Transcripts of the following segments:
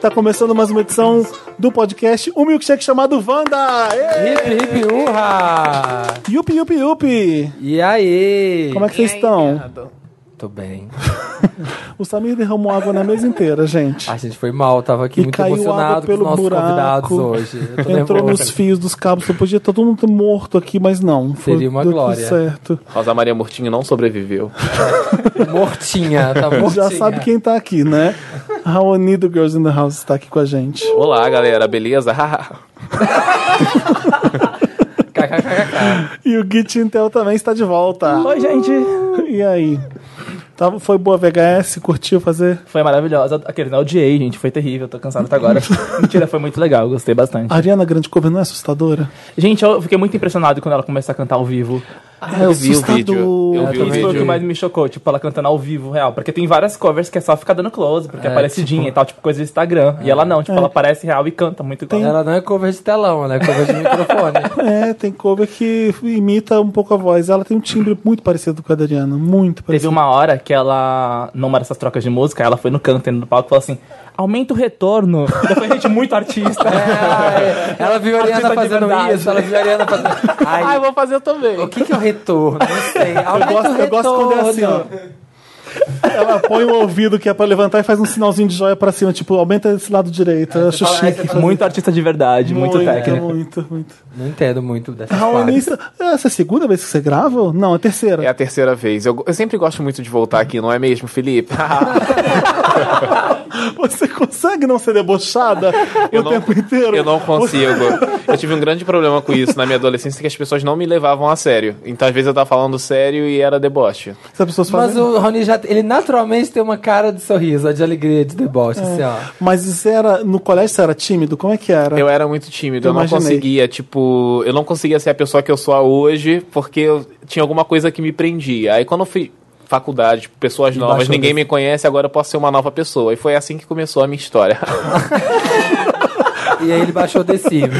Tá começando mais uma edição do podcast Um Milkshake chamado Wanda! Hip, hip, urra! Yupi, yupi, yupi! E aí? Como é que vocês estão? Tô bem. O Samir derramou água na mesa inteira, gente. A gente foi mal, tava aqui E muito caiu emocionado água com os pelo nossos buraco. convidados hoje. Eu tô Entrou nervoso. nos fios dos cabos, só podia estar tá todo mundo morto aqui, mas não. Foi- Seria uma deu tudo glória. certo. Rosa Maria Murtinho não sobreviveu. Mortinha, tá mortinha. Já sabe quem tá aqui, né? Raoni do Girls in the House está aqui com a gente. Olá, galera, beleza? KKKK. E o Git Intel também está de volta. Oi, gente! E aí? Tava, foi boa VHS? Curtiu fazer? Foi maravilhosa. Aquele não odiei, gente. Foi terrível. Tô cansado até agora. Mentira, foi muito legal. Gostei bastante. A Ariana Grande Cover não é assustadora? Gente, eu fiquei muito impressionado quando ela começou a cantar ao vivo. Ah, eu vi o É, vídeo. Eu vi o Isso foi o que vídeo. mais me chocou. Tipo, ela cantando ao vivo, real. Porque tem várias covers que é só ficar dando close, porque é, parecidinha e tal. Tipo, coisa do Instagram. E ela não. Tipo, ela aparece real e canta muito igual. Ela não é cover de telão, ela é cover de microfone. É, tem cover que imita um pouco a voz. Ela tem um timbre muito parecido com a da Ariana. Muito Teve parecido. uma hora que ela, numa dessas trocas de música, ela foi no canto, indo no palco e falou assim... Aumenta o retorno. Eu falei, gente, muito artista. Ah, É, ela viu a Artista Ariana de fazendo verdade. isso, ela viu a Ariana fazendo. Ai, vou fazer Ah, eu também. o que que é o retorno? Não sei. Eu gosto, eu gosto quando é assim, ó. Ela põe o ouvido que é pra levantar e faz um sinalzinho de joia pra cima, tipo, aumenta esse lado direito. Eu acho chique. Muito artista de verdade, assim, muito, técnico. Muito, muito. Não entendo muito dessas Raoni, partes. isso- essa é a segunda vez que você grava? Não, é a terceira. É a terceira vez. Eu, eu sempre gosto muito de voltar aqui, não é mesmo, Felipe? Você consegue não ser debochada o não- tempo inteiro? eu não consigo. Eu tive um grande problema com isso na minha adolescência, que as pessoas não me levavam a sério. Então, às vezes, eu tava falando sério e era deboche. As pessoas fazem. Mas o Rony já. Ele naturalmente tem uma cara de sorriso, de alegria, de deboche, É. assim, ó. Mas você era. No colégio você era tímido? Como é que era? Eu era muito tímido, Eu eu, não imaginei. conseguia, tipo, eu não conseguia ser a pessoa que eu sou hoje, porque eu tinha alguma coisa que me prendia. Aí quando eu fui faculdade, tipo, pessoas novas, baixou ninguém desse- me conhece, agora eu posso ser uma nova pessoa. E foi assim que começou a minha história. E aí ele baixou The Sims.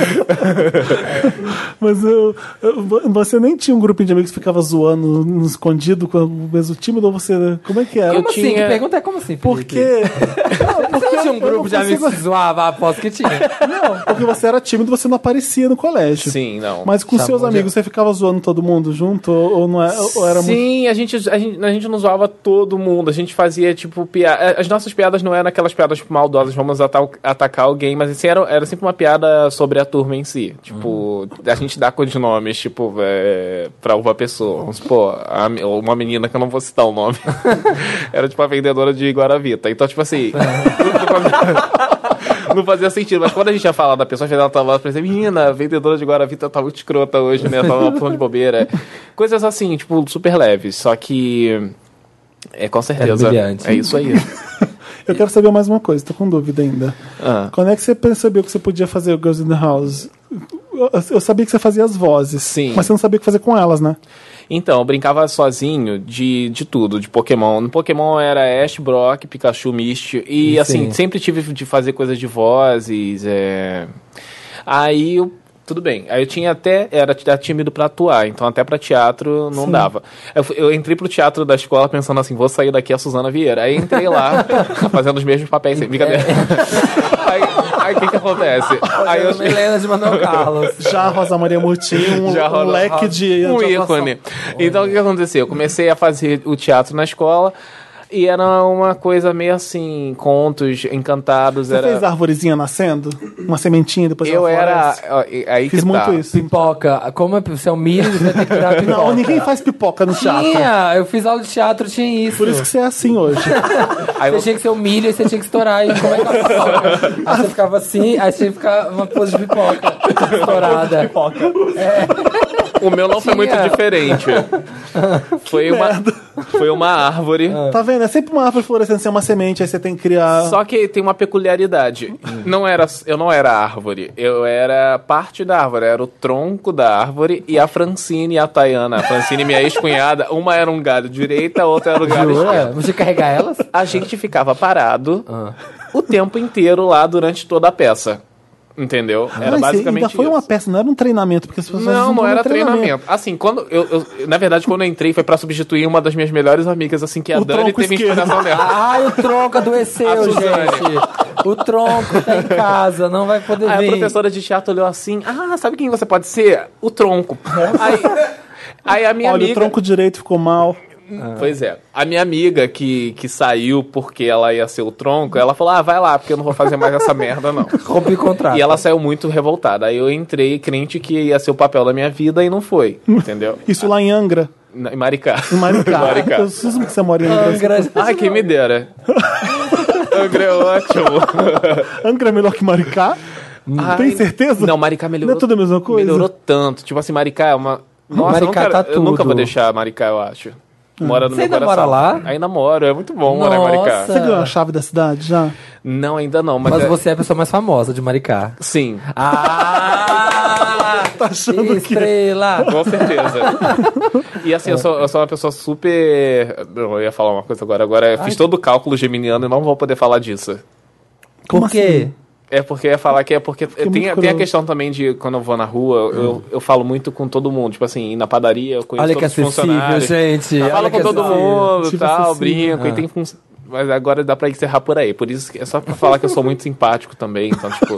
Mas eu, eu- você nem tinha um grupinho de amigos que ficava zoando no escondido com o mesmo tímido? Ou você. Como é que era? Como assim? tinha- Que pergunta é como assim? Felipe? Porque. Você não tinha um eu não grupo de amigos que consigo- se zoava, aposto que tinha. Não, porque você era tímido, você não aparecia no colégio. Sim, não. Mas com Chamou seus de- amigos, você ficava zoando todo mundo junto? Ou, ou não é, ou era muito. Sim, a gente, a, gente, a gente não zoava todo mundo, a gente fazia, tipo, piada. As nossas piadas não eram aquelas piadas tipo, maldosas, vamos ata- atacar alguém, mas assim, era, era sempre uma piada sobre a turma em si. Hum. Tipo, a gente dá codinomes, tipo, é, pra uma pessoa. Vamos supor, a me- uma menina que eu não vou citar o nome. era, tipo, a vendedora de Guaravita. Então, tipo assim. Não fazia sentido, mas quando a gente ia falar da pessoa, ela tava lá pra dizer, menina, a vendedora de Guaravita tá muito escrota hoje, né? Tava uma porra de bobeira. Coisas assim, tipo, super leves, só que. É com certeza. brilhante. É isso aí. Eu quero saber mais uma coisa, tô com dúvida ainda. Ah. Quando é que você percebeu que você podia fazer o Girls in the House? Eu, eu sabia que você fazia as vozes. Sim. Mas você não sabia o que fazer com elas, né? Então, eu brincava sozinho de, de tudo, de Pokémon. No Pokémon era Ash, Brock, Pikachu, Misty. E Sim. assim, sempre tive de fazer coisas de vozes. é. Aí eu. Tudo bem. Aí eu tinha até. Era t- era tímido pra atuar, então até pra teatro não dava. Eu, fui- eu entrei pro teatro da escola pensando assim: vou sair daqui a Suzana Vieira. Aí entrei lá, fazendo os mesmos papéis. sem Brincadeira. Aí- Aí o que que acontece? Aí eu, Era Helena de Manuel Carlos. Já a Rosa Maria Murtinho, um, Já um rola- leque de. um de ícone. Então o que aconteceu? Eu comecei a fazer o teatro na escola e era uma coisa meio assim, contos encantados. Você era... fez a arvorezinha nascendo? Uma sementinha depois eu ela era. floresce? ó, Aí Fiz que muito tá. isso. Pipoca. Como é você é um milho, você tem que virar pipoca. Não, ninguém faz pipoca no teatro. Tinha, eu fiz aula de teatro, tinha isso. Por isso que você é assim hoje. Aí Você eu- tinha que ser um milho e você tinha que estourar. E como é que eu faço? Aí você ficava assim, aí você ficava uma pose de pipoca estourada. o meu não foi muito é. Tinha. diferente. foi, uma, foi uma árvore. tá vendo? É sempre uma árvore florescendo, assim, é uma semente, aí você tem que criar. Só que tem uma peculiaridade. Não era, eu não era árvore. Eu era parte da árvore. Era o tronco da árvore e a Francine e a Tayana. A Francine, minha ex-cunhada, uma era um galho direita, a outra era um galho esquerdo. Jura? Você carregar elas? a gente ficava parado Ah. o tempo inteiro lá durante toda a peça. Entendeu? Era Mas você- basicamente Ah, Ainda foi isso. uma peça, não era um treinamento, porque as pessoas Não, não tomam era treinamento. Assim, quando eu, eu- na verdade, quando eu entrei foi pra substituir uma das minhas melhores amigas, assim que a O Dani tronco teve esquerdo. inspiração dela. Ai, o tronco A adoeceu, Suzane. gente. O tronco tá em casa, não vai Ah, poder Aí a vir. professora de teatro olhou assim, ah, sabe quem você pode ser? O tronco. aí, aí a minha Olha, o amiga... tronco direito ficou mal. Pois é. A minha amiga que, que saiu porque ela ia ser o tronco, ela falou, ah, vai lá, porque eu não vou fazer mais essa merda, não. Rompe o contrato. E ela saiu muito revoltada. Aí eu entrei crente que ia ser o papel da minha vida e não foi, entendeu? Isso lá em Angra. Na- Em Maricá. Em Maricá. Maricá. Eu susmo que você mora em Angra. Angra, Ai, quem me dera. Angra é ótimo. Angra é melhor que Maricá? Tem Ai, certeza? Não, Maricá melhorou. Não é tudo a mesma coisa? Melhorou tanto. Tipo assim, Maricá é uma. Nossa, Maricá eu nunca, tá eu nunca vou tudo. deixar Maricá, eu acho. Ah. Mora no Você meu ainda coração. mora lá? Aí namoro, é muito bom morar em Nossa. Maricá. Você ganhou a chave da cidade já? Não, ainda não, mas. Mas é- você é a pessoa mais famosa de Maricá. Sim, Ah! Tá achando que... Estrela! com certeza. e assim, eu, sou, eu sou uma pessoa super. Não, eu ia falar uma coisa agora. Agora eu fiz todo o cálculo geminiano e não vou poder falar disso. Por assim? quê? É porque eu ia falar que é porque muito tem, a- tem a curioso. questão também de quando eu vou na rua, eu, eu falo muito com todo mundo. Tipo assim, na padaria, eu conheço Olha que todos os acessível, funcionários. gente. Ah, Eu falo Olha com que todo acessível. Ah. mundo e Tipo tal, assassino. brinco, e tem fun- Mas agora dá pra encerrar por aí. Por isso que é só pra falar que eu sou muito simpático também. Então, tipo.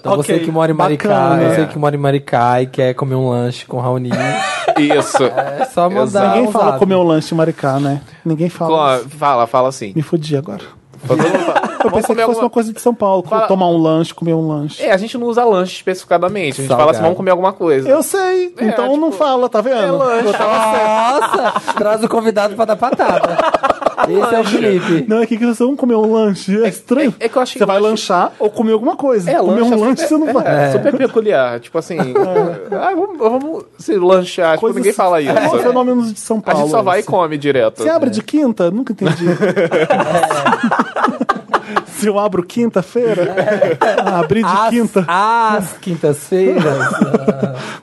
Então você Ok, que mora em Maricá, bacana. você que mora em Maricá e quer comer um lanche com o Raoni, Isso. é só mandar Ninguém um fala zap. comer um lanche em Maricá, né? Ninguém fala. Co- Fala, fala assim. Me fudi agora. Todo mundo fala. Eu pensei que comer fosse alguma- uma coisa de São Paulo. Fala- Tomar um lanche, comer um lanche. É, a gente não usa lanche especificadamente. A gente Salgado. fala assim, vamos comer alguma coisa. Eu sei. É, então não tipo, fala, tá vendo? Eu tava- Nossa! traz o convidado pra dar patada. Esse é o Felipe. Não, é que vocês vão comer um lanche. É estranho. é- é que eu acho que Você vai lanche- lanchar ou comer alguma coisa. É, comer lanche é um lanche super- você não vai. É, super peculiar. Tipo assim, ah, vamos, vamos se lanchar. Tipo, Coisas- ninguém fala isso. É, fenômenos de São A Paulo. gente só vai e né? assim. come direto. tipo, Você abre de quinta? Nunca entendi. Se eu abro quinta-feira? Ah, abri de As, quinta? as quintas-feiras.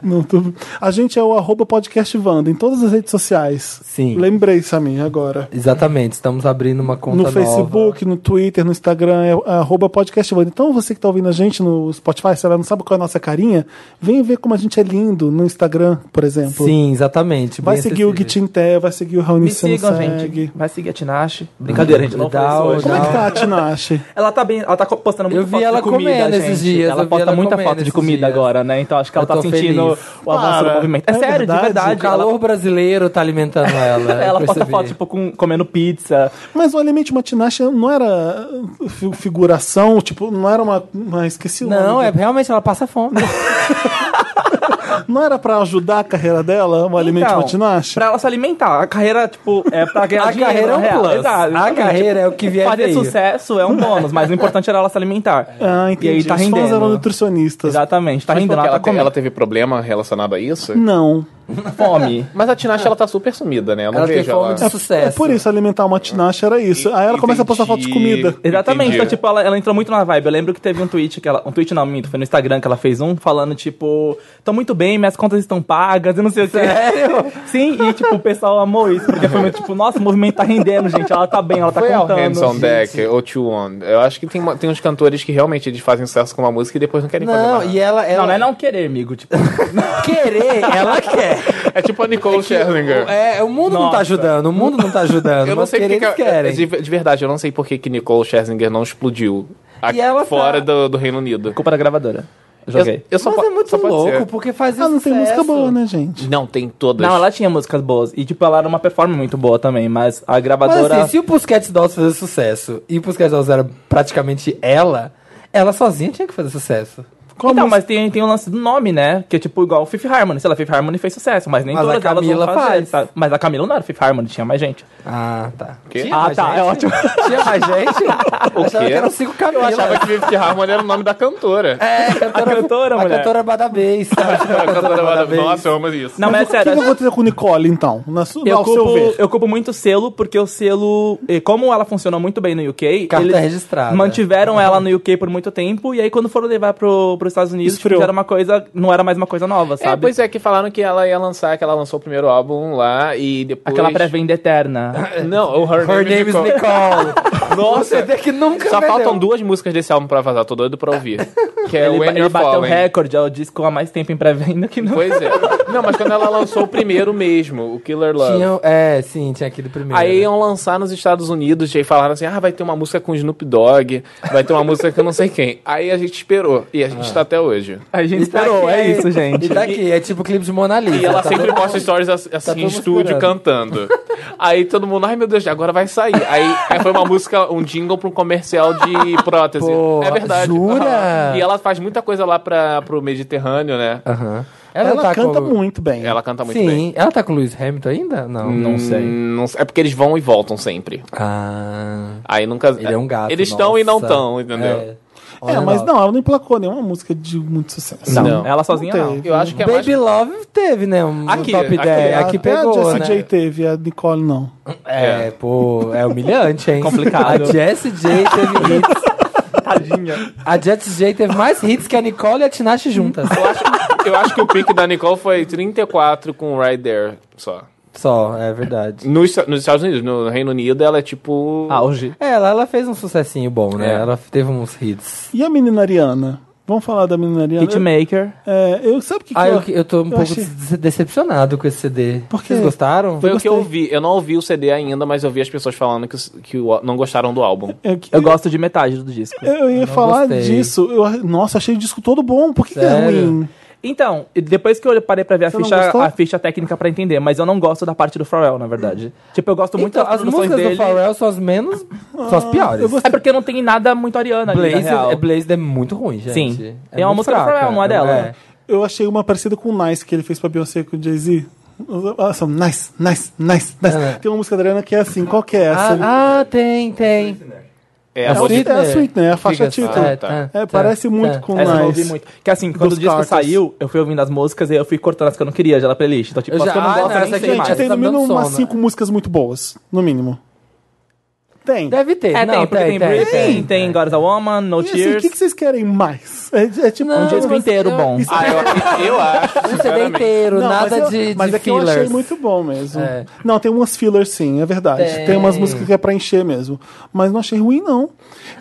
Não, tô- A gente é o arroba podcast Wanda em todas as redes sociais. Sim. Lembrei, Samir, agora. Exatamente, estamos abrindo uma conta No nova. Facebook, no Twitter, no Instagram, é arroba podcast Wanda. Então você que tá ouvindo a gente no Spotify, se ela não sabe qual é a nossa carinha, vem ver como a gente é lindo no Instagram, por exemplo. Sim, exatamente. Vai bem seguir o acessível. Guitinté, vai seguir o Raoni Me se não sigam, segue. gente. Vai seguir a Tinashe. Brincadeira, gente. Não Dá o- foi isso Como hoje. é que Não. tá a Tinashe? Ela tá bem, ela tá co- postando muita Eu vi foto ela de comida, comendo esses gente. dias, eu Ela vi posta ela muita comendo foto de esses comida dias. agora, né? Então acho que ela Eu tá tô sentindo feliz. o avanço Para. do movimento. É, É sério, verdade? O de verdade. calor Ela- brasileiro tá alimentando ela. Ela, eu posta percebi. foto, tipo, com- comendo pizza. Mas o Alimente Matinache não era uh, fi- figuração, tipo, não era uma. uma esqueci o Não, nome. é realmente ela passa fome. Então, Não era pra ajudar a carreira dela, o Alimente Então, Matinache? Pra ela se alimentar. A carreira, tipo, é pra ganhar A dinheiro. carreira é um na real. plus. Exato, A exatamente. Tipo, carreira é o que vier Fazer veio. sucesso é um bônus, mas o importante era ela se alimentar. Ah, entendi. E aí tá Os fãs rendendo. eram nutricionistas. Exatamente, tá Mas rendendo. porque Ela, ela, tá te- ela comendo teve problema relacionado a isso? Não. fome. Mas a Tinashe, ela tá super sumida, né? Eu não Ela tem vejo fome ela... de sucesso. É por isso, alimentar o Matinache era isso. Aí ela começa a postar foto de Entendi. comida. Exatamente, Entendi. então, tipo, ela, ela entrou muito na vibe. Eu lembro que teve um tweet que ela. Um tweet não, minto, foi no Instagram que ela fez um falando, tipo, tô muito bem, minhas contas estão pagas, eu não sei o que. Sério? Sim, e tipo, o pessoal amou isso, porque foi muito, tipo, nossa, o movimento tá rendendo, gente. Ela tá bem, ela tá Foi Al contando. Hands on gente. Deck ou Two On. Eu acho que tem, uma- tem uns cantores que realmente eles fazem sucesso com uma música e depois não querem fazer Não, mais. e ela, ela Não, não é não querer, amigo. Tipo, querer, ela quer. É tipo a Nicole Scherzinger. É, o mundo não tá Nossa. ajudando, o mundo não tá ajudando. Eu não mas sei porque querer, que, eles querem. de, de verdade, eu não sei por que que Nicole Scherzinger não explodiu aqui E ela tá- fora do, do Reino Unido. culpa da gravadora. Eu, Joguei. eu só Mas po- é muito só pode louco, ser. porque faz Ah, não tem sucesso. música boa, né, gente? Não, tem todas. Não, ela tinha músicas boas. E, tipo, ela era uma performance muito boa também, mas a Mas gravadora. assim, se o Pusquets Dolls fazia sucesso e o Pusquets Dolls era praticamente ela, ela sozinha tinha que fazer sucesso. Qual então, música? mas tem, tem o lance do nome, né? Que é tipo igual o Fifth Harmony. Sei lá, Fifth Harmony fez sucesso, mas nem Mas todas a Camila elas vão fazer, faz. tá? Mas a Camila não era Fifth Harmony, tinha mais gente. Ah, tá. Quê? Tinha Ah, mais tá, gente? é ótimo. Tinha mais gente? O Achava quê? que eram cinco Eu Camilas. achava que Fifth Harmony era o nome da cantora. É, a cantora, A cantora, a mulher. cantora Badabês, sabe? a cantora Badabês. Nossa, eu amo isso. Não, mas, é o que que sério. vai acontecer com Nicole, então? Na sua, Eu ao seu culpo, ver. eu culpo muito o selo, porque o selo, eh, como ela funcionou muito bem no UK, Carta eles registrada. mantiveram ela no UK por muito tempo, e aí quando foram levar pro, pros Estados Unidos, tipo, Esfriou. já era uma coisa, não era mais uma coisa nova, É, sabe? pois é, que falaram que ela ia lançar, que ela lançou o primeiro álbum lá e depois... Aquela pré-venda eterna. Não, o Her, Her Name name is is Nicole. Nicole. Nossa, CD que nunca Só um vendeu. faltam duas músicas desse álbum pra vazar, tô doido pra ouvir. Que é ele ba- When ele You're bateu o Falling. recorde, é o disco há mais tempo em pré-venda que não. Pois é. Não, mas quando ela lançou o primeiro mesmo, o Killer Love. Tinha, é, sim, tinha aquele primeiro. né? Aí um iam lançar nos Estados Unidos, e aí falaram assim: ah, vai ter uma música com Snoop Dogg, vai ter uma música com não sei quem. Aí a gente esperou, e a Ah. gente tá até hoje. A gente E tá esperou, aqui, é isso, E gente. daqui, é tipo o clipe de Mona Lisa. E ela tá sempre todo- posta stories assim todo em mundo estúdio esperando. cantando. Aí todo mundo, ai meu Deus, agora vai sair. Aí, aí foi uma música, um jingle pra um comercial de prótese. Pô, é verdade. jura? E ela faz muita coisa lá pra, pro Mediterrâneo, né? Aham. Ela, tá canta com... muito bem. Ela canta muito Sim, bem. ela tá com o Lewis Hamilton ainda? Não. Não sei. Hum, não sei- é porque eles vão e voltam sempre. Ah. Aí nunca. Ele é um gato. Eles estão e não nossa. estão, entendeu? É. É, Olha mas lá. não, ela não emplacou nenhuma música de muito sucesso. Não, É Não. ela sozinha Não não. um teve. Eu acho que é mais. Baby Love teve, né? Um Aqui, top aqui. 10. Aqui, Até Ah, é a pegou, Jessie né? J teve, a Nicole não. É, É. pô, é humilhante, hein? Complicado. A Jessie J teve hits. Tadinha. A Jessie J teve mais hits que a Nicole e a Tinashe juntas. Eu acho, eu acho que o pique da Nicole foi 34 com Right There só. Só, é verdade. Nos, nos Estados Unidos, no Reino Unido, ela é tipo. Ah, Auge. Ela, ela fez um sucessinho bom, né? É. Ela teve uns hits. E a menina Ariana? Vamos falar da menina Ariana? Hitmaker. É, eu sabe o que, que Ah, eu- eu, eu tô um eu pouco achei- dece- decepcionado com esse CD. Por quê? Vocês gostaram? Foi Eu o que eu gostei. ouvi. Eu não ouvi o CD ainda, mas eu vi as pessoas falando que, o- que o- não gostaram do álbum. eu que- Eu gosto de metade do disco. eu ia não falar gostei. disso. Eu, nossa, achei o disco todo bom. Por que, que é Sério? ruim? Então, e depois que eu parei pra ver a Você não ficha, gostou? a ficha técnica pra entender, mas eu não gosto da parte do Pharrell, na verdade. Tipo, eu gosto muito Então, das as produções músicas dele. do Pharrell são as menos. são as piores. Ah, eu gostei. É porque não tem nada muito Ariana ali, na Blaze, real. é, Blaze é muito ruim, gente. Sim. É muito uma música do fraca, Pharrell, não é dela? Eu achei uma parecida com o Nice que ele fez pra Beyoncé com o Jay-Z. Ah, são Nice, Nice, Nice, Nice. É. Tem uma música da Ariana que é assim. Qual que é essa? Ah, ah, tem, tem. É, É a a música- Sweetener, é a Sweetener, é a faixa Diga- título. é, tá, É, tá, parece muito tá. com Essa eu não ouvi Nice. muito. Que assim, quando Dos o disco Carters. saiu, eu fui ouvindo as músicas e eu fui cortando as que eu não queria já da playlist. Então, tipo, Eu as já- que eu não Ah, gosto, não, eu essa nem aqui sei é Gente, demais. mais. tem tá no me mínimo dando umas sono. cinco músicas muito boas. No mínimo. Tem. Deve ter. É, não, tem, porque tem Britney, tem, tem. God is a Woman, No E assim, o Tears. que, que vocês querem mais? É, é tipo Não, um Um disco mas inteiro eu- bom. Isso- Ah, eu, eu acho. Um CD sinceramente. inteiro, Não, nada mas eu- de, de Mas é que eu achei fillers. muito bom mesmo. É. Não, tem umas fillers sim, é verdade. Tem. Tem. umas músicas que é pra encher mesmo. Mas não achei ruim, não.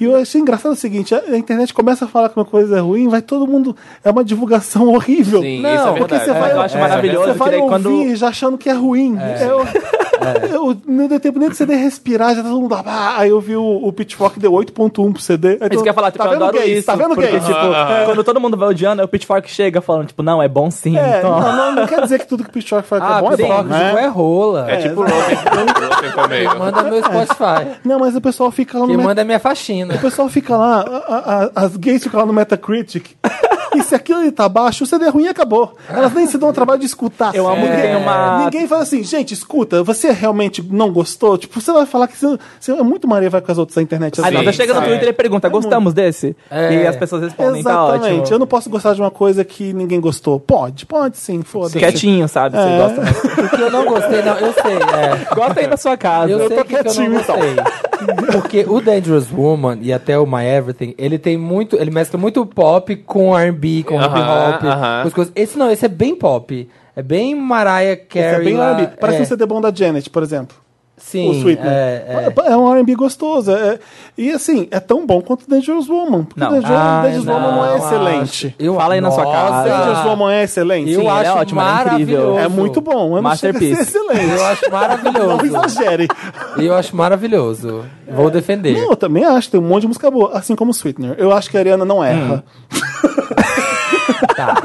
E eu achei engraçado o seguinte: a, a internet começa a falar que uma coisa é ruim, vai todo mundo. É uma divulgação horrível. Sim, Não, isso é Porque verdade. você vai, eu acho você maravilhoso que vai daí ouvir quando- já achando que é ruim. Eu, eu- não deu tempo nem de CD respirar, já todo mundo. Ah, aí eu vi o, o Pitchfork deu 8.1 pro CD. Aí Isso todo- que eu ia falar, tipo, tá eu vendo adoro gays, isso. Tá vendo porque, gays? tipo, Ah. quando todo mundo vai odiando, aí o Pitchfork chega falando, tipo, não, é bom sim. É, então. não, não, não quer dizer que tudo que o Pitchfork fala que Ah, é bom é porque bom, o Chico é né? rola. É tipo o Rosen. Manda meu Spotify. Não, É. mas o pessoal fica lá no Quem Meta- manda é minha faxina. O pessoal fica lá, a- a- a- as gays ficam lá no Metacritic. E se aquilo ali tá baixo, o CD é ruim e acabou. Elas nem se dão o trabalho de escutar. Eu amo que Ninguém- tem uma- Ninguém fala assim, gente, escuta, você realmente não gostou? Tipo, você vai falar que você, você é muito Maria vai com as outras da internet. Aí assim. não, Sim, já chega então tá no sim. Twitter e pergunta, gostamos desse? É. E as pessoas respondem, tá Exatamente. ótimo. Eu não posso gostar de uma coisa que ninguém gostou. Pode, pode sim, foda-se. Quietinho, sabe? Você É. gosta. né? O que eu não gostei, não, eu sei, é. Gosta aí na sua casa. Eu, sei tô o que, que eu não quietinho, então. gostei. Porque o Dangerous Woman e até o My Everything, ele tem muito. Ele mescla muito pop com RB, com hip Aham, hop, aham. com as coisas. Esse não, esse é bem pop. É bem Mariah Carey. É bem lá, R&B. Parece é. um CD bom da Janet, por exemplo. Sim, o Sweet, é, né? é. É, um R&B gostoso. é- e assim, é tão bom quanto Dangerous Woman. Porque Não. Dangerous, Ai, Dangerous Woman não é acho. excelente. Eu, Fala aí na sua Nossa, cara. Dangerous Woman é excelente? Ah, Eu Sim, ela é acho ótima, ela é incrível. maravilhoso. É muito bom. Eu não chega a ser Masterpiece. excelente. Eu acho Não maravilhoso. exagere. eu acho maravilhoso. Vou defender. Não, eu também acho. Tem um monte de música boa. Assim como Sweetener. Eu acho que a Ariana não erra. Tá.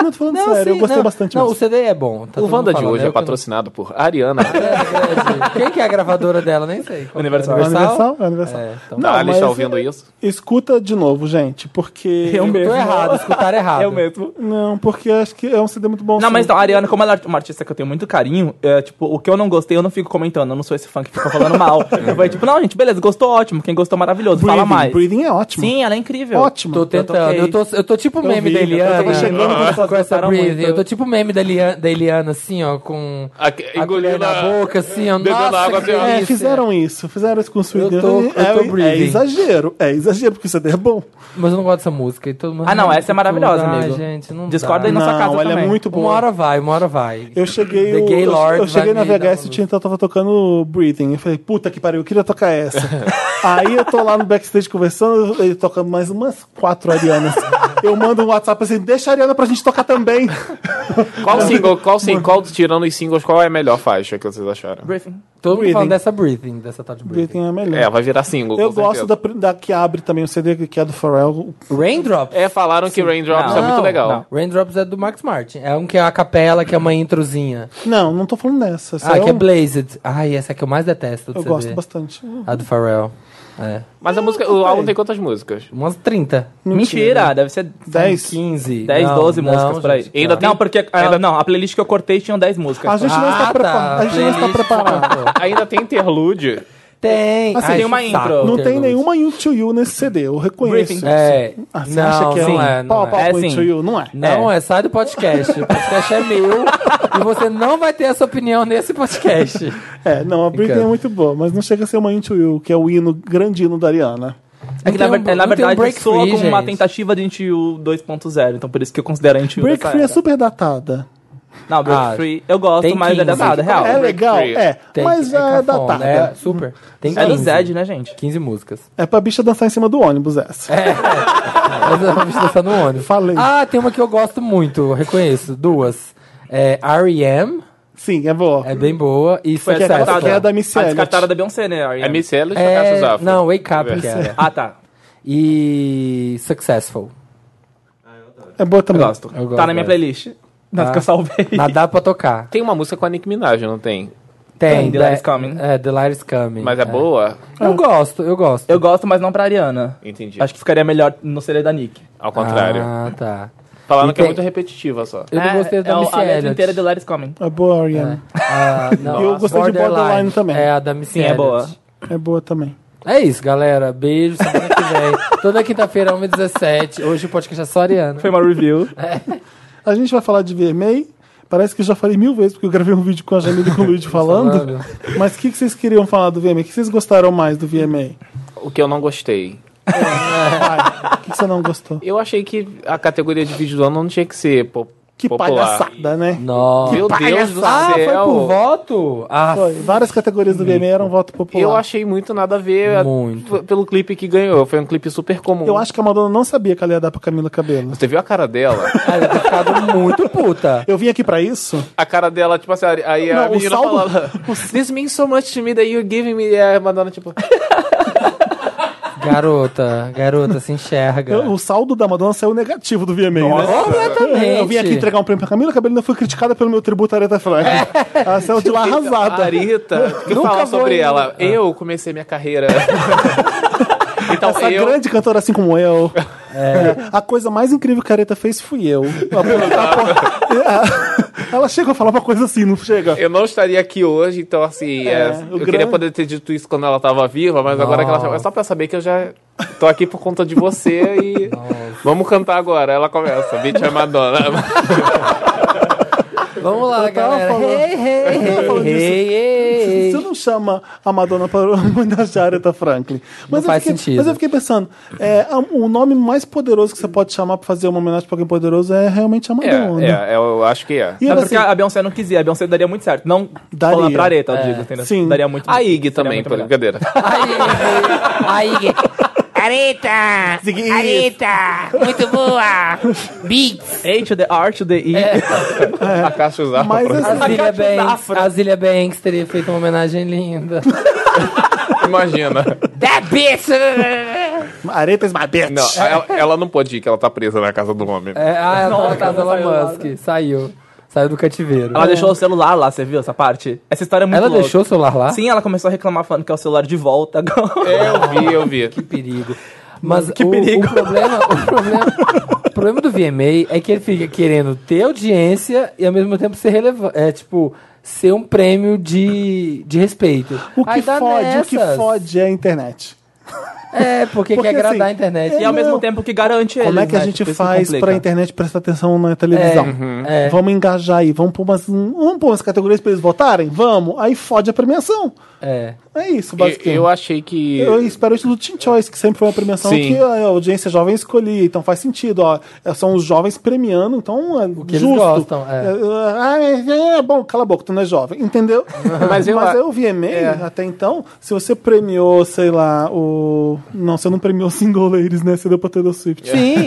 Não, tô falando sério. eu sim, gostei não. bastante Não, o mesmo. CD é bom. tá O todo mundo Wanda de falando, hoje eu é que não- patrocinado por Ariana. É, é, é. Quem que é a gravadora dela? Nem sei. Qual que é? Universal. Universal? Universal. É, então. Não, a Alice mas tá ouvindo isso? Escuta de novo, gente, porque... Eu mesmo. Tô errado, escutar errado. Eu mesmo. Não, porque acho que é um CD muito bom. Não, sim. mas então, a Ariana, como ela é uma artista que eu tenho muito carinho, é, tipo, o que eu não gostei, eu não fico comentando. Eu não sou esse fã que fica falando mal. eu vou, tipo, não, gente, beleza, gostou, ótimo. Quem gostou, maravilhoso. Breathing, Fala mais. Breathing é ótimo. Sim, ela é incrível. Ótimo. Tô tentando. ok. Eu tô, eu tô tipo o meme vi, da eu Eliana. né? tava chegando quando com essa gostaram muito. breathing. Eu tô tipo o meme da Eliana, da Eliana assim, ó, com A- a colher Engolindo na a boca, assim, ó. bebendo Nossa, água, que assim, ó. É, delícia. fizeram isso, fizeram isso com o Sweetener. Eu tô- eu é, tô é breathing. exagero, é exagero, porque o CD é bom. Mas eu não gosto dessa música. E todo mundo, Ah, não, "Ai, essa é tudo, maravilhosa, ai, amigo. gente, não Discorda dá. aí na sua casa ela é também. muito Uma boa. hora vai, uma hora vai. Eu cheguei, The eu- Gay eu, Lord eu cheguei vai na me dar VHS uma e tinha, tava tocando Breathing. Eu falei, puta que pariu, eu queria tocar essa. Aí eu tô lá no backstage conversando, ele toca mais umas quatro Arianas. eu mando um WhatsApp assim, deixa a Ariana pra gente tocar também. Qual single, qual sim, qual tirando os singles, qual é a melhor faixa que vocês acharam? Briefing. Todo mundo Breathing. falando dessa breathing, dessa tal de breathing. Breathing é a melhor. É, vai virar single. eu com gosto da, certeza. da que abre também o CD, que é do Pharrell. Raindrops? É, falaram que Raindrops é muito Não, legal. não. Raindrops é do Max Martin. É um que é a capela, que é uma introzinha. Não, não tô falando dessa. Essa ah, é que é um- Blazed. Ai, essa é que eu mais detesto do Eu CD. gosto bastante. A do Pharrell. É. Mas a música, o álbum tem quantas músicas? Umas 30. Mentira, deve ser 10. 15. 10, Não, 12 não, músicas por aí. gente, Ainda não, tem- porque a, um Ah, não, a playlist que eu cortei tinha 10 músicas. A gente não está Ah, tá. preparado. A gente não está Playlist. preparado. Ainda tem interlude. Tem. Assim, tem uma que intro. saco, Não Não tem Interlude. nenhuma You to You nesse CD, eu reconheço. Briefing. É. Ah, você não, acha que é sim, um é, pau a não pau é. É, com You sim. to You? Não é. Não, é, sai do podcast. O podcast é meu e você não vai ter essa opinião nesse podcast. É, não, a Britney Fica. é muito boa, mas não chega a ser uma You to You, que é o hino, grande hino da Ariana. É que Não na, tem ver- um- na não tem um verdade break soa free, como uma gente. tentativa de NTU 2.0, então por isso que eu considero a NTU. Break dessa Free é era. super datada. Não, Break Ah, Free eu gosto, tem mas é 15. datado, é real. é Break legal, Free. é, Tem, mas é, cafona, datada. É, super. Tem É do 15. Zed, né, gente? 15 músicas. É pra bicha dançar em cima do ônibus essa. É. Mas eu vou dançar no ônibus. Falei. Ah, tem uma que eu gosto muito, reconheço. Duas. É R.E.M., Sim, é boa. é bem boa. E que é Successful. aquela que é da Missy A Elliott. descartada da Beyoncé, né? Ariana? É Miss Ellis ou Cassius É, Afro? não, Wake Up que era. Ah, tá. E Successful. É boa também. Gosto. Eu gosto tá na minha dessa. playlist. Nas Ah. que eu salvei. Nadar pra tocar. Tem uma música com a Nicki Minaj, não tem? Tem. Tem, The Light Is Coming. É, The Light Is Coming. Mas é, boa? Eu gosto, eu gosto. Eu gosto, mas não pra Ariana. Entendi. Acho que ficaria melhor no CD da Nick. Ao contrário. Ah, tá. Falaram e que é tem- muito repetitiva só. Eu não gostei da é, Missy a letra Elliott. inteira de Larry's Coming. É boa, Ariana. Ah, não, E eu a gostei de Borderline também. É a da Missy Sim, é Elliott. boa. É boa também. É isso, galera. Beijo, semana que vem. Toda quinta-feira, 1h17. Hoje o podcast é só Ariana. Foi uma review. A gente vai falar de VMA. Parece que eu já falei mil vezes, porque eu gravei um vídeo com a Jamila e com o Luigi falando. Mas o que, que vocês queriam falar do VMA? O que vocês gostaram mais do VMA? O que eu não gostei. Vai. O que, que você não gostou? Eu achei que a categoria de vídeo do ano não tinha que ser po- Que popular. palhaçada, né? Nossa. Meu Deus do céu. Ah, foi por voto? Ah, Foi. Várias categorias do VMA eram voto popular. Eu achei muito nada a ver a- Muito. p- pelo clipe que ganhou. Foi um clipe super comum. Eu acho que a Madonna não sabia que ela ia dar pra Camila Cabelo. Você viu a cara dela? cara, eu tô ficado muito puta. Eu vim aqui pra isso? a cara dela, tipo assim, aí a Não, o menina saldo- falava This means so much to me that you're giving me... E a Madonna, tipo... Garota, garota, se enxerga. Eu- o saldo da Madonna saiu negativo do VMA, né? Completamente. Eu vim aqui entregar um prêmio pra Camila Cabelo e ainda fui criticada pelo meu tributo à Aretha Franklin. É. Ela saiu de lá A arrasada. Rita, que Nunca fala vou sobre em- ela. Eu comecei minha carreira... então, Essa eu... grande cantora assim como eu. É, A coisa mais incrível que a Areta fez fui eu. Ela chega a falar uma coisa assim, não chega? Eu não estaria aqui hoje, então assim, é, É, eu o queria grande- poder ter dito isso quando ela tava viva, mas agora que ela Nossa. é só pra saber que eu já tô aqui por conta de você e vamos cantar agora. Ela começa, Beat é Madonna. Vamos lá, Eu tava galera. falando- Hey, hey, tava falando hey, disso. hey, Você hey. não chama a Madonna para homenagear a Aretha Franklin. Mas eu faz fiquei, sentido. Mas eu fiquei pensando, é, a- o nome mais poderoso que você pode chamar pra fazer uma homenagem pra alguém poderoso é realmente a É, Madonna. é, é, eu acho que é. E Sabe era porque assim, a Beyoncé não quis ir. A Beyoncé daria muito certo. Não Daria. falando pra Areta, eu digo. entendeu? Sim. Daria muito A Ig seria também, tá muito por melhor. brincadeira. Aí, aí. Areta! Ziggy. Areta! Muito boa! Beats! A to the R to the E. É. A Caixa usava. mas pra- assim, Azilia Cátia Banks, Zafra. Azilia Banks teria feito uma homenagem linda. Imagina. Da bitch! Aretha is my bitch. Não, ela, ela não pode ir, que ela tá presa na casa do homem. É, ah, ela tá da Elon Musk. Saiu. Saiu do cativeiro. Ela deixou o celular lá, você viu essa parte? Essa história é muito Ela louca. deixou o celular lá? Sim, ela começou a reclamar falando que é o celular de volta agora. É, eu vi, eu vi. Que perigo. Mas Que o, perigo. o problema, o problema, o problema do VMA é que ele fica querendo ter audiência e ao mesmo tempo ser relevante, é tipo ser um prêmio de, de respeito. O que Aí dá fode, o que nessas. fode é a internet. É, porque, Porque, quer agradar assim, a internet. E Não. ao mesmo tempo que garante Como eles, é que a né? gente Tipo, isso faz complica. pra internet prestar atenção na televisão? é. Vamos engajar aí, vamos pôr umas, vamos pôr umas categorias pra eles votarem? Vamos. Aí fode a premiação. É. É isso, Eu, basicamente. eu achei que. Eu espero isso do Teen Choice, que sempre foi uma premiação Sim. que a audiência jovem escolhia, então faz sentido, ó. É, São os jovens premiando, então é que eles justo. gostam, é. É, é, é, é, bom, cala a boca, tu não é jovem, entendeu? Mas Mas eu- eu, VMA, até então, se você premiou, sei lá, o. Não, você não premiou Single Ladies, né? Você deu pra Taylor Swift. Sim!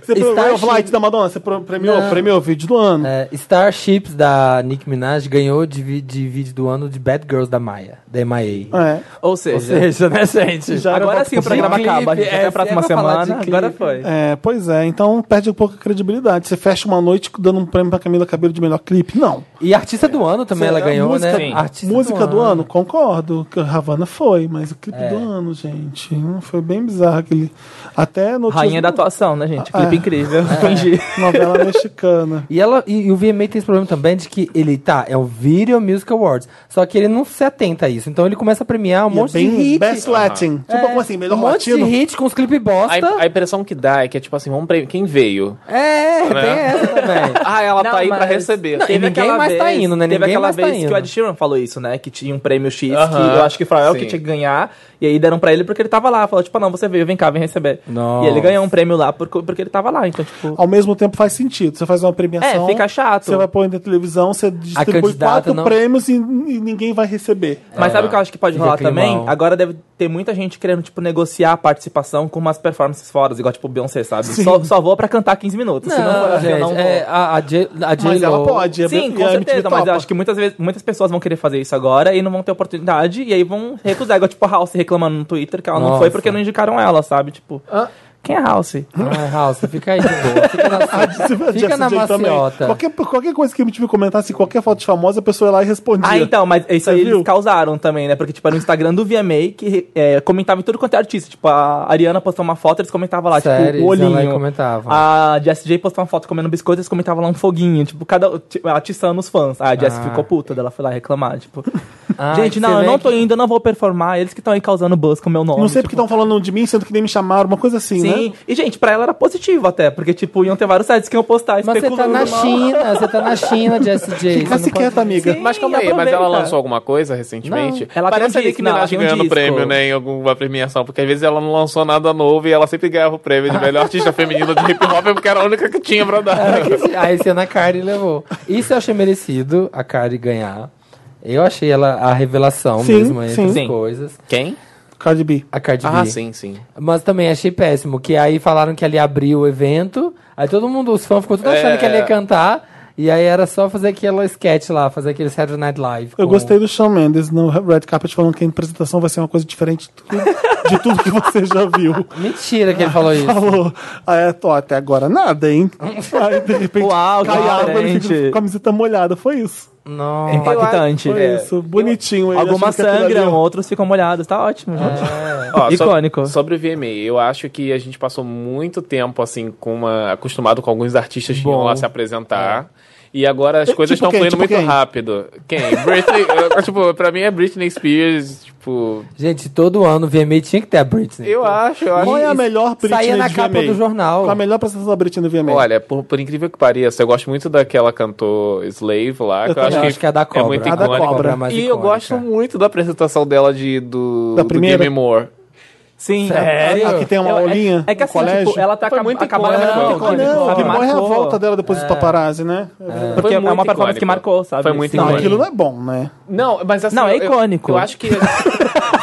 Você premiou Está Ray of cheio. Light da Madonna, você pro- premiou, Não. premiou o vídeo do ano. É, Starships da Nick Minaj ganhou de, vi- de vídeo do ano de Bad Girls da Maia, da MIA. É. Ou Ou seja, seja, né, gente? Já era agora pra- sim o programa de acaba. A gente clipe, vai é, até a próxima se é pra falar semana. de Agora clipe. foi. É, pois é, então perde um pouco a credibilidade. Você fecha uma noite dando um prêmio pra Camila Cabelo de melhor clipe? Não. E artista do ano também ela A ganhou, é música, né? Sim. Artista música do, ano. concordo. Que a Havana foi, mas o É. clipe do ano, gente, hum, foi bem bizarro aquele. Até no Rainha da atuação, né, gente? Clipe é. incrível. Fingi. novela mexicana. E, ela, e, e o VMA tem esse problema também de que ele, tá, é o Video Music Awards, só que ele não se atenta a isso. Então ele começa a premiar um E é monte bem de hit. Best Latin. Tipo, É, como assim, melhor um monte latino? de hit com os clipes bosta. A, im- a impressão que dá é que é tipo assim, vamos pra quem veio. É, tem essa também. Ah, ela Não, tá aí pra mas- receber. Não, E Teve ninguém aquela mais tá indo, né? Teve Ninguém aquela mais tá vez que indo. o Ed Sheeran falou isso, né? Que tinha um prêmio X, que Aham, eu acho que foi o que sim. tinha que ganhar. E aí deram pra ele porque ele tava lá. Falou, tipo, ah, não, você veio, vem cá, vem receber. Nossa. E ele ganhou um prêmio lá porque, porque ele tava lá. Então, tipo... Ao mesmo tempo faz sentido. Você faz uma premiação. É, fica chato. Você vai pôr na televisão, você distribui candidata quatro não- prêmios e, e ninguém vai receber. Mas sabe o que eu acho que pode Fica rolar climão. também? Agora deve ter muita gente querendo, tipo, negociar a participação com umas performances fora, igual, tipo, Beyoncé, sabe? Só, só vou pra cantar 15 minutos. se não for Não, assim, eu gente, não vou. é, a, a J, a J Mas ela pode. e a Sim, B- e com a MTV certeza, mas topa. eu acho que muitas vezes muitas pessoas vão querer fazer isso agora e não vão ter oportunidade, e aí vão recusar, igual tipo a House reclamando no Twitter que ela não Nossa. foi porque não indicaram ela, sabe? Tipo, quem é House? Um Ai, House, fica aí de boa. Fica na, fica Jessie na J também. maciota. Qualquer, qualquer coisa que a MTV comentasse, qualquer foto de famosa, a pessoa ia lá e respondia. Ah, então, mas isso aí Você eles viu? causaram também, né? Porque, tipo, era no Instagram do VMA que é, comentava em tudo quanto é artista. Tipo, a Ariana postou uma foto, eles comentavam lá, Séries, tipo, o olhinho. ela aí comentava. A Jess J postou uma foto comendo biscoito, eles comentavam lá um foguinho. Tipo, cada, tipo, atiçando os fãs. Ah, a Jess Ah. ficou puta, dela foi lá reclamar, tipo... Ah, gente, você não, eu vê não tô que- indo, eu não vou performar. Eles que estão aí causando buzz com o meu nome. Não sei tipo, porque estão falando de mim, sendo que nem me chamaram, uma coisa assim, Sim, né? e gente, pra ela era positivo até, porque tipo, iam ter vários sites que iam postar Mas você tá especulando na mal. China, você tá na China, Jessie J. Fica você se não pode- quieta, amiga. Mas calma aí, mas aproveita. ela lançou alguma coisa recentemente? Não. Ela tem Parece um a Nick disco, não, ela Minaj tem um ganhando disco. prêmio, né? Em alguma premiação, porque às vezes ela não lançou nada novo e ela sempre ganhava o prêmio de melhor artista feminina de hip hop, porque era a única que tinha pra dar. É. Aí você ah, é na Cardi levou. Isso eu achei merecido, a Cardi ganhar. Eu achei ela a revelação Sim, mesmo entre sim. as Sim. coisas. Quem? Cardi B. A Cardi Ah, B. sim, sim. Mas também achei péssimo, que aí falaram que ali abriu o evento, aí todo mundo, os fãs ficou tudo achando É. que ela ia cantar, e aí era só fazer aquela sketch lá, fazer aquele Saturday Night Live. Eu com- gostei do Shawn Mendes no Red Carpet falando que a apresentação vai ser uma coisa diferente de tudo, de tudo que você já viu. Mentira que ele falou isso. Falou, ah, é, tô, até agora nada, hein? Aí de repente Uau, que cai água, ele diferente. fica com a camiseta molhada, foi isso. Nossa. Impactante. Foi É. isso, bonitinho. ele Algumas achando que Ah. aquilo ali é sangram, um- outros ficam molhados. Tá ótimo, gente. Ó, so- Icônico. sobre o VMA, eu acho que a gente passou muito tempo, assim, com uma, acostumado com alguns artistas que iam lá se apresentar. E agora as Eh, coisas tipo estão quem? fluindo Tipo muito quem? rápido. Quem? Britney. eh, tipo, pra mim é Britney Spears. Tipo. Gente, todo ano o VMA tinha que ter a Britney. Eu acho, eu acho. Qual é a melhor Britney Saía na de capa VMA? do jornal. Qual a melhor apresentação da Britney do VMA? Olha, por, por incrível que pareça, eu gosto muito daquela cantor Slave lá, que eu, também acho, Eu que acho que é a da cobra. muito A da icônica. cobra. é mais e eu icônica. gosto muito da apresentação dela de, do, Da do primeira? Gimme More. Sim. Sério? a que tem uma Eu- é- aulinha É, que no assim, colégio. tipo, ela tá Foi acab- muito né? acabando icônica. muito Ah, icônica, não, sabe? que morre a Marcou. volta dela depois do paparazzi, né? É verdade. Porque Foi é muito uma performance icônico. que marcou, sabe? Foi muito Não, icônico. aquilo não é bom, né? Não, mas assim. Não, é eu- eu- icônico. Eu, acho que.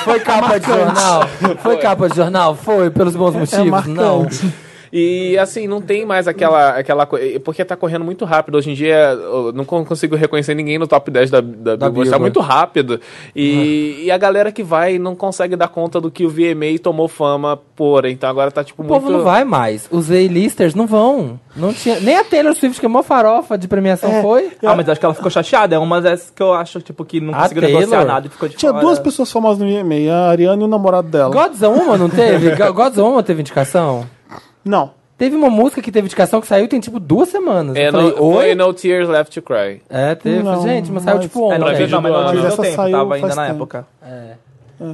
Foi É capa de jornal? Foi capa de jornal? Foi, pelos bons motivos? É marcante. não. E assim, não tem mais aquela, aquela coisa. Porque tá correndo muito rápido. Hoje em dia, eu não con- consigo reconhecer ninguém no top 10 da, da, Billboard. Tá Billboard. Ah. muito rápido. E, e a galera que vai não consegue dar conta do que o VMA tomou fama por. Então agora tá tipo O muito. povo não vai mais. Os A-listers não vão. Não tinha... Nem a Taylor Swift, que é mó farofa de premiação, É. foi. Ah, mas eu acho que ela ficou chateada. É uma dessas que eu acho, tipo, que não A conseguiu Taylor? negociar nada e ficou de Tinha fora. duas pessoas famosas no VMA, a Ariana e o namorado dela. Godzilla uma não teve? Go- Godzilla uma teve indicação? Não. Teve uma música que teve indicação que saiu tem tipo duas semanas. É, eu falei, no, oi? foi No Tears Left to Cry. É, teve. Não, gente, mas saiu mas- tipo É, ontem. não, Pra não, vídeo não, do mas não ano. deu Essa tempo, saiu tava ainda faz na tempo. época.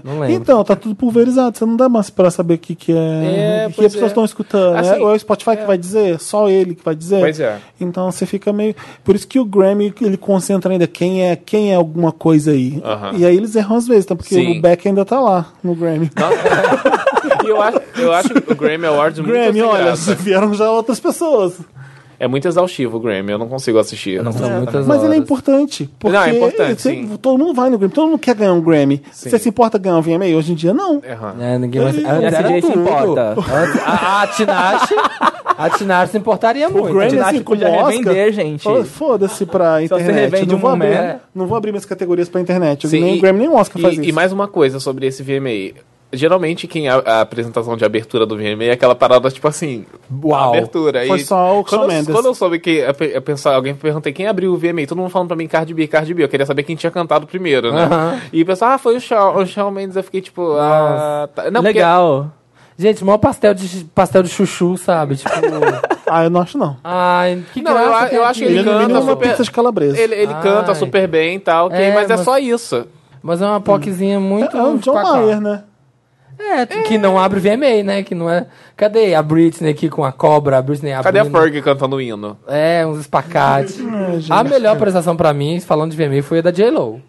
Não lembro. Então, tá tudo pulverizado, você não dá mais pra saber o que, que é, É, o que que pois as pessoas é. estão escutando. né? Assim, Ou é o Spotify que vai dizer, É só ele que vai dizer. Pois é. Então você fica meio. Por isso que o Grammy ele concentra ainda quem é quem é alguma coisa aí. Aham. E aí eles erram às vezes, tá? Porque Sim. o Beck ainda tá lá no Grammy. E eu acho, eu acho o Grammy Awards muito Grammy, sem olha, graça. vieram já outras pessoas. É muito exaustivo o Grammy, eu não consigo assistir. Eu não são muitas Mas ele é horas. importante. Porque Não, é importante, ele- sim. Todo mundo vai no Grammy, todo mundo quer ganhar um Grammy. Você se importa ganhar um VMA? Hoje em dia, não. Aham. É, ninguém mais... Ele- Antes Essa era direita Então, tudo. importa. Antes- a, a Tinashe... A Tinashe se importaria muito. Grammy, Tinashe assim, como então podia Oscar, revender, gente. fala, Foda-se pra você internet. revende Não vou, um abrir, Mer- não vou abrir minhas categorias pra internet. Sim, nem e- o Grammy, nem o Oscar E, faz isso. e mais uma coisa sobre esse VMA. Geralmente, quem a, a apresentação de abertura do VMA é aquela parada, tipo assim, Uau. abertura. Foi e só o Shawn quando, eu, Mendes. quando eu soube que eu pe- eu pensava- alguém perguntei quem abriu o VMA, todo mundo falando pra mim Cardi B, Cardi B. Eu queria saber quem tinha cantado primeiro, né? Aham. E o pessoal, ah, foi o Shawn, o Shawn Mendes. Eu fiquei tipo, ah, tá. Não, porque- Legal. Gente, maior pastel de, pastel de chuchu, sabe? Tipo... Ah, eu não acho, não. ai, que Não, graça eu- tem eu acho que aqui. Ele, Ele no mínimo canta uma super- pizza de calabresa. Ele, ele Ai. canta super bem e tal, ok, É, mas, é mas- só isso. Mas é uma poquezinha muito... é um o John pacá. Mayer, né? É, que não abre o VMA, né? Que não é... Cadê a Britney aqui com a cobra? A Britney Cadê a abrindo? Ferg É, cantando o hino? É, uns espacate. gente. a melhor apresentação pra mim, falando de VMA, foi a da J-Lo.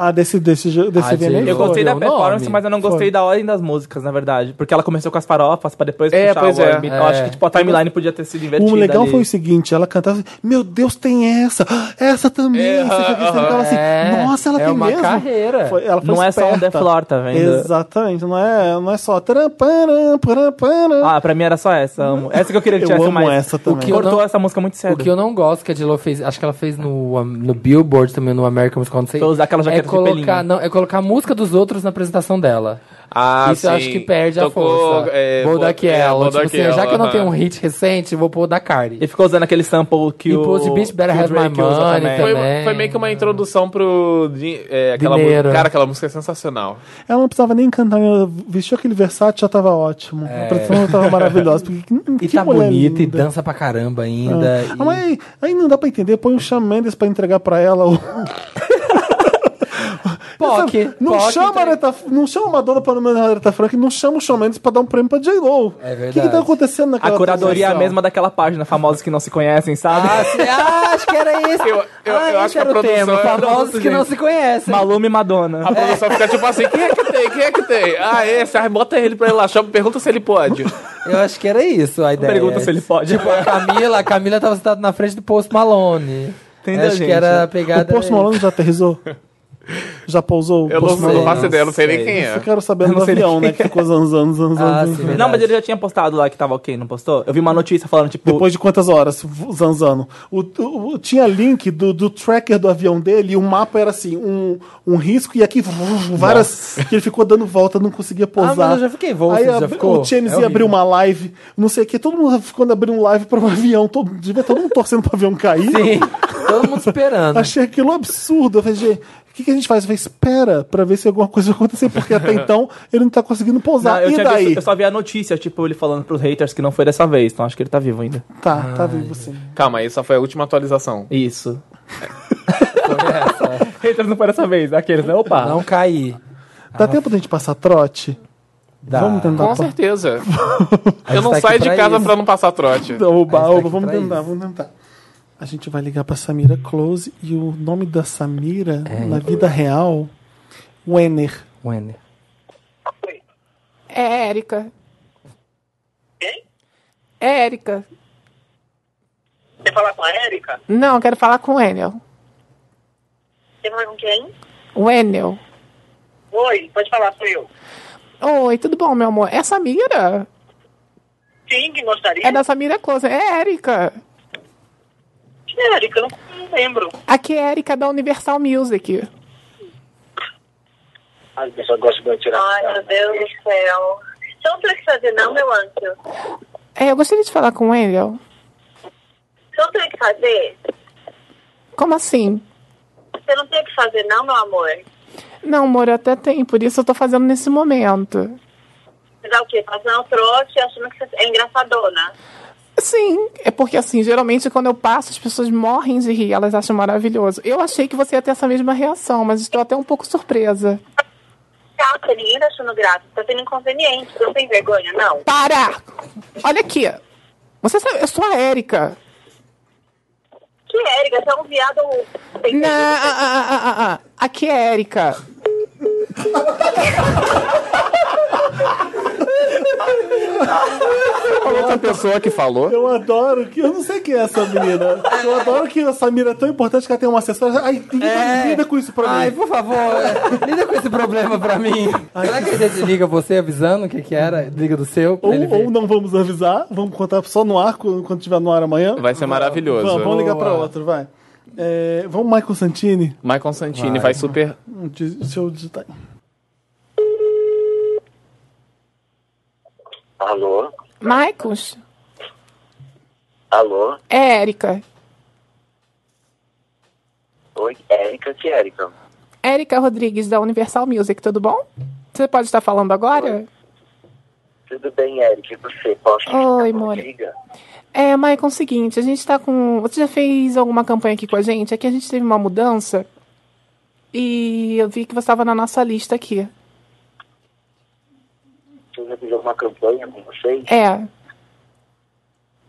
Ah, desse, desse, é jo- desse Ah, VMA? gente, Eu gostei da Foi o nome. performance, mas eu não gostei Foi. da ordem das músicas, na verdade. Porque ela começou com as farofas pra depois É, puxar pois o é. R&B. Eu acho É. que tipo, a timeline podia ter sido invertida. O legal ali. foi o seguinte, ela cantava assim, meu Deus, tem essa, ah, essa também. É, você já viu? Você ficava assim, É, nossa, ela é tem uma mesmo. carreira. Foi- ela foi Não é só um esperta. Deflor, tá vendo? Exatamente, não é, não é só. taram, param, param, param. Ah, pra mim era só essa. amo. Essa que eu queria que Eu tivesse amo mais. essa também. que eu Cortou não- essa música muito O cedo. que eu não gosto que a J-Lo fez, acho que ela fez no, um, no Billboard também, no American Music, não sei. Pra usar aquela é jaqueta de colocar, pelinho. não, é colocar a música dos outros na apresentação dela. Ah, Isso eu acho sim. que perde Tocou, a força. é, vou vou- dar é, aquela. vou tipo dar assim, já que eu não aquela, tenho um aham. hit recente, vou pôr o da Cardi. Ele ficou usando aquele sample que E o. Pussy Beach Better que o Have My Drake usa Money também. também. Foi, foi meio que uma introdução pro. di- É, aquela Dinheiro. música. Cara, aquela música é sensacional. Ela não precisava nem cantar, ela vestiu aquele versátil, já tava ótimo. A produção tava maravilhosa. Porque, que- É. E que tá mulher bonita e linda. dança pra caramba ainda. Ah, mas aí, aí não dá pra entender, põe o Shawn Mendes pra entregar pra ela o. Poc, não, Poc chama entre- a Aretha- não chama a Madonna pra nomear a Aretha Frank, não chama o Shawn Mendes pra dar um prêmio pra J-Lo. É O que, que verdade. tá acontecendo naquela A curadoria é a transação? mesma daquela página, famosos que não se conhecem, sabe? Ah, sim, ah, acho que era isso. Ah, Eu- eu- eu acho que a produção é Famosos produto, que não gente. se conhecem. Maluma e Madonna. A produção fica tipo assim: quem é que tem? Quem é que tem? Ah, esse. Ah, bota ele pra ele lá. Chama, pergunta se ele pode. Eu acho que era isso a ideia. Pergunta se ele pode. Tipo, a Camila, a Camila tava sentada na frente do Post Malone. Entendeu, acho gente? que era a pegada. O Post Malone já aterrizou? já pousou? o Eu não, Post não Malone? faço ideia, não sei sei. nem quem Isso é. eu quero saber Eu não do sei nem avião, né? Que ficou zanzando, zanzando, é. Ah, sim, zanzando. Não, mas verdade. ele já tinha postado lá que tava ok, não postou? Eu vi uma notícia falando, tipo. Depois de quantas horas v- zanzando? O, o- o- tinha link do, do tracker do avião dele e o mapa era assim, um, um risco e aqui vuf, várias... que ele ficou dando volta, não conseguia pousar. Ah, mas eu já fiquei voo, Aí você já abri- ficou? o James É ia horrível. abrir uma live, não sei o que, todo mundo quando abriu um live para um avião, todo, devia todo mundo torcendo pro avião cair. Sim, todo mundo esperando. Achei aquilo um absurdo. Eu falei, "Gente, o que, que a gente faz? Eu falei, espera pra ver se alguma coisa vai acontecer, porque até então ele não tá conseguindo Não, pousar. eu, e tinha daí? visto- eu só vi a notícia, tipo, ele falando pros haters que não foi dessa vez, então acho que ele tá vivo ainda. Tá, tá vivo sim. Calma, isso só foi a última atualização. Isso. Foi essa. haters não foi dessa vez, aqueles, né? Opa. Não cair. Dá tempo da gente passar trote? Dá. Vamos tentar Com pa- certeza. A Eu gente não tá aqui saio de pra casa isso. pra não passar trote. Não, oba, A gente tá oba, aqui vamos pra tentar, isso. vamos tentar. A gente vai ligar pra Samira Close e o nome da Samira É. na vida real, um Wenner. Wenner. É Érica. É Érica. Quer falar com a Érica? Não, eu quero falar com o Enel. Quer falar com quem? O Enel. Oi, pode falar, sou eu. Oi, tudo bom, meu amor? É Samira? Sim, quem gostaria? É da Samira Close. É Érica. Quem é Érica, eu não, não lembro. Aqui é Érica da Universal Music. As pessoas gostam de eu tirar. Ai, meu Deus do céu. Você não tem o que fazer, não, meu anjo? Você É, eu gostaria de falar com o Enel. não tem o que fazer? Como assim? Você não tem o que fazer, não, meu amor? Não, amor, eu até tenho. Por isso eu tô fazendo nesse momento. Você dá o quê? Fazendo um trote achando que você é engraçadona. Sim, é porque assim, geralmente quando eu passo, as pessoas morrem de rir, elas acham maravilhoso. Eu achei que você ia ter essa mesma reação, mas estou até um pouco surpresa. tá, se ele ainda achando graça, tá sendo inconveniente, não tem vergonha, não. Para! Olha aqui. Você sabe, eu sou a Érica. Que Érica, você é um viado. sem Não, vergonha. ah, ah, ah, ah, ah. aqui é a Érica. outra pessoa que falou. Eu adoro que. Eu não sei quem é essa menina. Eu adoro que a Samira é tão importante que ela tem uma assessora. Ai, lida, lida com isso pra É. Ai, mim. por favor, é, lida com esse problema pra mim. Será que a gente liga você avisando o que, que era? Liga do seu? pra Ou, ele ver? ou não vamos avisar, vamos contar só no ar quando quando tiver no ar amanhã. Vai ser maravilhoso. Vamos, vamos ligar pra Boa. outro, vai. É, vamos, Michael Santini. Michael Santini vai, super. Hum, di- Deixa eu digitar. aí. Alô? Maicos, Alô? é Érica. Oi, Érica, que Érica? Érica Rodrigues, da Universal Music, tudo bom? Você pode estar falando agora? Tudo bem, Érica, e você? Posso te Oi, ligar, Mori. Diga. É, Maicon, é o seguinte, a gente tá com. Você já fez alguma campanha aqui com a gente? Aqui a gente teve uma mudança e eu vi que você estava na nossa lista aqui. Você já fiz alguma campanha com vocês? É,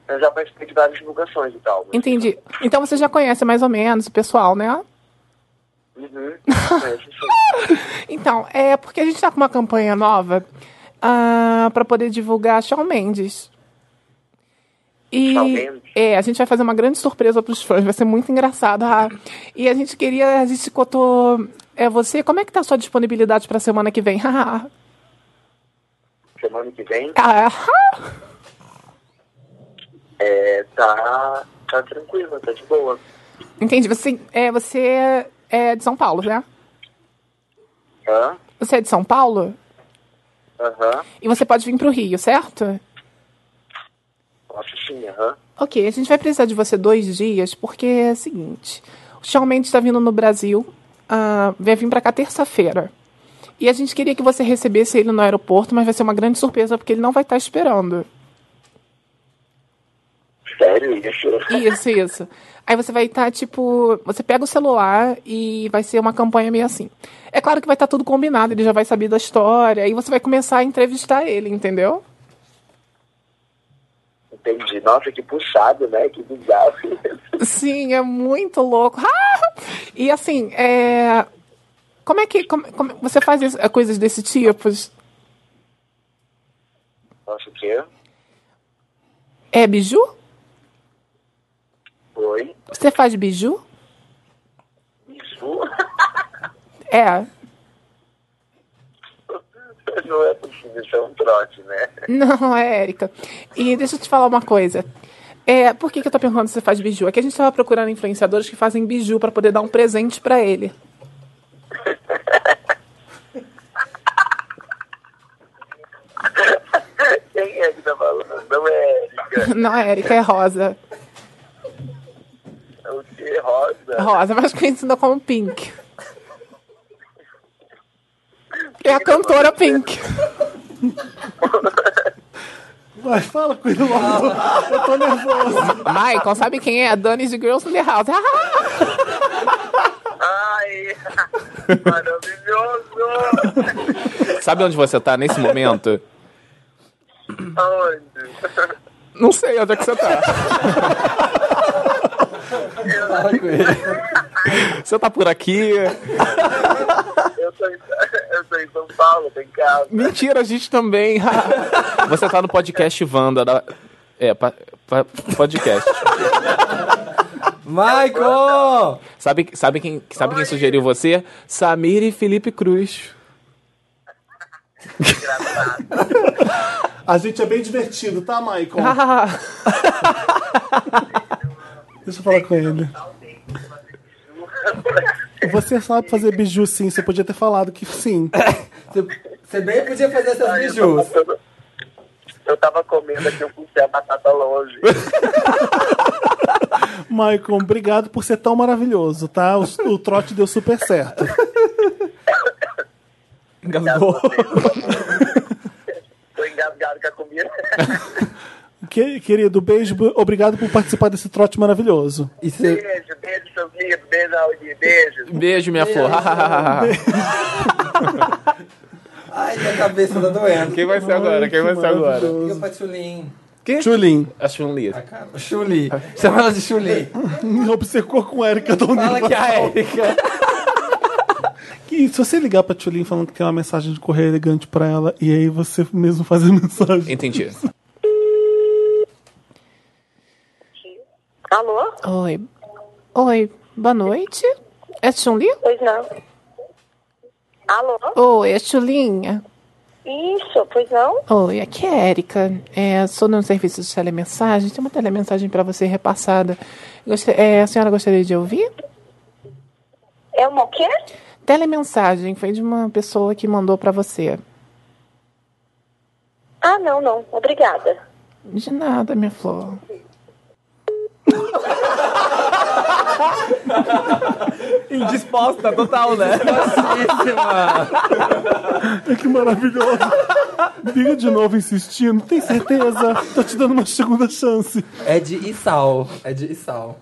Eu já participei de várias divulgações e tal. mas- entendi. Então você já conhece mais ou menos o pessoal, né? Uhum. Mas, assim, Então, é porque a gente tá com uma campanha nova ah, para poder divulgar Shawn Mendes. E Shawn Mendes? é, a gente vai fazer uma grande surpresa pros fãs, vai ser muito engraçado. ah. E a gente queria, a gente cotou é você, como é que tá a sua disponibilidade pra semana que vem? Ah, semana que vem ah, é, tá, tá tranquila, tá de boa. entendi, você é você é de São Paulo, né? Hã? Você é de São Paulo Aham. e você pode vir pro Rio, certo? Posso sim, aham. Ok, a gente vai precisar de você dois dias, porque é o seguinte: o Shawn Mendes está vindo no Brasil, ah, vai vir para cá terça-feira. E a gente queria que você recebesse ele no aeroporto, mas vai ser uma grande surpresa, porque ele não vai estar esperando. Sério isso? Isso, isso. Aí você vai estar, tipo, você pega o celular e vai ser uma campanha meio assim. É claro que vai estar tudo combinado, ele já vai saber da história, e você vai começar a entrevistar ele, entendeu? Entendi. Nossa, que puxado, né? Que bizarro. Sim, é muito louco. Ah! E assim, é... como é que como- como- você faz isso- é, coisas desse tipo? Nossa, o quê? É biju? Oi? Você faz biju? Isso? É. Não é possível, isso é um trote, né? Não, é Érica. E deixa eu te falar uma coisa. É, por que, que eu tô perguntando se você faz biju? É que a gente tava procurando influenciadores que fazem biju pra poder dar um presente pra ele. Quem é que tá falando? Não é Érica. Não, é Érica, é Rosa. É o que? Rosa? Rosa, mais conhecida como Pink. É a cantora Pink. Vai, fala com ele logo. Eu tô nervoso. Michael, sabe quem é? A Dani de Girls in the House. Ai, maravilhoso! Sabe onde você tá nesse momento? Aonde? Não sei onde é que você tá. Você tá por aqui? Eu tô, em, eu tô em São Paulo, tô em casa. Mentira, a gente também. Você tá no podcast Wanda. da- É, pa- pa- podcast. Michael! Sabe, sabe, quem, sabe quem sugeriu você? Samir e Felipe Cruz. A gente é bem divertido, tá, Michael? Ah. Deixa eu falar com ele. Você sabe fazer biju sim, você podia ter falado que sim. Você- Você bem podia fazer essas é bijus. Eu, eu tava comendo aqui um pincel batata longe. Michael, obrigado por ser tão maravilhoso, tá? O, o trote deu super certo. Engasgou. Tô engasgado com a comida. Que- querido, beijo, bu- obrigado por participar desse trote maravilhoso. E você- Beijo, beijo, seu filho, beijo, Aldi, beijo. Beijo, minha flor. Ai, minha cabeça tá doendo. Quem vai ser agora? Quem vai ser agora? Liga pra Tchulin. Chulin. A Chun-Li. Ah, cara, Chuli. Chama ela de Chuli. Obcecou com Erika Donilon. Fala que é a Erika. Que se você ligar pra Tchulin falando que tem uma mensagem de correio elegante pra ela, e aí você mesmo faz a mensagem. Entendi. Alô? Oi. Oi, boa noite. É Chun-Li? Pois não. Alô? Oi, é Chulinha. Isso, pois não? Oi, aqui é a Erika. É, sou no serviço de telemensagem. Tem uma telemensagem para você repassada. Gosta- é, a senhora gostaria de ouvir? É uma o quê? Telemensagem foi de uma pessoa que mandou para você. Ah, não, não. Obrigada. De nada, minha flor. Indisposta total, né? Que maravilhoso. Liga de novo insistindo. Tem certeza? Tô te dando uma segunda chance. É de Issal. É de Issal.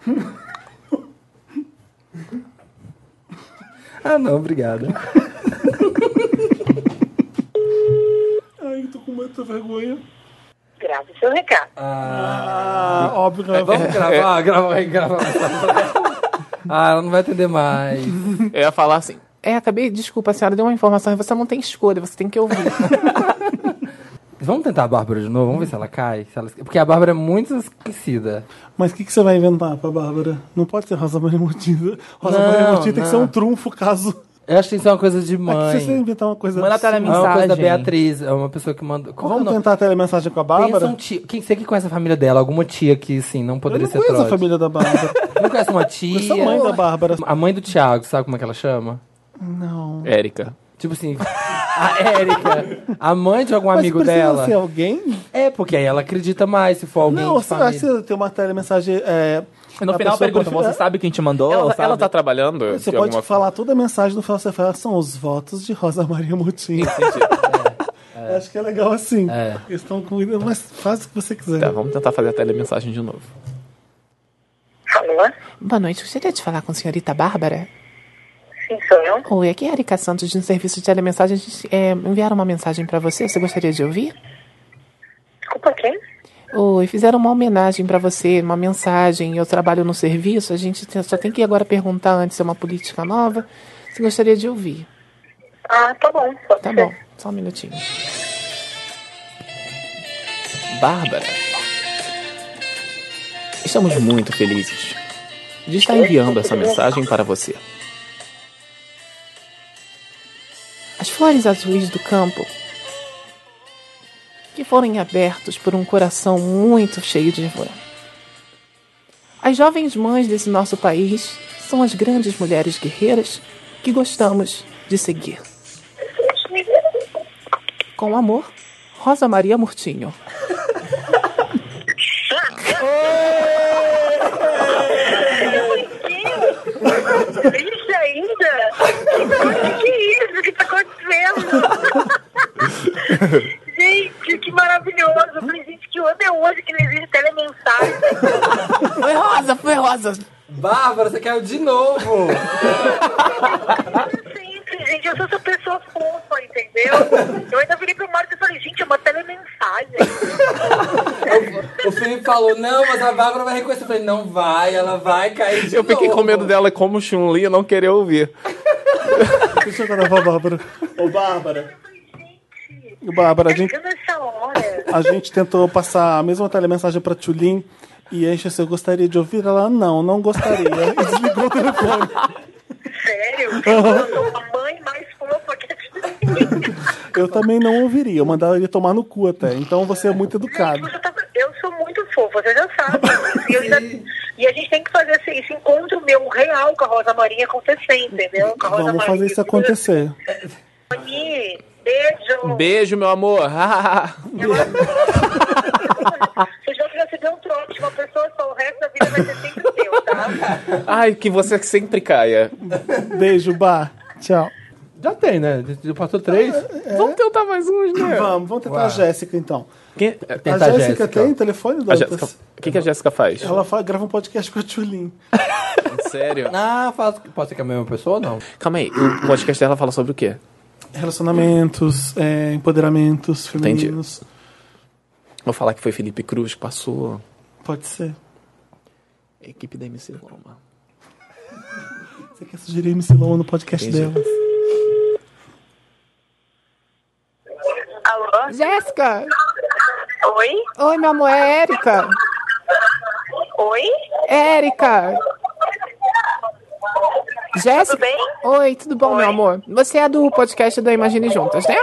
ah, não, obrigada. Ai, eu tô com muita vergonha. Grave seu recado. Ah, óbvio que ela Vamos gravar, gravar, gravar. Ah, ela não vai atender mais. Eu ia falar assim. É, acabei. Desculpa, a senhora deu uma informação. Você não tem escolha, você tem que ouvir. Vamos tentar a Bárbara de novo, vamos ver se ela cai. se ela esque- Porque a Bárbara é muito esquecida. Mas o que, que você vai inventar pra Bárbara? Não pode ser Rosa Maria Mordida. Rosa Maria Não, Mordida tem que ser não. um trunfo, caso. Eu acho que isso é uma coisa de Aqui você mãe. inventar uma coisa Manda absurda. tele- É uma coisa da Mensagem. Beatriz, é uma pessoa que manda. Qual Vamos que é o nome? tentar a telemensagem com a Bárbara? Pensa um tio. Quem sei que conhece a família dela? Alguma tia que, assim, não Eu poderia não ser conheço a trote. família da Bárbara. Não conhece uma tia? Conheço a mãe da Bárbara. A mãe do Thiago, sabe como é que ela chama? Não. Érica. Tipo assim, a Érica, a mãe de algum Mas amigo precisa dela. ser alguém? É, porque aí ela acredita mais se for alguém Não, de você família. acha que tem uma telemensagem. É, No a final pessoa pergunta, pode- você sabe quem te mandou? Ela, sabe? ela tá trabalhando? Você de pode alguma falar toda a mensagem no final, você fala, são os votos de Rosa Maria Moutinho. Acho que é legal assim. É. Eles estão com. Mas faz o que você quiser. Tá, vamos tentar fazer a telemensagem de novo. Alô? boa noite. Gostaria de falar com a senhorita Bárbara? Sim, sou eu. Oi, aqui é a Erika Santos, de um serviço de telemensagem. A gente, é, enviaram uma mensagem para você. Você gostaria de ouvir? Desculpa, quem? Oi, fizeram uma homenagem pra você, uma mensagem. Eu trabalho no serviço, a gente tem- só tem que agora perguntar antes se é uma política nova. Você gostaria de ouvir? Ah, tá bom. Pode Tá ser. bom, só um minutinho. Bárbara. Estamos muito felizes de estar enviando essa mensagem para você. As flores azuis do campo, que foram abertos por um coração muito cheio de amor. As jovens mães desse nosso país são as grandes mulheres guerreiras que gostamos de seguir. Com amor, Rosa Maria Murtinho. Triste ainda? O que é isso? O que tá acontecendo? Gente, que maravilhoso. Eu falei, gente, que onda é hoje que não existe telemensagem? Foi rosa, foi rosa. Bárbara, você caiu de novo! Sempre, gente, eu sou essa pessoa fofa, entendeu? Eu ainda virei pro Marcos e falei, gente, é uma telemensagem. o Felipe falou, não, mas a Bárbara vai reconhecer. Eu falei, não vai, ela vai cair de Eu novo. fiquei com medo dela como Chun-Li não querer ouvir. Deixa eu gravar a Bárbara. Ô, Bárbara. Gente, Bárbara, a gente, chegando essa hora. a gente tentou passar a mesma telemensagem pra Tulin e enche assim, eu gostaria de ouvir? Ela, não, não gostaria. E desligou o telefone. Sério? Eu sou a mãe mais fofa que Eu também não ouviria, eu mandava ele tomar no cu até. Então você é muito Gente, educado. você tá... Eu sou muito fofa, você já sabe. né? E, eu já- e a gente tem que fazer esse, esse encontro meu real com a Rosa Marinha acontecer, entendeu? Com a Rosa Vamos fazer Marinha. isso acontecer. Mani, Beijo. Beijo, meu amor. Você já recebeu um trote de uma pessoa só, o resto da vida vai ser sempre seu, tá? Ai, que você sempre caia. Beijo, Bá. Tchau. Já tem, né? Já passou três. Vamos tentar mais uns, né? Vamos, vamos tentar a Jéssica então. Quem- Tentar a Jéssica tem telefone, a Dantas? Jéssica- O que, que a Jéssica faz? Ela fa- grava um podcast com a Tchulin. Sério? Ah, faz... pode ser que é a mesma pessoa ou não? Calma aí, o podcast dela fala sobre o quê? Relacionamentos, é, empoderamentos Entendi. femininos. Vou falar que foi Felipe Cruz que passou. Pode ser. A equipe da MC Loma. Você quer sugerir MC Loma no podcast Entendi. dela? Alô? Jéssica! Oi? Oi, meu amor, é Érica. É Oi? Érica! Jéssica? Tudo bem? Oi, tudo bom, meu amor? Você é do podcast da Imagine Juntas, né?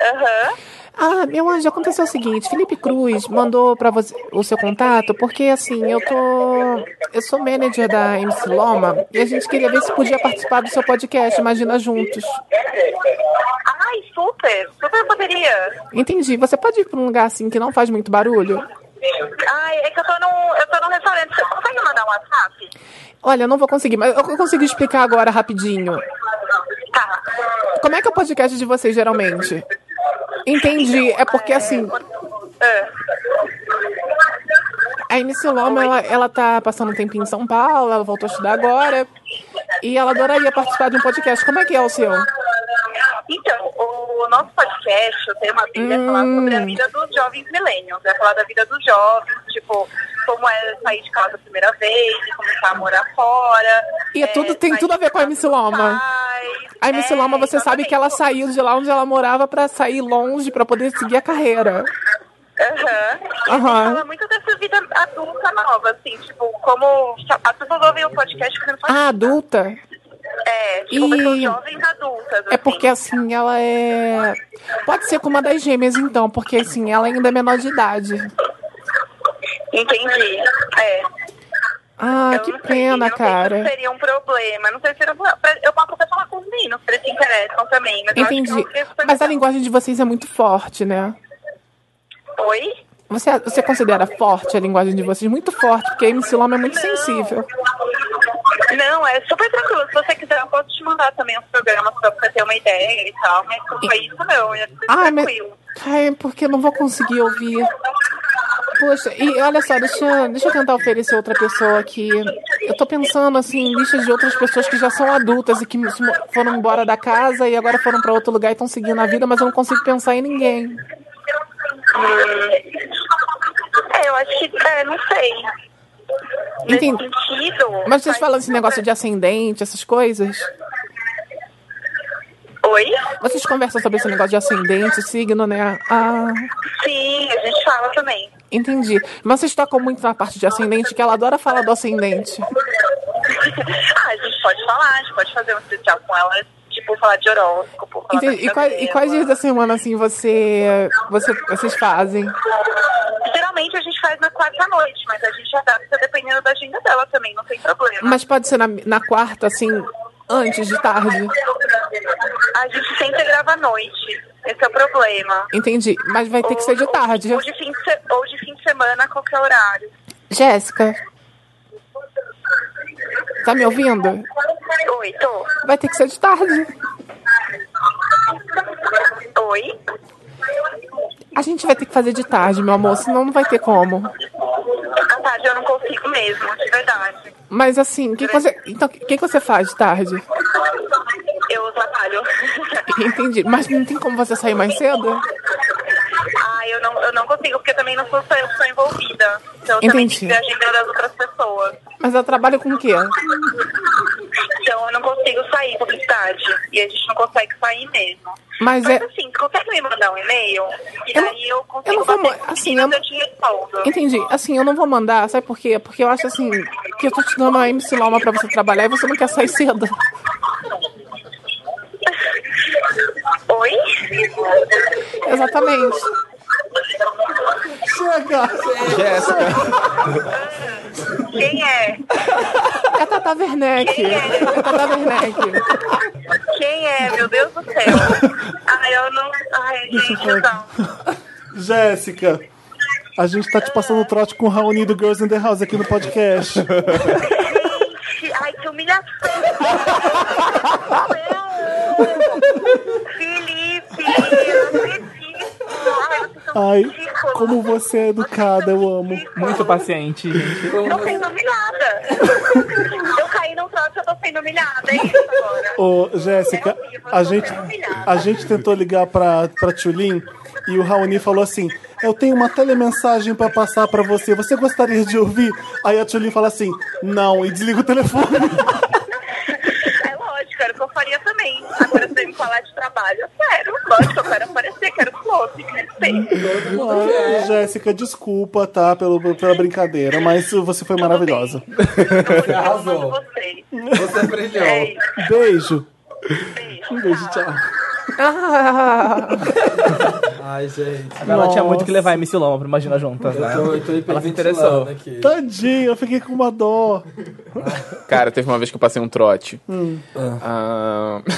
Aham. Ah, meu anjo, aconteceu o seguinte, Felipe Cruz mandou pra você o seu contato, porque assim, eu tô, eu sou manager da MC Loma e a gente queria ver se podia participar do seu podcast Imagina Juntos. Ai, super. Super poderia. Entendi. Você pode ir pra um lugar assim que não faz muito barulho? Ai, é que eu tô num, eu tô num restaurante. Você consegue mandar um WhatsApp? Olha, eu não vou conseguir, mas eu consigo explicar agora rapidinho. Tá. Como é que é o podcast de vocês geralmente? Entendi. É porque assim, Ah, A MC Loma, ela, ela tá passando um tempinho em São Paulo, ela voltou a estudar agora. E ela adoraria participar de um podcast. Como é que é o seu? Então, o nosso podcast, eu tenho uma trilha é falar sobre Hum. a vida dos jovens millennials. É falar da vida dos jovens, tipo, como é sair de casa a primeira vez, começar a morar fora. E é tudo- tem sair tudo a ver com a MC Loma. pais. A MC É, Loma, você sabe que ela exatamente. saiu de lá onde ela morava pra sair longe, pra poder seguir a carreira. Aham. Aham. Fala muito dessa vida adulta nova, assim, tipo, como as pessoas ouvem o podcast querendo falar. A Ah, adulta É, tipo, E- pessoas jovens adultas. é assim. porque, assim, ela é... Pode ser com uma das gêmeas, então, porque, assim, ela ainda é menor de idade. Entendi. É. Ah, Eu que não sei, pena, não sei se cara. seria um problema. Não sei se era um problema. Eu posso até falar com os meninos, se eles se interessam também. Mas eu acho que é Entendi. não sei se foi Mas a legal. linguagem de vocês é muito forte, né? Oi? Você, você considera forte a linguagem de vocês? Muito forte, porque a MC Loma é muito sensível. Não, é super tranquilo. Se você quiser, eu posso te mandar também os programas pra você ter uma ideia e tal. Mas não foi isso, não. É super Ai, Ah, mas... tranquilo. Ai, porque eu não vou conseguir ouvir. Poxa, e olha só, deixa, deixa eu tentar oferecer outra pessoa aqui. Eu tô pensando, assim, em listas de outras pessoas que já são adultas e que se mo- foram embora da casa e agora foram pra outro lugar e estão seguindo a vida, mas eu não consigo pensar em ninguém. É, eu acho que. É, não sei. Entendi. Nesse sentido. Mas vocês faz- falam esse é. negócio de ascendente, essas coisas? Oi? Vocês conversam sobre esse negócio de ascendente, signo, né? Ah. Sim, a gente fala também. Entendi. Mas vocês tocam muito na parte de ascendente, que ela adora falar do ascendente. ah, a gente pode falar, a gente pode fazer um especial com ela, tipo, falar de horóscopo. falar da Entendi. E, vida quais, e dela. quais dias da semana, assim, você, você- vocês fazem? Geralmente a gente faz na quarta-noite, mas a gente adapta dependendo da agenda dela também, não tem problema. Mas pode ser na, na quarta, assim, antes de tarde. A gente sempre grava à noite, esse é o problema. Entendi. Mas vai ter que ser de Ou- tarde. Ou de fim de, se- ou de fim de semana, a qualquer horário. Jéssica, tá me ouvindo? Oi, tô. Vai ter que ser de tarde. Oi? A gente vai ter que fazer de tarde, meu amor, senão não vai ter como. À tarde eu não consigo mesmo, de verdade. Mas assim, o que que você, então, o que que você faz de tarde? Eu trabalho. Entendi. Mas não tem como você sair mais cedo? ah, eu não, eu não consigo, porque também não sou só eu que sou envolvida. Então eu também Entendi. tenho que ver a agenda das outras pessoas. Mas ela trabalha com o quê? Então eu não consigo sair publicidade. E a gente não consegue sair mesmo. Mas é. assim, consegue me mandar um e-mail? E Eu não- daí eu eu não consigo vou bater ma- com os assim, meninos, eu- eu te respondo. Entendi. Assim, eu não vou mandar, sabe por quê? Porque eu acho assim que eu tô te dando a MC Loma pra você trabalhar e você não quer sair cedo. Oi? Exatamente. Chega! Jéssica. Quem é? É a Tata Werneck. É a Tata Werneck. Quem é? Meu Deus do céu. Ai, eu não. Ai, gente, não. Jéssica, a gente tá te passando o trote com o Raoni do Girls in the House aqui no podcast. Gente, ai, que humilhação. Felipe, eu não acredito. Ai, vocês são Ai, ridículos. como você é educada, eu amo. Muito paciente, gente. Não sei sobre nada. Eu caí num troço, eu tô sem sendo humilhada, é isso agora. Ô, Jéssica, a gente, a gente tentou ligar pra, pra Tchulin e o Raoni falou assim: Eu tenho uma telemensagem pra passar pra você, você gostaria de ouvir? Aí a Tchulin fala assim: Não, e desliga o telefone. É lógico, era o que eu faria também. Agora você me falar de trabalho, eu quero. Lógico, eu quero aparecer, quero close, me respeito. Ai, Jéssica, desculpa, tá, pelo, pela brincadeira, mas você foi maravilhosa. Você arrasou. Vocês. Você brilhou. É isso, Beijo. beijo. Um beijo, tchau. Ah, Ai, gente. Agora ela tinha muito que levar a MC Loma pra imaginar juntas. né? Eu tô, eu tô Ela se interessou. hiperventilando aqui. Tadinho, eu fiquei com uma dó. Cara, teve uma vez que eu passei um trote. Ah.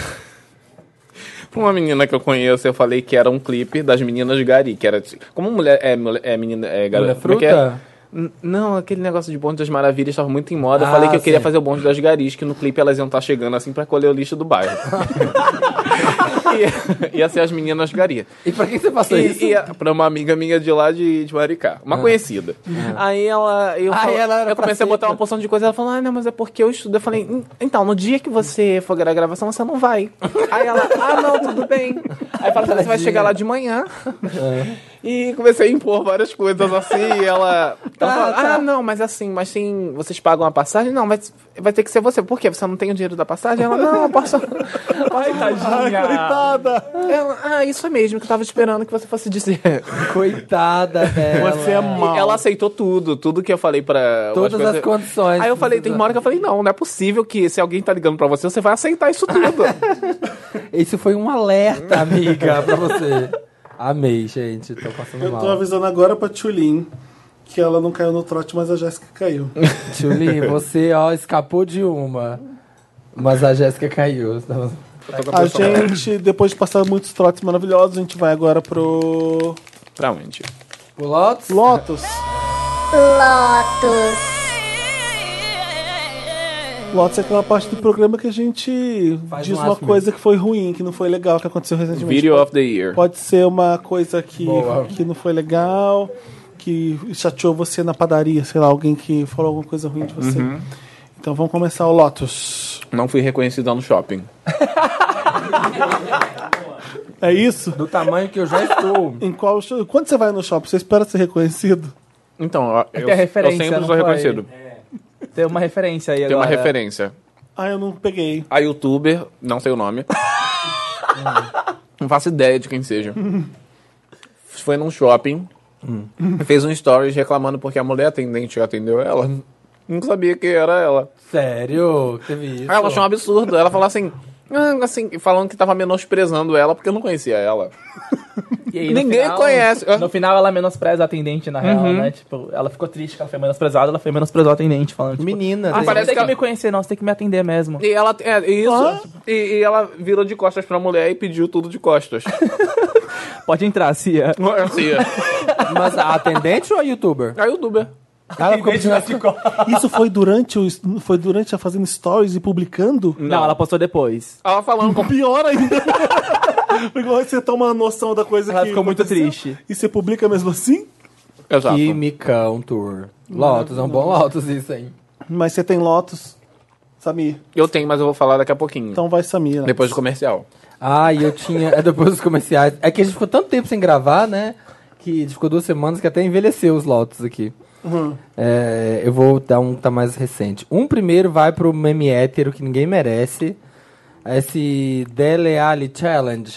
Pra uma menina que eu conheço, eu falei que era um clipe das meninas de Gari, que era. tipo- Como mulher. É, mulher- é menina. É, garota. Mulher como é que é? fruta? N- Não, aquele negócio de bonde das maravilhas estava muito em moda. Ah, eu falei que eu queria sim. fazer o bonde das garis, que no clipe elas iam estar chegando assim pra colher o lixo do bairro. e, ia ser as meninas garia. E pra que você passou isso? E, e a- pra uma amiga minha de lá de, de Maricá, Ah. uma conhecida. Aí ela. Eu, Ah, falo- ela era eu comecei pra a botar tipo seca. uma porção de coisa. Ela falou: Ah, não, mas é porque eu estudo. Eu falei: "Hum, então, no dia que você for gravar a gravação, você não vai. Aí ela, ah, não, tudo bem. Aí fala, assim, você vai chegar lá Tá de manhã. E comecei a impor várias coisas assim, e ela. Ela fala, ah, ah, não. não, mas assim, mas tem. Vocês pagam a passagem? Não, mas vai ter que ser você. Por quê? Você não tem o dinheiro da passagem? Ela, não, eu posso. Ai, Ah, tadinha. Coitada. Ela, ah, isso é mesmo que eu tava esperando que você fosse dizer. Coitada dela. Você é E mal. Ela aceitou tudo, tudo que eu falei pra. Todas umas coisas- as condições. Aí eu falei, tem uma hora que eu falei, não, não é possível que se alguém tá ligando pra você, você vai aceitar isso tudo. Isso foi um alerta, amiga, pra você. Amei, gente. Tô passando Eu mal. tô avisando agora pra Tchulin que ela não caiu no trote, mas a Jéssica caiu. Tchuli, você, ó, escapou de uma. Mas a Jéssica caiu. Tava- A gente, depois de passar muitos trotes maravilhosos, a gente vai agora pro pra onde? O Lotus? Lotus. Lotus. Lotus é aquela parte do programa que a gente Faz diz um uma asco coisa que foi ruim, que não foi legal, que aconteceu recentemente. Video Pode- of the Year. Pode ser uma coisa que, Boa. que não foi legal, que chateou você na padaria, sei lá, alguém que falou alguma coisa ruim de você. Então vamos começar o Lotus. Não fui reconhecido lá no shopping. É isso? Do tamanho que eu já estou. Em qual show- Quando você vai no shopping, você espera ser reconhecido? Então, ó, eu, tem a eu referência, sempre não sou foi? reconhecido. Tem uma referência aí Tem uma agora. referência. Ah, eu não peguei. A youtuber, não sei o nome. não faço ideia de quem seja. Foi num shopping, fez um stories reclamando porque a mulher atendente que atendeu ela. Não sabia que era ela. Sério? Teve isso? Aí ela achou um absurdo. Ela falou assim, "Ah", assim, falando que tava menosprezando ela porque eu não conhecia ela. E aí, no Ninguém conhece. Uhum. No final, ela menospreza a atendente, na real, né? Tipo, ela ficou triste que ela foi menosprezada, ela foi menosprezou a atendente, falando, tipo... Menina. tem- Ah, parece parece tem que, que ela- me conhecer, não, você tem que me atender mesmo. E ela, é, e isso, e, e ela virou de costas pra mulher e pediu tudo de costas. Pode entrar, Cia. Assim, Mas a atendente ou a youtuber? a youtuber. Ela ficou Isso foi durante o foi durante a fazendo stories e publicando? Não, ela postou depois. Ela falando com Pior ainda. Igual você toma uma noção da coisa Ela que ficou muito aconteceu triste. E você publica mesmo assim? Exato. Química, um tour. Lotus, é um bom Lotus isso, hein? Mas você tem Lotus, Samir. Eu tenho, mas eu vou falar daqui a pouquinho. Então vai Samir. né? Depois do comercial. Ah, e eu tinha. É depois dos comerciais. É que a gente ficou tanto tempo sem gravar, né? Que a gente ficou duas semanas que até envelheceu os lotos aqui. É, eu vou dar um que tá mais recente. Um primeiro vai pro meme hétero que ninguém merece. Esse Dele Ali Challenge.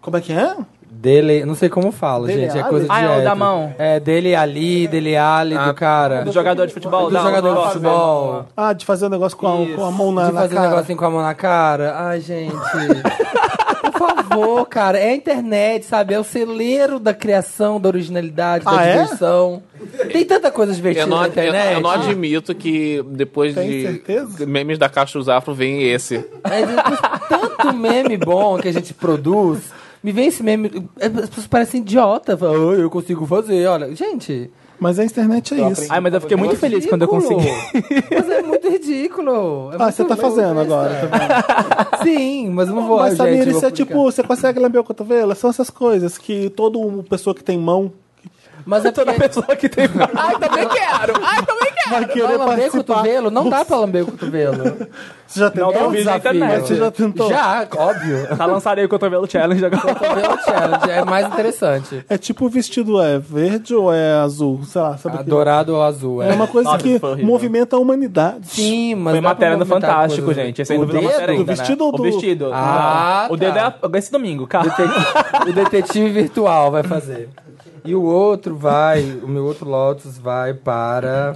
Como é que é? Dele. Não sei como fala, Dele gente. É Ali? coisa de. Ah, é o da hétero. mão. É, Dele Ali, Dele Ali, do cara. Ah, Do jogador de futebol? Do não, jogador não, de futebol. Ah, de fazer um negócio com a, Isso. com a mão na, de na fazer um cara. negocinho com a mão na cara. Ai, gente. Por favor, cara. É a internet, sabe? É o celeiro da criação, da originalidade, da Ah, é? diversão. Tem tanta coisa divertida Eu não, na internet. eu não admito que depois Tem de certeza? memes da Caixa dos Afro vem esse. É, tem tanto meme bom que a gente produz. Me vem esse meme. As pessoas parecem idiota. Fala, "Ah, eu consigo fazer. Olha, gente. Mas a internet é isso. Ai, mas eu fiquei muito feliz quando eu ridículo. consegui. Mas é muito ridículo. É Ah, você muito tá fazendo louco agora. isso. Tá vendo? Sim, mas não vou. Mas, Samir, gente, eu isso vou é publicar. tipo, você consegue lamber o cotovelo? São essas coisas que toda pessoa que tem mão Mas é porque... Pessoa que tem... Ai, também quero! Ai, também vai Vai querer lamber o participar. cotovelo? Não dá pra lamber o cotovelo. Você já tentou? Não, É Eu um vi na desafio. internet. Mas você já tentou? Já, óbvio. Tá lançarei o cotovelo challenge agora. Cotovelo challenge é mais interessante. É tipo o vestido é verde ou é azul? Sei lá, sabe? o quê? Dourado ou azul. É uma coisa Nossa, que foi horrível. movimenta a humanidade. Sim, mas. dá Foi pra matéria no movimentar Fantástico, coisas. gente. Esse aí o não virou dedo? matéria ainda, Do vestido né? ou do- O vestido. Ah, O tá. dedo é esse domingo, cara. Detet- o detetive virtual vai fazer. E o outro vai, o meu outro Lotus vai para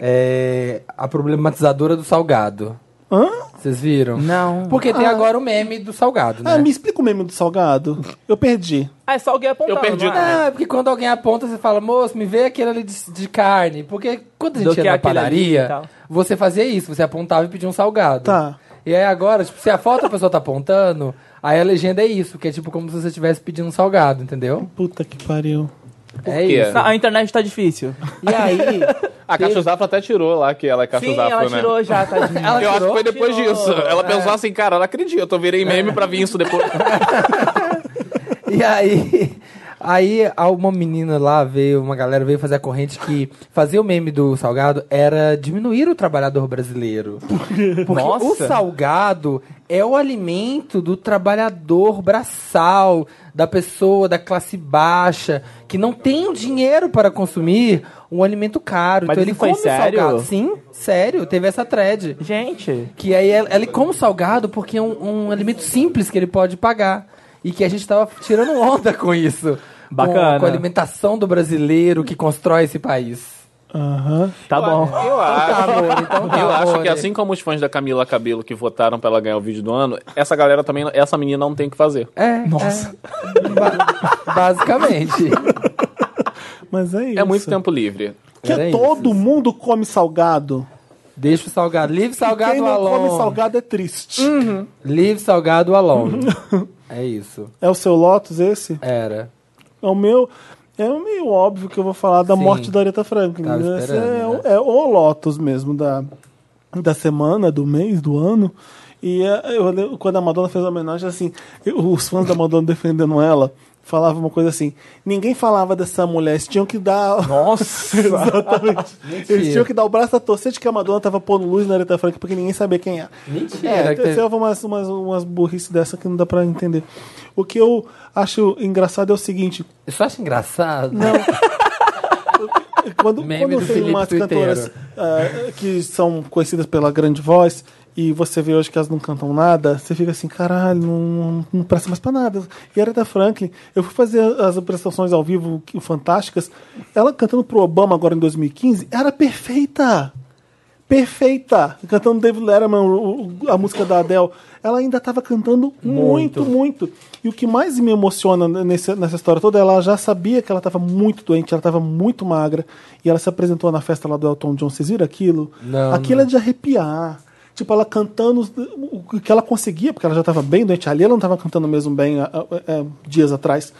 é, a problematizadora do salgado. Hã? Vocês viram? Ah. Não. Porque tem agora o meme do salgado, né? Ah, me explica o meme do salgado. Eu perdi. Ah, é só alguém apontar. Eu perdi não o é? Ah, porque quando alguém aponta, você fala, moço, me vê aquele ali de, de carne. Porque quando a Do gente que ia na aquele ali e padaria, tal. você fazia isso, você apontava e pedia um salgado. Tá. E aí agora, tipo, se a foto a pessoa tá apontando, aí a legenda é isso, que é tipo como se você estivesse pedindo um salgado, entendeu? Puta que pariu. É quê? isso. Não, A internet tá difícil. E aí, A Cátia Zafra até tirou lá que ela é Cátia Zafra, né? já, tadinha. ela Eu acho que tirou? foi depois disso. Ela pensou assim, cara, eu não acredito, eu virei meme pra vir isso depois. E aí, aí a- uma menina lá veio, uma galera veio fazer a corrente que fazer o meme do salgado era diminuir o trabalhador brasileiro. Porque Nossa. o salgado é o alimento do trabalhador braçal, da pessoa da classe baixa, que não tem o dinheiro para consumir um alimento caro. Mas então ele isso foi come o sério? salgado. Sim, sério, teve essa thread. Gente, Que aí ele, ele come salgado porque é um, um alimento simples que ele pode pagar. E que a gente tava tirando onda com isso. Com- Bacana. Com, a alimentação do brasileiro que constrói esse país. Aham. tá bom. Eu Tá, acho. amor, então tá, Ah, Eu acho amor. que assim como os fãs da Camila Cabelo que votaram pra ela ganhar o vídeo do ano, essa galera também, essa menina não tem o que fazer. É. Nossa. basicamente. Mas é isso. É muito tempo livre. Que Era todo mundo come salgado. Deixa o salgado. Livre salgado Quem não come alone. salgado é triste. Livre salgado alone. é isso. É o seu Lotus esse? Era. É o meu. É meio óbvio que eu vou falar da Sim. morte da Aretha Franklin. Tava Esse é, esperando, né? o- é o Lotus mesmo da, da semana, do mês, do ano. E é, eu lembro quando a Madonna fez a homenagem, assim, eu- os fãs da Madonna defendendo ela falavam uma coisa assim: ninguém falava dessa mulher, eles tinham que dar. Nossa. Exatamente. Eles tinham que dar o braço a torcer de que a Madonna tava pondo luz na Aretha Franklin porque ninguém sabia quem era. Mentira. né, É, que teve- teve umas, umas, umas burrice dessa que não dá pra entender. O que eu acho engraçado é o seguinte: Eu só acho engraçado. quando, Meme quando do tem Felipe umas Tuiteiro. cantoras ah, que são conhecidas pela grande voz e você vê hoje que elas não cantam nada, você fica assim, caralho, não, não, não presta mais pra nada. E a Aretha Franklin, eu fui fazer as apresentações ao vivo que- fantásticas, ela cantando pro Obama agora em 2015, era perfeita. Perfeita! Cantando David Letterman, o- o- a música da Adele. Ela ainda estava cantando muito. muito, E o que mais me emociona nesse- nessa história toda, é ela já sabia que ela estava muito doente, ela estava muito magra. E ela se apresentou na festa lá do Elton John. Vocês viram aquilo? Não, aquilo é de arrepiar. Tipo, ela cantando os- o que ela conseguia, porque ela já estava bem doente. Ali ela não estava cantando mesmo bem ah, ah, ah, dias atrás.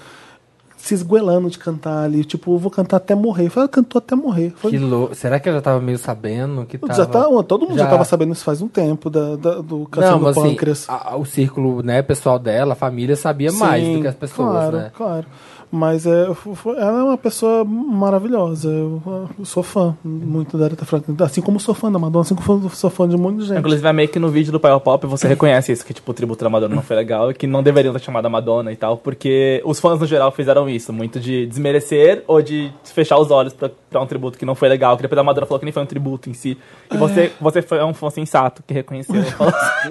Se esguelando de cantar ali. Tipo, eu vou cantar até morrer. Eu falei, Ela cantou até morrer. Foi Que lou... Será que ela já tava meio sabendo que tava... já tá, todo mundo já Já. estava sabendo isso faz um tempo, da, da- do câncer Não, do mas assim, pâncreas. a- a- o círculo né, pessoal dela, a família, sabia mais Sim, do que as pessoas, claro, né? Claro, Mas é, fo- fo- ela é uma pessoa maravilhosa. Eu, eu sou fã muito da Aretha Franklin. Assim como sou fã da Madonna, assim como sou fã de um monte de gente. Inclusive, é meio que no vídeo do Power Pop Uhum. você reconhece isso, que tipo, o tributo da Madonna não foi legal e que não deveriam ter chamado a Madonna e tal, porque os fãs no geral fizeram isso, muito de desmerecer ou de fechar os olhos pra, pra um tributo que não foi legal, que depois a Madonna falou que nem foi um tributo em si. E É. você, você foi um fã sensato que reconheceu. Falou assim,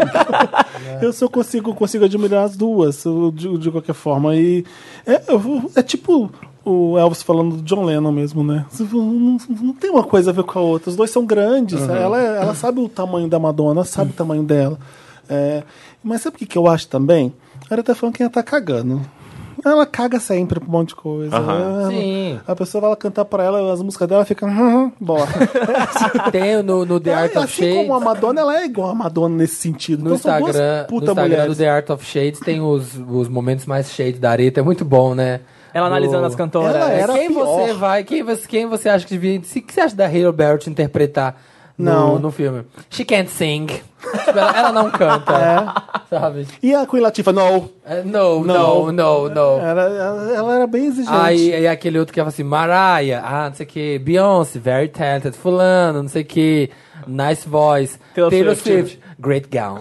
Eu só consigo, consigo admirar as duas, eu- de, de qualquer forma. E é, eu- é tipo o Elvis falando do John Lennon mesmo, né? Não, não tem uma coisa a ver com a outra. Os dois são grandes. Ela, é- ela sabe o tamanho da Madonna, sabe o tamanho dela. É, mas sabe o que, que eu acho também? A Aretha Franklin ela tá cagando. Ela caga sempre pra um monte de coisa. Ela- Sim. A pessoa vai lá cantar pra ela, as músicas dela ficam. "Hum, hum, bora. Tem no, no The Ela- Art of assim Shades, como a Madonna, ela é igual a Madonna nesse sentido. no Então são duas Instagram, no puta Instagram mulheres. do The Art of Shades, tem os, os momentos mais shade da areta, é muito bom, né? Ela analisando Do- as cantoras. Ela era quem pior. você vai, quem você, quem você acha que devia... se- O que você acha da Hale Barrett interpretar Não. Não. No, no filme. She can't sing. Tipo, ela, ela não canta. Sabe? E a Queen Latifah? Não. É, É. no, Não. no, no, no. Era, ela, ela era bem exigente. Aí, aí aquele outro que fala assim, Mariah, ah, não sei o que, Beyoncé, very talented, fulano, não sei o que, nice voice, Taylor, Taylor Swift, Swift. great gown.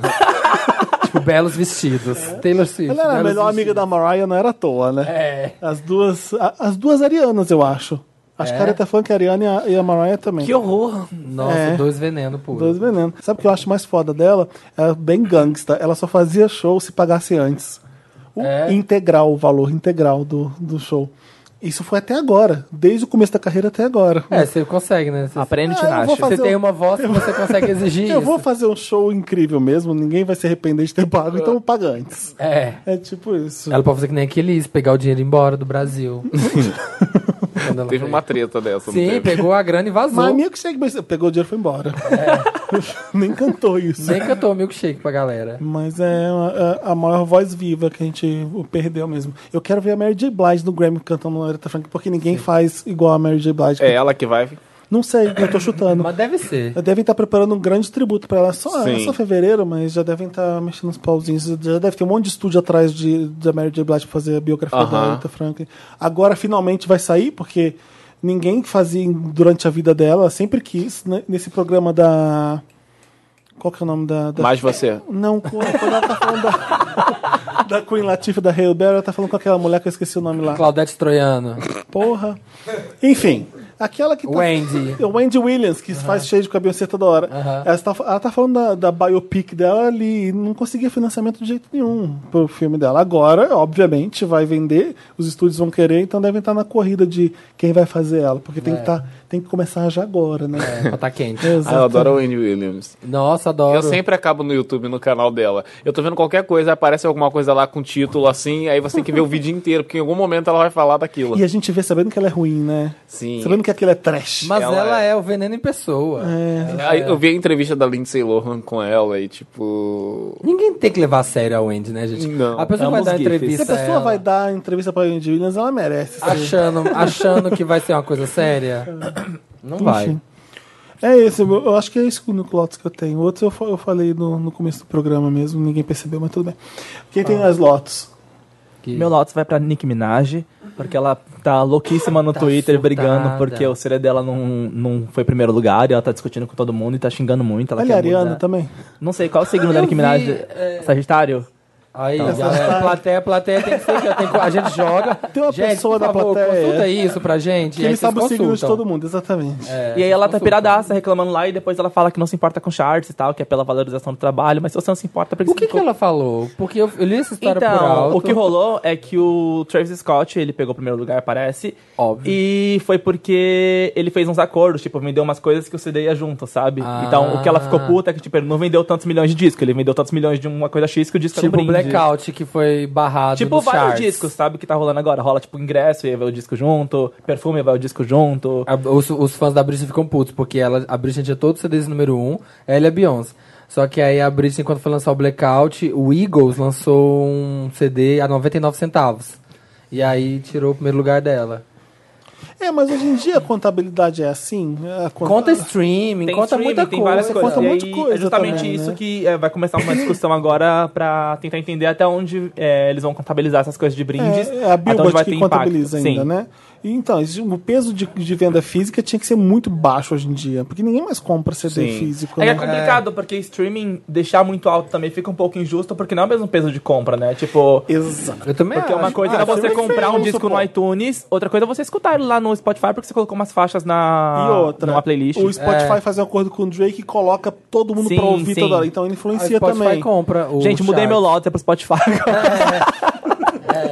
tipo, belos vestidos. Taylor Swift. É. ela era a belos melhor amiga da Mariah, não era à toa, né? É. As duas. a- as duas arianas, eu acho. Acho É. que a Aretha Funk, a Ariana e a, e a Mariah também. horror! Nossa, É. dois veneno puro. Dois venenos. Sabe o que eu acho mais foda dela? Ela é bem gangsta. Ela só fazia show se pagasse antes. O É. integral, o valor integral do, do show. Isso foi até agora. Desde o começo da carreira até agora. É, você consegue, né? Você, Aprende, Ah, eu vou Tinashe. fazer você tem uma voz que você consegue exigir Eu vou isso. fazer um show incrível mesmo, ninguém vai se arrepender de ter pago, então paga antes. É. É tipo isso. Ela pode fazer que nem aqueles, pegar o dinheiro e ir embora do Brasil. Quando ela Teve foi- uma treta dessa, não é. Sim, teve? pegou a grana e vazou. Mas a minha que chega, mas pegou o dinheiro e foi embora. É. Nem cantou isso. Nem cantou milkshake pra galera. Mas é a- a, a maior voz viva que a gente perdeu mesmo. Eu quero ver a Mary J. Blige no Grammy cantando na Aretha Franklin, porque ninguém faz igual a Mary J. Blige. É ela que vai. Não sei, eu tô chutando. Mas deve ser. Devem estar preparando um grande tributo pra ela. Só, Sim. é só fevereiro, mas já devem estar mexendo nos pauzinhos. Já deve ter um monte de estúdio atrás de, da Mary J. Blige pra fazer a biografia da Aham. Aretha Franklin. Agora finalmente vai sair, porque ninguém fazia durante a vida dela, ela sempre quis, né? nesse programa da. Qual que é o nome da. da... Mas você. Não, quando ela tá falando da, da Queen Latifah, da Hail Berry, ela tá falando com aquela mulher que eu esqueci o nome lá. Claudete Troiano. Porra. Enfim, aquela que tá. Wendy. É o Wendy Williams, que faz cheio de cabelo toda hora. Aham. Ela, tá, ela tá falando da, da biopic dela ali e não conseguia financiamento de jeito nenhum pro filme dela. Agora, obviamente, vai vender, os estúdios vão querer, então devem estar na corrida de quem vai fazer ela, porque tem, que tá, tem que começar já agora, né? É, pra tá quente. É. Ah, eu adoro a Wendy Williams. Nossa, adoro. Eu sempre acabo no YouTube, no canal dela. Eu tô vendo qualquer coisa, aparece alguma coisa lá com título assim, aí você tem que ver o vídeo inteiro, porque em algum momento ela vai falar daquilo. E a gente vê sabendo que ela é ruim, né? Sim. Sabendo que aquilo é trash. Mas ela, Ela é... o veneno em pessoa. É. É. Aí eu vi a entrevista da Lindsay Lohan com ela e tipo. Ninguém tem que levar a sério a Wendy, né, gente? Não. A pessoa vai Ambos dar é um gifs. Se entrevista. a pessoa é. ela, vai dar entrevista pra Wendy Williams, ela merece. Achando, achando que vai ser uma coisa séria. Não vai. Enfim. É esse, eu eu acho que é esse o único Lotus que eu tenho. Outros eu, fa- eu falei no, no começo do programa mesmo, ninguém percebeu, mas tudo bem. Quem tem Ah. as Lotus? Que- Meu Lotus vai pra Nicki Minaj, porque ela tá louquíssima no Tá Twitter, surtada. brigando, porque o CD dela não, não foi primeiro lugar, e ela tá discutindo com todo mundo e tá xingando muito. Ela Olha quer a Ariana mudar. também. Não sei, qual é o signo da Eu Nicki Minaj? vi, é- Sagitário? Aí, galera, plateia, plateia tem que ser que tem que- a gente joga. Tem uma gente, pessoa por na favor, plateia. Consulta isso pra gente. Que e aí ele vocês sabe o signo de consultam. todo mundo, exatamente. É, e aí vocês ela tá consultam. piradaça, reclamando lá, e depois ela fala que não se importa com charts e tal, que é pela valorização do trabalho, mas se você não se importa... por O que, você que ela falou? Porque eu, eu li essa história por Então, alto. o que rolou é que o Travis Scott, ele pegou o primeiro lugar, parece. Óbvio. E foi porque ele fez uns acordos, tipo, vendeu umas coisas que o CD ia junto, sabe? Ah. Então, o que ela ficou puta é que, tipo, ele não vendeu tantos milhões de discos, ele vendeu tantos milhões de uma coisa X que o disco era Tipo um o brinde. Blackout que foi barrado Tipo, dos vários charts. discos, sabe, que tá rolando agora. Rola, tipo, ingresso e vai o disco junto, perfume e vai o disco junto. A- os, os fãs da Britney ficam putos, porque ela, a Britney tinha todos os CDs número 1, um, ela e a Beyoncé. Só que aí a Britney, quando foi lançar o Blackout, o Eagles lançou um CD a 99 centavos. E aí tirou o primeiro lugar dela. É, mas hoje em dia a contabilidade é assim. A conta- Conta streaming, conta streaming, muita tem coisa. várias coisas. conta E muita aí, coisa É justamente também, isso né? que é, vai começar uma discussão agora pra tentar entender até onde é, eles vão contabilizar essas coisas de brindes. É, é a até onde Billboard vai que ter impacto. contabiliza ainda, Sim. né? E, Então, esse- o peso de, de venda física tinha que ser muito baixo hoje em dia, porque ninguém mais compra CD Sim. físico. É né? que é complicado, porque streaming deixar muito alto também fica um pouco injusto, porque não é o mesmo peso de compra, né? Tipo, Exato. Eu também porque uma acho. coisa Ah, é isso é você muito comprar feio, um disco supor. no iTunes, outra coisa é você escutar ele lá no Spotify, porque você colocou umas faixas na E outra, Ah, numa playlist. o Spotify faz um acordo com o Drake e coloca todo mundo Sim, pra ouvir sim. toda hora. Então ele influencia a Spotify também. compra o Gente, mudei chart. meu lote é pro Spotify agora.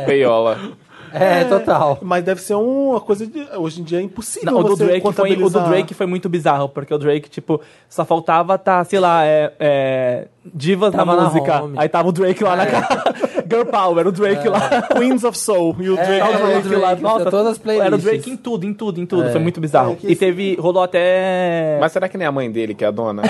Peiola. É, total. Mas deve ser uma coisa de. Hoje em dia é impossível. Não, o do, você Drake foi, o do contabilizar. Drake foi muito bizarro, porque o Drake, tipo, só faltava tá, sei lá, é, é, divas Tava na na música. home. É. Aí tava o Drake lá na cara. Girl Power, o Drake lá. Queens of Soul e o Drake. é, Tava o é, Drake lá. Drake, todas as playlists. Era o Drake em tudo, em tudo, em tudo. É. Foi muito bizarro. É, que E teve. rolou até. é Mas será que nem a mãe dele, que é a dona?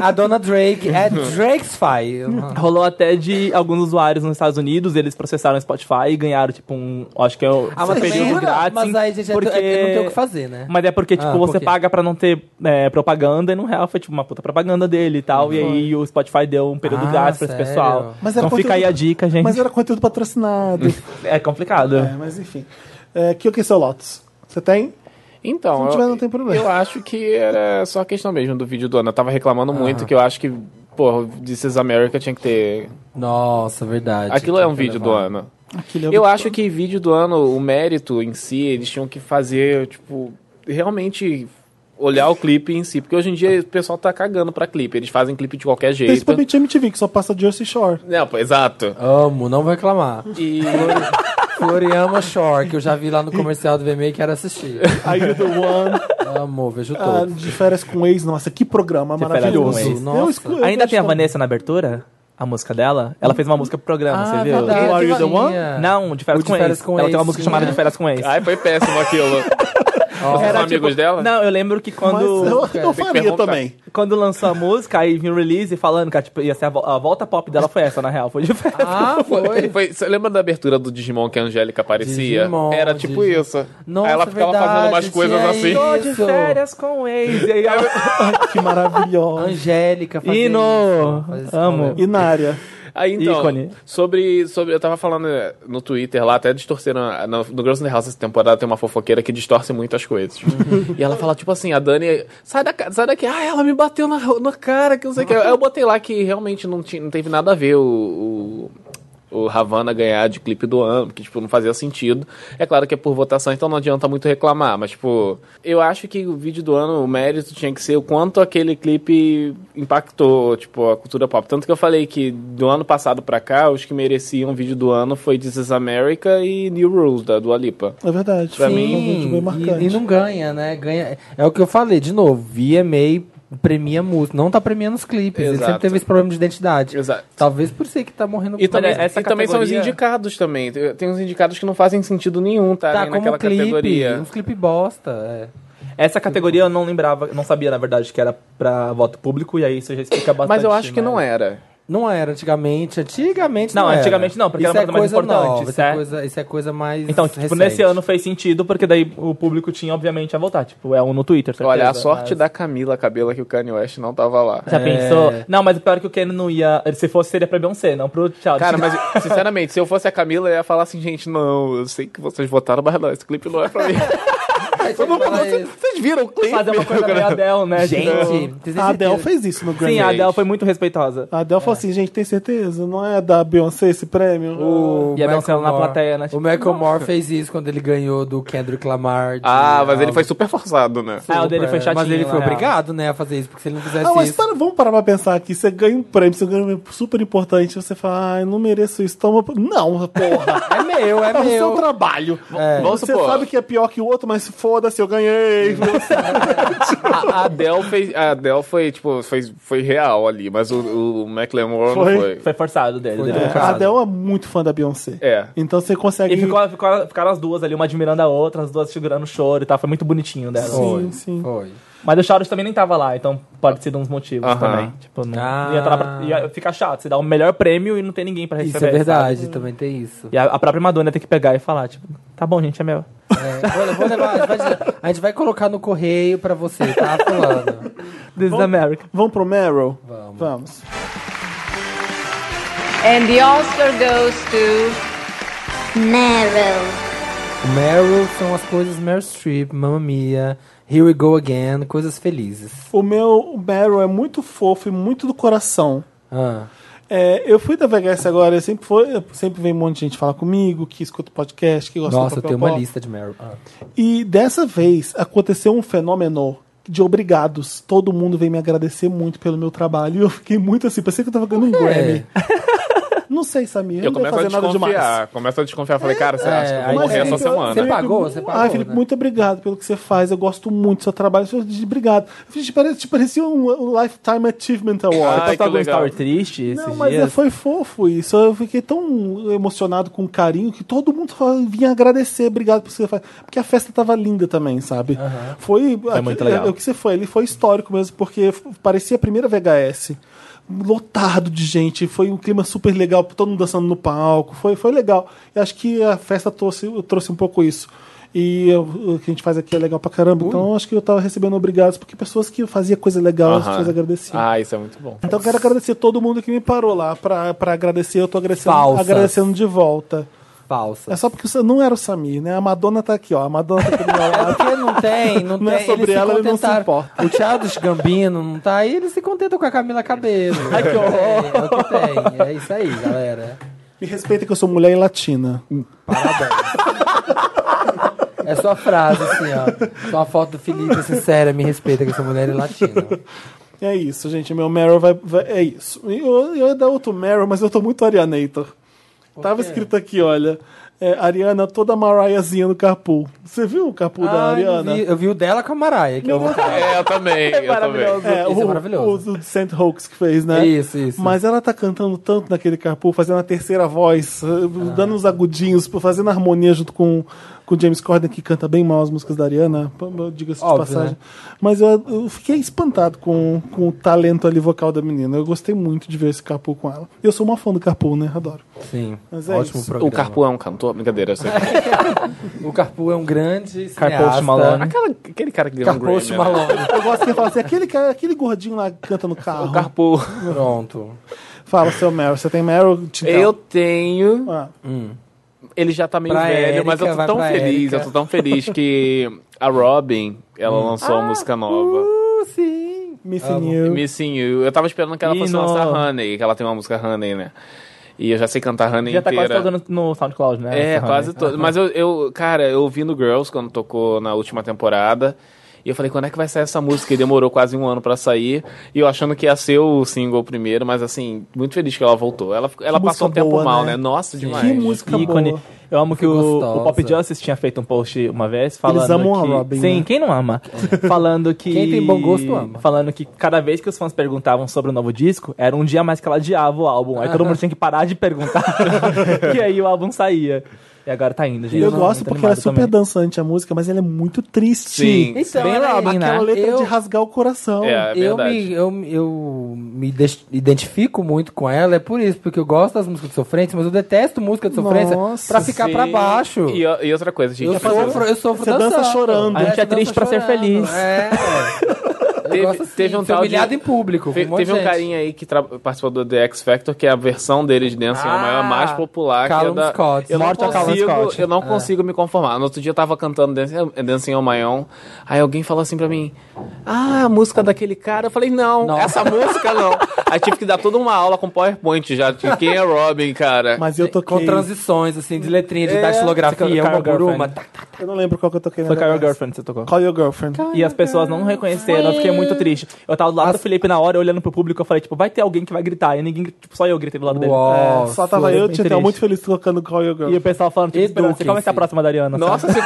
A dona Drake é Drake's Fire. Rolou até de alguns usuários nos Estados Unidos, eles processaram o Spotify e ganharam, tipo, um. Acho que é o Ah, um mas também período grátis. Mas aí, gente, é- porque... é que não tem o que fazer, né? Mas é porque, tipo, Ah, por você quê? paga pra não ter é, propaganda e no real foi, tipo, uma puta propaganda dele e tal. E aí o Spotify deu um período Ah, grátis pra esse sério? pessoal. Mas era então fica aí conteúdo- a dica, gente. Mas era conteúdo patrocinado. É complicado. É, mas enfim. É, que o que é seu Lotus? Você tem? Então, Se não tiver, eu- não tem problema. Eu acho que era só questão mesmo do vídeo do ano. Eu tava Ah. reclamando muito que eu acho que, pô, This is America tinha que ter. Nossa, verdade. Aquilo é um vídeo do ano. ano. Eu acho que vídeo do ano, o mérito em si, eles tinham que fazer, tipo, realmente olhar o clipe em si. Porque hoje em dia o pessoal tá cagando pra clipe. Eles fazem clipe de qualquer jeito. Principalmente MTV, que só passa Jersey Shore. Não, pô, exato. Amo, não vou reclamar. E. Floriama Shore, que eu já vi lá no comercial do VMA e quero assistir. Are You The One? Amo, vejo ah, todo. de férias com ex. Nossa, que programa De Férias maravilhoso. com Ex. Eu Nossa. escu- eu Ainda gosto tem a também. Vanessa na abertura? A música dela? Ela fez uma música pro programa, você viu? Ah, verdade, Do Are You The tinha. One? Não, de férias, O de com, Férias ex. com Ela Ex, tem uma música sim, chamada é. de férias com ex. Ai, foi péssimo aquilo. Vocês Era são amigos tipo dela? Não, eu lembro que Mas quando. eu, Tem eu que faria perguntar. também. Quando lançou a música, aí vinha o release falando que tipo, ia ser a, vo- a volta pop dela foi essa, na real. Foi de férias. Ah, Foi. foi. Foi- Você lembra da abertura do Digimon que a Angélica aparecia? Digimon, Era tipo Digimon. isso. Nossa, Aí ela ficava verdade, fazendo umas coisas tinha assim. isso. Tô de férias com ex. E aí ela... Que maravilhosa. Angélica fazia Hino! isso, fazia esse Amo. problema. E na área? Aí então, Ícone. Sobre, sobre. Eu tava falando eh, no Twitter lá, até distorceram. a- No, no Girls in the House essa temporada tem uma fofoqueira que distorce muito as coisas. Uhum. e ela fala, tipo assim, a Dani. Sai, da, ca- sai daqui. Ah, ela me bateu na, na cara, que não sei o que. Aí eu botei lá que realmente não, tinha, não teve nada a ver o. o o Havana ganhar de clipe do ano, porque, tipo, não fazia sentido. É claro que é por votação, então não adianta muito reclamar, mas, tipo, eu acho que o vídeo do ano, o mérito tinha que ser o quanto aquele clipe impactou, tipo, a cultura pop. Tanto que eu falei que do ano passado pra cá, os que mereciam o vídeo do ano foi This is America e New Rules, da Dua Lipa. É verdade. Pra Foi mim, um vídeo bem marcante. E, e não ganha, né? Ganha. É o que eu falei, de novo, VMA premia música, não tá premiando os clipes. Ele Exato. sempre teve esse problema de identidade. Exato. Talvez por isso que tá morrendo E também, é essa e também são os categoria- indicados também. Tem tem uns indicados que não fazem sentido nenhum, tá? tá como naquela clipe, categoria. uns clipe bosta. é. Essa categoria eu não lembrava, não sabia, na verdade, que era pra voto público, e aí isso já explica bastante. né? Mas eu acho que não é era. Não era antigamente, antigamente não, Não, era. antigamente não, porque isso era uma é coisa mais coisa importante, Nova, isso, é certo? coisa, isso é coisa mais Então, tipo, recente. nesse ano fez sentido, porque daí o público tinha, obviamente, a votar. Tipo, é um no Twitter, certeza. Olha, a sorte mas- da Camila Cabela que o Kanye West não tava lá. Já pensou? Não, mas o pior é que o Ken não ia. Se fosse, seria pra Beyoncé, não pro Tipo, Charles. Cara, mas sinceramente, se eu fosse a Camila, eu ia falar assim, gente, não, eu sei que vocês votaram, mas não, esse clipe não é pra mim. Aí você fala é isso. vocês viram o clipe? fazer um- uma coisa meio Adele, né? Tipo, Gente, tem A Adele certeza? fez isso no Grammy. Sim, a Adele foi muito respeitosa. A Adele falou assim, gente, tem certeza? Não é da Beyoncé esse prêmio? O E a Beyoncé Macklemore- na plateia, né? O Macklemore fez isso quando ele ganhou do Kendrick Lamar. de- Ah, mas ele foi super forçado, né? Ah, o dele foi chatinho. Mas ele foi na real. obrigado, né, a fazer isso, porque se ele não fizesse Ah, mas isso. para, vamos parar pra pensar aqui. Você ganha um prêmio, você ganha um prêmio super importante, você fala, ah, eu não mereço isso, toma. Não, porra. É meu, é É o seu meu. trabalho. Vamos Você supor. sabe que é pior que o outro, mas foda-se, eu ganhei. A, a Adele fez. A Adele foi, tipo, foi, foi real ali, mas o, o Macklemore Foi. não foi. Foi forçado dele. Foi dele. do a Adele é muito fã da Beyoncé. É. Então você consegue. E ficou, ficou- ficaram as duas ali, uma admirando a outra, as duas segurando o choro e tal. Foi muito bonitinho dela. Sim, sim. Foi. Mas o Charles também nem tava lá, então pode ser de uns motivos Aham. também. Tipo, não Ah. ia, tá lá pra, ia ficar chato. Você dá o melhor prêmio e não tem ninguém pra receber. Isso é verdade, sabe? também tem isso. E a, a própria Madonna tem que pegar e falar, tipo, tá bom, gente, é meu. É, vou- vou levar, a, gente vai, dizer- a gente vai colocar no correio pra você, tá, fulano? This is America. Vamos pro Meryl? Vamos. And the Oscar goes to Meryl. O Meryl são as coisas Meryl Streep, Mamma Mia, Here We Go Again, coisas felizes. O meu Meryl é muito fofo e muito do coração. Ah, É, eu fui da VHS agora, eu sempre foi, sempre vem um monte de gente falar comigo, que escuta podcast, que gosta nossa, do eu papel tenho uma pop. lista de Meryl. Ah. E dessa vez aconteceu um fenômeno de obrigados. Todo mundo veio me agradecer muito pelo meu trabalho. E eu fiquei muito assim, parecia que eu tava ganhando um É. Grammy. Não não sei, Samir. Eu, não Eu devo começo a fazer nada demais. desconfiar. Começo a desconfiar. Falei, cara, você acha que eu aí vou morrer você- essa Você semana? pagou, você pagou. Ai, Felipe, né? muito obrigado pelo que você faz. Eu gosto muito do seu trabalho. Eu disse, Obrigado. Eu disse, pare- Te parecia um um Lifetime Achievement Award. Ai, Você tá postou que algum legal. story triste esses Não, mas é, dias? foi fofo isso. Eu fiquei tão emocionado com o carinho que todo mundo falava- vinha agradecer, obrigado por você fazer. Porque a festa tava linda também, sabe? Foi. aqui- muito legal. é, O que você foi ali foi histórico mesmo, porque f- parecia a primeira VHS. Lotado de gente, foi um clima super legal, todo mundo dançando no palco, foi, foi legal. E acho que a festa trouxe, trouxe um pouco isso. E eu- o que a gente faz aqui é legal pra caramba. Então eu acho que eu tava recebendo obrigados, porque pessoas que faziam coisa legal, as Aham. pessoas Então, agradeciam. Ah, isso é muito bom. Então quero agradecer todo mundo que me parou lá pra, pra agradecer. Eu tô agradecendo, Falsas. agradecendo de volta. Falsa. É só porque você não era o Samir, né? A Madonna tá aqui, ó. A Madonna tá aqui do meu É lado. porque não tem, não, Não é tem. sobre eles ela, se ele não se contentaram. importa. O Thiago Gambino não tá aí, ele se contenta com a Camila Cabelo. Ai, que horror. É, o que tem. É isso aí, galera. Me respeita que eu sou mulher e latina. É só a frase, assim, ó. Só uma foto do Felipe, assim, séria, me respeita que essa mulher é latina. É isso, gente. Meu Meryl vai, vai- É isso. Eu, eu ia dar outro Meryl, mas eu tô muito Arianator. Tava escrito aqui, olha. é, Ariana toda Mariazinha no Carpool. Você viu o Carpool da Ai, Ah, eu Ariana? vi, eu vi o dela com a Maraia. Que eu vou... É, eu também. eu também. É, Isso o, é maravilhoso. O, o Saint Hoax que fez, né? Isso, isso. Mas ela tá cantando tanto naquele carpool, fazendo a terceira voz, eh, dando uns agudinhos, fazendo harmonia junto com com o James Corden, que canta bem mal as músicas da Ariana, p- p- diga-se de Óbvio, passagem. né? Mas eu, eu fiquei espantado com, com o talento ali vocal da menina. Eu gostei muito de ver esse carpool com ela. Eu sou uma fã do carpool, né? Adoro. Sim, Mas é isso. ótimo O programa. Carpo é um cantor? Brincadeira, eu sei. O Carpo é um grande Carpool cineasta. Malone. Aquela, aquele cara que ganhou um Carpo Grammy. né? Malone. Eu gosto que ele fala assim, aquele, cara- aquele gordinho lá que canta no carro. O Carpo. Pronto. Fala, seu Meryl, você tem Meryl? Te dá. Eu tenho. Ah, Ele já tá meio Pra velho, Érica, mas eu tô vai tão pra feliz. Érica. Eu tô tão feliz que a Robin, ela lançou uma música nova. Uh, sim. Missing Uh! You. Missing You. Eu tava esperando que ela Ih, fosse não. lançar Honey, que ela tem uma música Honey, né? E eu já sei cantar Honey Já tá inteira. quase todo no SoundCloud, né? É, Essa quase Honey. todo. Mas eu, eu, cara, eu ouvi no Girls quando tocou na última temporada. E eu falei, quando é que vai sair essa música? E demorou quase um ano pra sair. E eu achando que ia ser o single primeiro, mas assim, muito feliz que ela voltou. Ela, ela Que passou um música tempo boa, mal, né? né? Nossa, demais. Que música ícone. boa. Eu amo que o, Gostosa. o Pop Justice tinha feito um post uma vez falando amam a que... Robin, Sim, né? quem não ama? falando que... Quem tem bom gosto ama. Falando que cada vez que os fãs perguntavam sobre o novo disco, era um dia a mais que ela adiava o álbum. Aí todo mundo tinha que parar de perguntar. e aí o álbum saía. E agora tá indo, gente. Eu Tô gosto muito porque ela é animado super também. dançante a música, mas ela é muito triste. é Sim. Então, Bem olha aí, Robin, Aquela né? letra Eu- de rasgar o coração. É, é eu verdade. me, eu, eu me des- identifico muito com ela, é por isso, porque eu gosto das músicas de sofrência, mas eu detesto música de sofrência Nossa, pra ficar pra Sim. baixo. E, e outra coisa, gente. eu, sofro, eu sofro tá Você dança dançando. chorando. A gente você é dança triste pra ser chorando, feliz. É. Eu Teve- gosto assim, teve um ser tal de- humilhado em público. Fe- com um monte de teve um gente. carinha aí que tra- participou do The X Factor, que é a versão deles de Dancing é a maior, Ah, mais popular. que Callum é da... Scott. Eu não Morte a Callum consigo, Scott. É. eu não consigo me conformar. No outro dia eu tava cantando Dancing, Dancing on My Own, aí alguém falou assim pra mim, ah, a música daquele cara. Eu falei, não, Nossa. essa música não. aí tive que dar toda uma aula com PowerPoint já, de quem é Robin, cara. Mas eu toquei. Com transições, assim, de letrinha, de É. Você datilografia, canta uma Carol por uma. Girlfriend. Tá, Eu não lembro qual que eu toquei. Foi na Call Your verdade. Girlfriend que você tocou. Call Your Girlfriend. E as pessoas não reconheceram, eu fiquei muito triste. Eu tava do lado do Felipe na hora, olhando pro público, eu falei, tipo, vai ter alguém que vai gritar. E ninguém, tipo, só eu gritei do lado né? dele. É, Uau, Só tava foi eu e o bem Tietchan triste. muito feliz tocando Call Your E o Girlfriend. pessoal falando, tipo, esperando, você, como é que Eduquem-se. tá a próxima da Ariana? Nossa, se...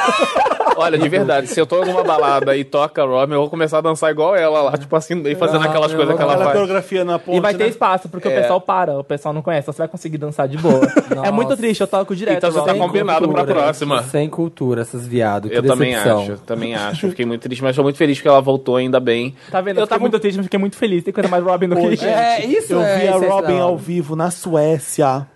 Olha, de verdade, se eu tô numa balada e toca Robin, eu vou começar a dançar igual ela lá, tipo assim, e fazendo Ah, aquelas eu coisas vou que ela Aquela faz. coreografia na ponte. E vai ter né? espaço, porque É. o pessoal para, o pessoal não conhece, então você vai conseguir dançar de boa. é muito triste, eu toco direto. Então você tá Robin. Sem combinado pra cultura, próxima. Sem cultura, essas é viados. que Eu também decepção. acho, também acho. Fiquei muito triste, mas tô muito feliz que ela voltou ainda bem. Tá vendo? Eu, Eu fiquei tava muito triste, mas fiquei muito feliz. Tem coisa mais Robin do que Pô, isso. gente, É, isso Eu é, vi a isso é Tá Robin da ao hora. vivo na Suécia.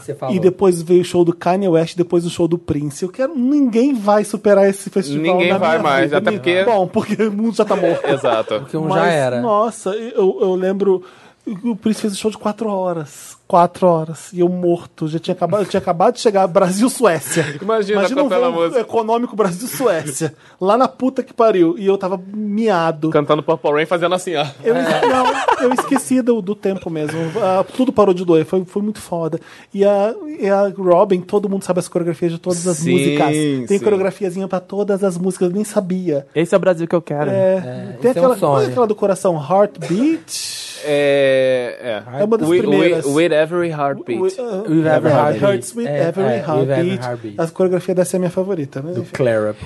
Você falou. E depois veio o show do Kanye West, depois o show do Prince. Eu quero. Ninguém vai superar esse festival. Ninguém na vai minha mais, vida. até Ninguém- porque- Bom, porque o mundo já tá morto. Exato. Porque um já Mas, era. Nossa, eu, eu lembro. O Prince fez um show de quatro horas. Quatro horas. E eu morto. Já tinha acabado, eu tinha acabado de chegar Brasil-Suécia. Imagina um cantando a voo música. econômico Brasil-Suécia. lá na puta que pariu. E eu tava miado. Cantando Purple Rain, fazendo assim, ó. Eu, É. não, eu esqueci do, do tempo mesmo. Ah, tudo parou de doer. Foi, foi muito foda. E a, e a Robin, todo mundo sabe as coreografias de todas as Sim, músicas. Tem sim. coreografiazinha pra todas as músicas. Eu nem sabia. Esse é o Brasil que eu quero. É, tem esse é um aquela, qual é sonho. aquela do coração Heartbeat. É. É, É uma das With- primeiras. With, with every heartbeat. With, uh, With every heartbeat. Hurts with É, every é, with every heartbeat. heartbeat. A coreografia dessa é a minha favorita, né? Do Enfim. Clara.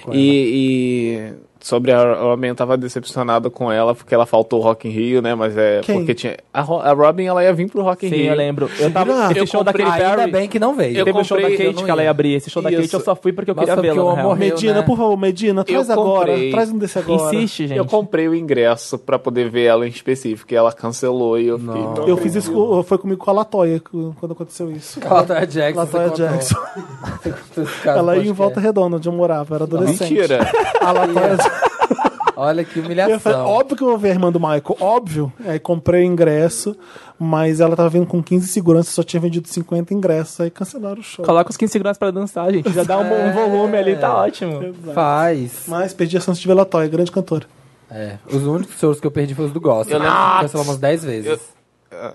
E, e sobre a Robin, eu tava decepcionado com ela, porque ela faltou o Rock in Rio, né? Mas é Quem? porque tinha. A, Ro- a Robin, ela ia vir pro Rock in Sim, Rio. eu lembro. Eu tava Jura? esse show da Katy Ainda Perry. bem que não veio. Eu Teve o show da comprei, eu Kate não que ela ia. ia abrir. Esse show da Isso. Kate eu só fui porque eu Nossa, queria porque vê-la, eu na real. morri. Medina, né? por favor, Medina, traz agora. comprei. Traz um desse agora. Insiste, gente. Eu comprei o ingresso pra poder ver ela em específico, e ela cancelou e eu fiquei. Não. "Não Eu fiz isso, com- foi comigo com a Latoya com- quando aconteceu isso. Latoya Jackson. Latoya você contou. Jackson. Você contou esse caso, Ela ia em podcast. Volta Redonda, onde eu morava, era adolescente. Mentira. A Latoya É. Olha que Eu falei, humilhação. óbvio que eu vou ver a irmã do Michael, óbvio. Aí comprei o ingresso, mas ela tava vindo com 15 seguranças, só tinha vendido 50 ingressos, aí cancelaram o show. Coloca os 15 segundos pra dançar, gente. Já dá um, um volume ali, tá ótimo. Faz. Mas perdi a chance de ver Latoya, grande cantora. É, os únicos shows que eu perdi foi os do Gossip. Eu lembro- que cancelou umas 10 vezes. É.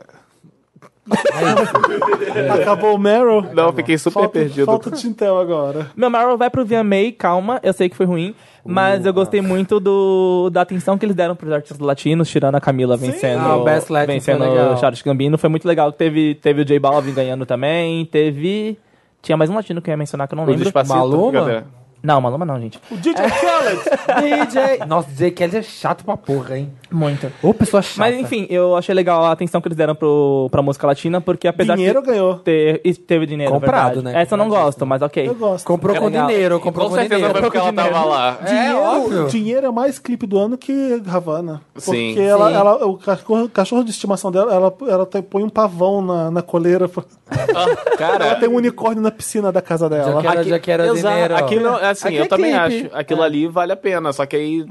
Acabou o Meryl? Não, eu fiquei super Falta, perdido. falta o Tintel agora. Meu Meryl vai pro VMA, calma, eu sei que foi ruim, mas eu gostei muito do, da atenção que eles deram pros artistas latinos, tirando a Camila vencendo, Ah, o Best Latin vencendo foi legal. o Charles Gambino, foi muito legal, teve, teve o J Balvin ganhando também, teve... Tinha mais um latino que eu ia mencionar que eu não O lembro. Despacito, Maluma? brincadeira. Não, Maluma não, gente. O DJ Khaled! DJ! Nossa, DJ Kelly é chato pra porra, hein? Muito. Ô, pessoa chata. Mas enfim, eu achei legal a atenção que eles deram pro, pra música latina, porque apesar Dinheiro de ganhou. ter, e teve dinheiro, é Comprado, verdade. né? Essa eu não gosto, mas ok. Eu gosto. Comprou É com legal. dinheiro, comprou Com com, certeza dinheiro. foi porque ela tava lá. É, óbvio. dinheiro é mais clipe do ano que Havana. Porque Sim. ela, Sim. ela- o cachorro, o cachorro de estimação dela, ela, ela te- põe um pavão na, na coleira. Ela Cara, tem um unicórnio na piscina da casa dela. Jaqueira, jaqueira, dinheiro. aquilo, assim, Aqui eu é também clipe. acho. Aquilo ali vale a pena, só que aí.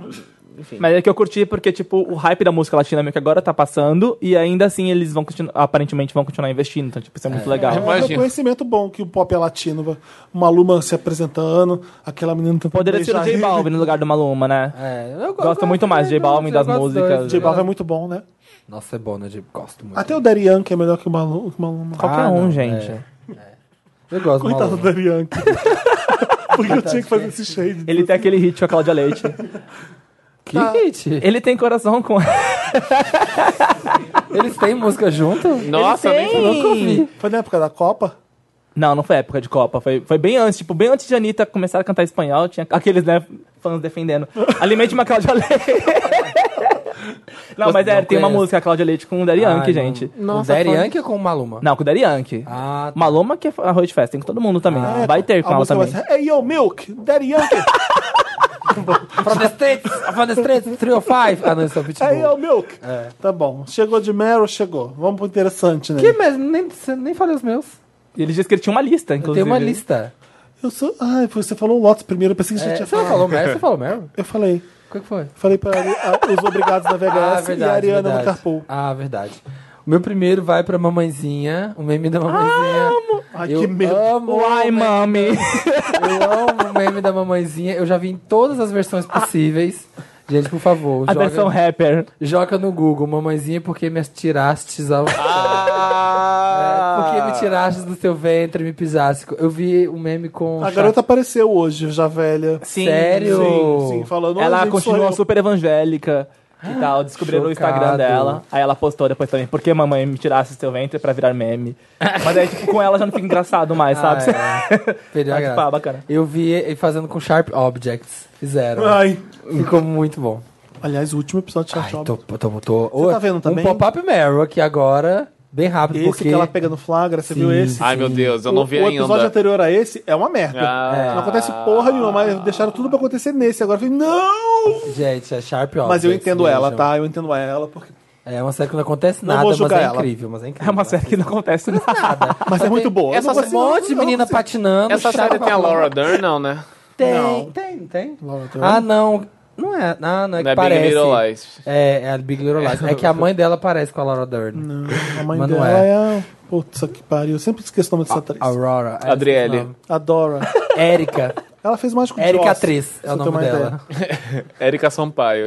Enfim. Mas é que eu curti porque, tipo, o hype da música latina meio que agora tá passando e ainda assim eles vão continuar, aparentemente vão continuar investindo, então, tipo, isso é muito legal. É um Imagina. conhecimento bom que o pop é latino. Uma Luma se apresentando, aquela menina tentando Poderia ser o beijar J ele. Balvin no lugar do Maluma, né? É, eu gosto, Gosto muito mais de J Balvin, das eu gosto dos dois. músicas. J Balvin é muito bom, né? Nossa, é bom, né? de- Gosto muito. Até o Daddy Yankee é melhor que o Malu- que o Maluma. Qualquer Ah, um, não, gente. é. Eu gosto do Ah, Coitado do Maluma. Daddy Yankee. Porque eu tinha que fazer esse shade. Ele tem aquele hit com a Cláudia Leite. Que hit? Tá. Ele tem coração com Eles têm música junto? Nossa, nem Eu nunca ouvi. Foi na época da Copa? Não, não foi época de Copa. Foi, foi bem antes, tipo, bem antes de Anitta começar a cantar espanhol, tinha aqueles, né, fãs defendendo. Alimente uma Cláudia Leite. não, mas é, Não tem uma conheço. música Cláudia Leite com o Ah, Daddy Yankee, gente. com o Nossa, Daddy foi- Yankee ou com o Maluma? Não, com o Daddy Yankee. Ah, tá. Maluma que é arroz de festa, tem com todo mundo também. É, vai ter com a ela música também. vai ser, Hey, yo, Milk! Daddy Yankee! From the States, from the States, 305. Ah, não, isso é o Pitbull. Hey, yo, Milk! É. Tá bom. Chegou de Meryl, chegou. Vamos pro interessante, né? Que mesmo? Nem, você nem falei os meus. Ele disse que ele tinha uma lista, Eu inclusive. tenho uma lista. Eu sou... Ai, você falou o Lotus primeiro, eu pensei que você É, tinha você não falado. falou Meryl? Você falou Meryl? Eu falei. O que que foi? Falei pra a- os obrigados da Ah, VHS e a verdade, Ariana verdade. no Carpool. Ah, verdade. O meu primeiro vai pra mamãezinha, o meme da mamãezinha. Ai, eu que medo. amo Why, o meme- mami? Eu amo o meme da mamãezinha. Eu já vi em todas as versões Ah. possíveis. Gente, por favor, A joga, versão rapper. joga no Google, mamãezinha, porque me tirastes ao Ah, céu. É, porque me tirastes do seu ventre, me pisaste. Eu vi o meme com. A garota apareceu hoje, já velha. Sim. Sério? Sim, sim, falando. "Ai, Ela gente, continua sou eu." super evangélica e tal. Descobriram o Ah, Chocado. Instagram dela. Aí ela postou depois também, por que mamãe me tirasse seu ventre pra virar meme? Mas aí, tipo, com ela já não fica engraçado mais, Ah, sabe? é. Perdeu a Mas, tipo, ah, graça. bacana. Eu vi ele fazendo com Sharp Objects. Fizeram. Ai. Ficou muito bom. Aliás, o último episódio de Ai, Charles tô, tô, tô, tô- Ô, tá vendo também? Um pop-up Meryl aqui agora, bem rápido, Esse porque... que ela pega no flagra, você viu Sim. esse? Ai, meu Deus, eu não vi o, o ainda. episódio anterior a esse é uma merda. Ah. Não acontece porra nenhuma, mas deixaram tudo pra acontecer nesse. Agora eu falei, não! Gente, é Sharp Objects. Mas eu entendo vejam. ela, tá? Eu entendo ela, porque. É uma série que não acontece Não nada, vou mas julgar é ela. incrível, mas é incrível. É uma série que não acontece nada. Mas é muito boa. Eu Essa não um gostei, monte de não, não menina gostei. patinando. Essa chata série tem pra a Laura porra. Dern, não, É né? Tem, Não. tem, tem. Laura Dern? Ah, não. Não é, ah, não é que Não é parece. Big Little Lies. É, é a Big Little Lies. É que a mãe dela parece com a Laura Dern. A mãe Mas não dela é. é. a. Putz, que pariu. Eu sempre esqueço o nome dessa atriz. Aurora. é, Adriele. esse é o nome. Adora. Érica. Ela fez mágico de Érica Oz, Atriz pra é o você ter nome uma dela. ideia. Erika Sampaio,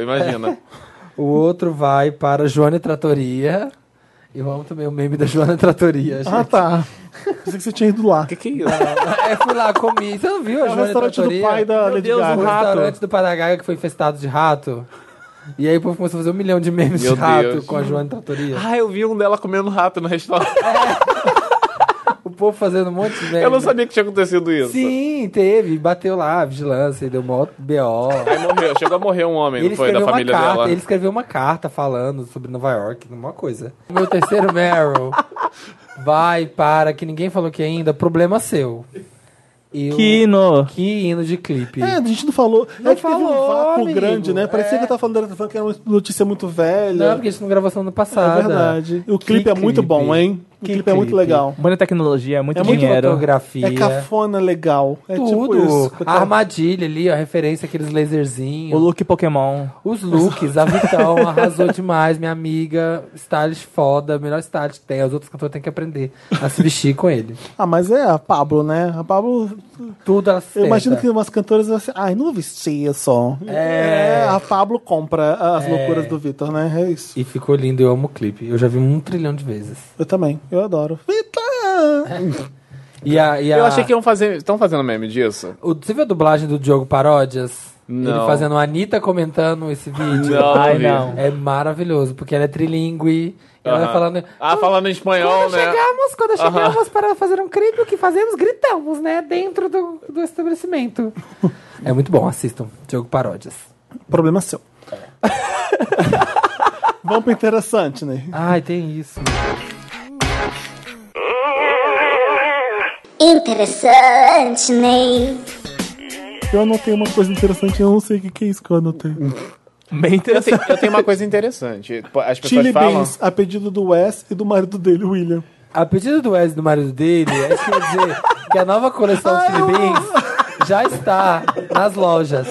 imagina. O outro vai para Joana Tratoria. Eu amo também o meme da Joana Tratoria. Ah, gente. tá. Pensei que você tinha ido lá. O que, que é isso? É, fui lá, comi. Você não viu a É o Joana restaurante Trattoria? do pai da Lady Deus, O Gaga. rato. restaurante do Paragaga que foi infestado de rato. E aí o povo começou a fazer um milhão de memes Meu de rato Deus. com a Joana Tratoria. Ah, eu vi um dela comendo rato no restaurante. O povo fazendo um monte de memes. Eu não sabia que tinha acontecido isso. Sim, teve. Bateu lá a vigilância e deu mó B.O. Aí morreu, chegou a morrer um homem, não foi? Da família uma carta, dela. Ele escreveu uma carta falando sobre Nova York, uma coisa. Meu terceiro Meryl vai para, que ninguém falou que ainda, problema seu. E o- Kino. Que hino de clipe. É, a gente não falou. Não é que teve um falou, vácuo amigo. grande, né? Parecia É. que eu tava falando da Funk, era uma notícia muito Não, velha. porque a gente não gravou semana passada. é verdade. O Que clipe é muito clipe. bom, hein? O Que clipe, é muito clipe. legal. Muita tecnologia, muito É muito dinheiro. Fotografia. É cafona legal. É Tudo. Ah, tipo isso. a armadilha ali, ó, a referência àqueles o laserzinhos. look Pokémon. Os looks, a Vitão arrasou demais, minha amiga. Stylist foda, melhor stylist que tem. Os outros cantores têm que aprender a se vestir com ele. Ah, mas é a Pablo, né? A Pablo. Tudo ela Eu imagino acerta. que umas cantoras vão assim, ai, não vou vestir isso. É. a Pablo compra as loucuras do Vitor, né? É isso. E ficou lindo, eu amo o clipe. Eu já vi um trilhão de vezes. Eu também, eu adoro. Vitor! E a, e a- Eu achei que iam fazer. Estão fazendo meme disso? O, você viu a dublagem do Diogo Paródias? Ele Não. fazendo a Anitta comentando esse vídeo. Não, Ai, vi. não. É maravilhoso, porque ela é trilingue. Ela vai Aham. falando. Ah, falando em espanhol, Quando né? chegamos, quando chegamos para fazer um clipe, o que fazemos? Gritamos, né? Dentro do, do estabelecimento. é muito bom, assistam. Diogo Paródias. Problema seu. É. Vamos pro interessante, né? Ai, tem isso. Interessante, Ney. Eu anotei uma coisa interessante, eu não sei o que, que é isso que eu anotei. Bem Eu tenho, interessante. eu tenho uma coisa interessante. Pô, As pessoas Chili falam. Beans, a pedido do Wes e do marido dele, William. A pedido do Wes e do marido dele, é isso que quer dizer que a nova coleção Chili Beans já está nas lojas.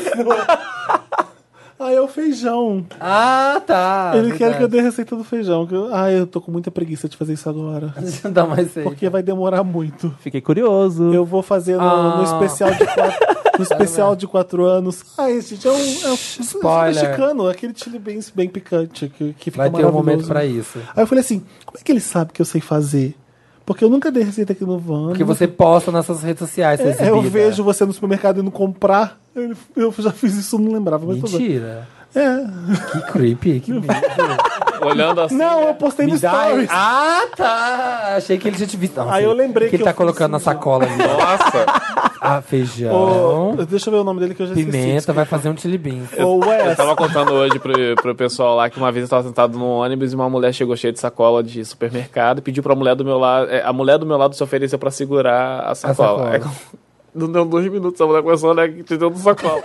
Ah, é o feijão. Ah, tá. Ele quer que eu verdade. dê a receita do feijão. que eu- Ah, eu tô com muita preguiça de fazer isso agora. Deixa eu dar mais aí. Porque vai demorar muito. Fiquei curioso. Eu vou fazer no, Ah. no especial de quatro, no especial de quatro anos. Ah, esse gente é um, é um- Spoiler. mexicano, aquele chili bem, bem picante que, que fica Vai ter um maravilhoso. momento pra isso. Aí eu falei assim, como é que ele sabe que eu sei fazer? Porque eu nunca dei receita aqui no Vano. Porque você posta nas suas redes sociais. sua É, eu exibida. vejo você no supermercado indo comprar. Eu, eu já fiz isso, não lembrava. Mas tudo bem. Mentira. É. Que creepy. Que medo. Olhando assim. Não, eu postei no Me dá- Stories. Ah, tá. Achei que ele tinha te visto. Nossa, Aí eu lembrei que ele que tá eu fiz colocando na isso. sacola ali. Nossa! Ah, Ô, feijão. deixa eu ver o nome dele que eu já Pimenta esqueci. é, vai fazer um chili beans. Ô, Eu Wes, tava contando hoje pro, pro pessoal lá que uma vez eu tava sentado no ônibus e uma mulher chegou cheia de sacola de supermercado e pediu pra mulher do meu lado. é, A mulher do meu lado se ofereceu pra segurar a sacola. sacola. É, com- não deu dois minutos, a mulher começou, né? Que te deu do sacola.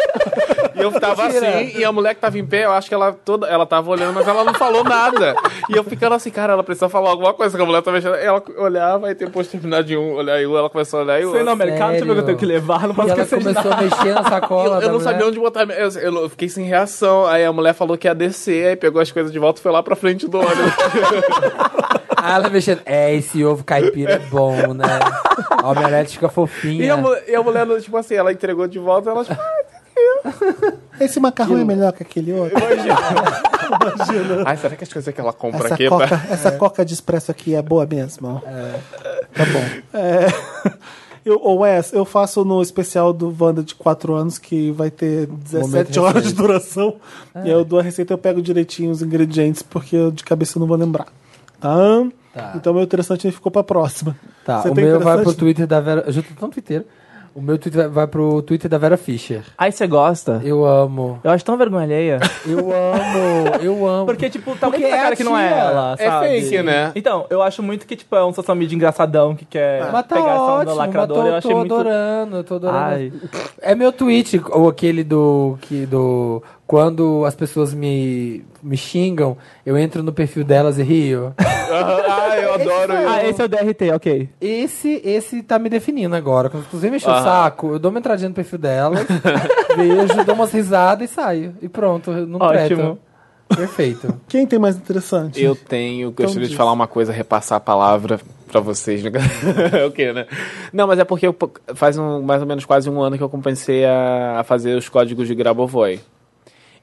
E eu tava assim, e a mulher que tava em pé, eu acho que ela toda. Ela tava olhando, mas ela não falou nada. E eu ficando assim, cara, ela precisa falar alguma coisa que a mulher tá mexendo. Ela olhava e depois terminar de um, olhar e um, ela começou a olhar e o Sei no outro. mercado, deixa eu ver o que eu tenho que levar. Não E posso ela esquecer de nada. começou a mexer na sacola. Eu, eu da não mulher. sabia onde botar. Eu, assim, eu- eu fiquei sem reação. Aí a mulher falou que ia descer, aí pegou as coisas de volta e foi lá pra frente do ônibus. Ah, ela mexendo. É, esse ovo caipira é bom, né? A omelete fica fofinha. e, a, mu- e a mulher, tipo assim, ela entregou de volta ela tipo, ah, esse macarrão é melhor que aquele outro? Ai, será que as coisas que ela compra Essa aqui coca, tá? É. essa coca de expresso aqui é boa mesmo? Tá bom. É, eu, ô Wes, eu faço no especial do Wanda de 4 anos, que vai ter 17 Momento horas de receita. Ah. duração. E aí eu dou a receita, eu pego direitinho os ingredientes, porque eu de cabeça eu não vou lembrar. Tá? Tá. Então meu interessante ficou pra próxima. Tá, Você o tem meu vai pro interessante? Twitter da Vera. Eu já tô tão Twitter. O meu Twitter vai- vai pro Twitter da Vera Fischer. Aí você gosta? Eu amo. Eu acho tão vergonha alheia. Eu amo. Eu amo. Porque, tipo, tá muito Porque na é a cara que não é tia. ela, É sabe? fake, né? Então, eu acho muito que, tipo, é um social media engraçadão que quer mas tá pegar essa onda ótimo, mas tô, lacradora. Eu achei tô muito... adorando, né? eu tô adorando. Ai. É meu tweet, ou aquele do que do quando as pessoas me me xingam, eu entro no perfil delas e rio. Ah, eu adoro isso. Ah, esse é o DRT, ok. Esse esse tá me definindo agora. Quando você mexer o Aham. saco, eu dou uma entradinha no perfil delas, vejo, dou umas risadas e saio. E pronto, eu não Ótimo. treto. Perfeito. Quem tem mais interessante? Eu tenho, gostaria diz. de falar uma coisa, repassar a palavra pra vocês. né? é o quê, né? Não, mas é porque eu, po- faz um, mais ou menos quase um ano que eu comecei a, a fazer os códigos de Grabovoi.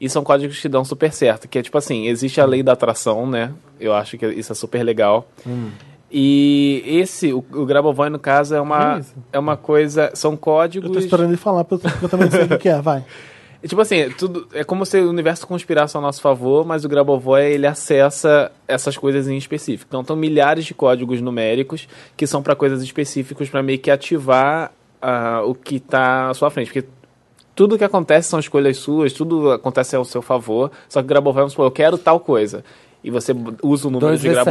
E são códigos que dão super certo, que é tipo assim, existe a lei da atração, né? Eu acho que isso é super legal. E esse, o, o Grabovoi, no caso, é uma, Que isso? é uma coisa. São Eu tô códigos. esperando ele falar, porque eu também não sei o que que é, vai. E, tipo assim, tudo, é como se o universo conspirasse ao nosso favor, mas o Grabovoi, ele acessa essas coisas em específico. Então, estão milhares de códigos numéricos que são para coisas específicas, para meio que ativar ah, o que tá à sua frente. Porque tudo que acontece são escolhas suas, tudo acontece ao seu favor. Só que o Grabovoi, vamos supor, eu quero tal coisa. E você b- usa o número de 217,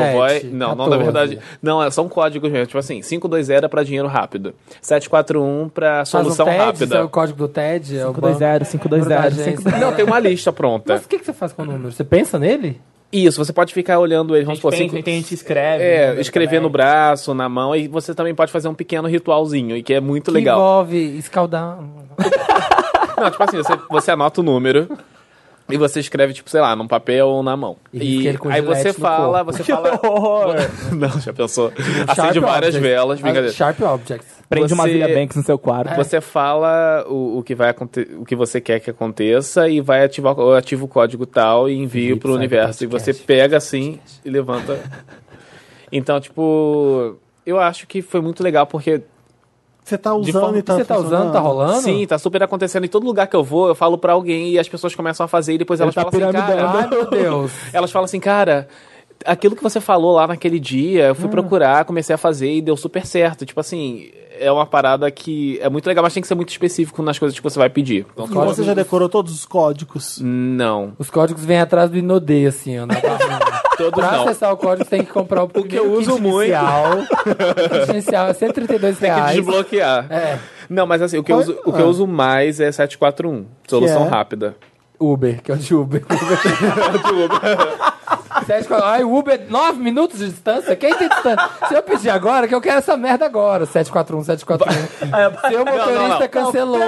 Grabovoi. Não, não, na 14. verdade. Não, é- são códigos mesmo. Tipo assim, 520 é pra dinheiro rápido. 741 pra Faz um solução TED, rápida. É. sabe O código do TED é o banco. 520, 520, Agência. 520. Não, tem uma lista pronta. Mas o que, que você faz com o número? Você pensa nele? Isso, você pode ficar olhando ele, vamos supor, Tem, Tipo, cinco- tem gente que escreve. é, né, escrever no também. braço, na mão, e você também pode fazer um pequeno ritualzinho, e que é muito Que legal. envolve escaldar. um Não, tipo assim, você, você anota o número e você escreve, tipo, sei lá, num papel ou na mão. E risca ele com aí você gilete no fala, corpo. você fala. Não, já pensou. Acende Sharp várias Objects. Ah, velas, brincadeira. Sharp Objects. Tá Prende uma Você- Zilia Banks no seu quarto. Você fala o, o que vai aconte- o que você quer que aconteça e vai ativar eu ativo o código tal e envio Felipe pro sai do universo. E você podcast. pega assim e levanta. Então, tipo, eu acho que foi muito legal porque Você tá usando forma e tá você tá usando, funcionando? tá rolando? sim, tá super acontecendo em todo lugar que eu vou, eu falo pra alguém e as pessoas começam a fazer e depois elas tá falam assim, cara, Ai, meu Deus. elas falam assim, cara, aquilo que você falou lá naquele dia, eu fui procurar, comecei a fazer e deu super certo. Tipo assim, é uma parada que é muito legal, mas tem que ser muito específico nas coisas que você vai pedir. Então, E você já decorou todos os códigos? Não, Os códigos vêm atrás do Inodê, assim, ó. na barrinha. todos pra não. acessar o código, você tem que comprar o, o que eu uso muito. Inicial. o kit inicial é 132 Tem que reais. desbloquear. É, Não, mas assim, o que, eu uso, o que eu uso mais é 741, solução rápida. Uber, que é o de Uber. Sete, quatro- Ai, Uber, 9 minutos de distância? Quem tem distância? Se eu pedir agora, que eu quero essa merda agora. 741, 741. Seu motorista não, não. cancelou.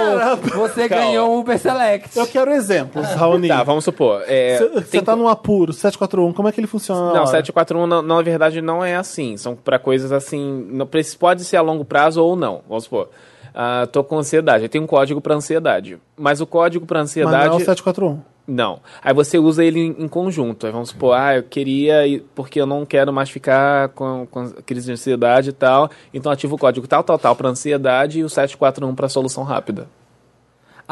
Você Calma. ganhou um Uber Select. Eu quero exemplos, Raoni. Tá, vamos supor. é, Você tem tá num apuro, 741, como é que ele funciona? na Não, hora? 741 na, na verdade não é assim. São pra coisas assim. não- pra- pode ser a longo prazo ou não. Vamos supor. Ah, tô com ansiedade. Tem um código pra ansiedade. Mas o código pra Mas não é o ansiedade. 741. Não. Aí você usa ele em, em conjunto. Aí vamos supor, ah, eu queria, ir- porque eu não quero mais ficar com, com crise de ansiedade e tal. Então ativa o código tal, tal, tal pra ansiedade e o 741 pra solução rápida.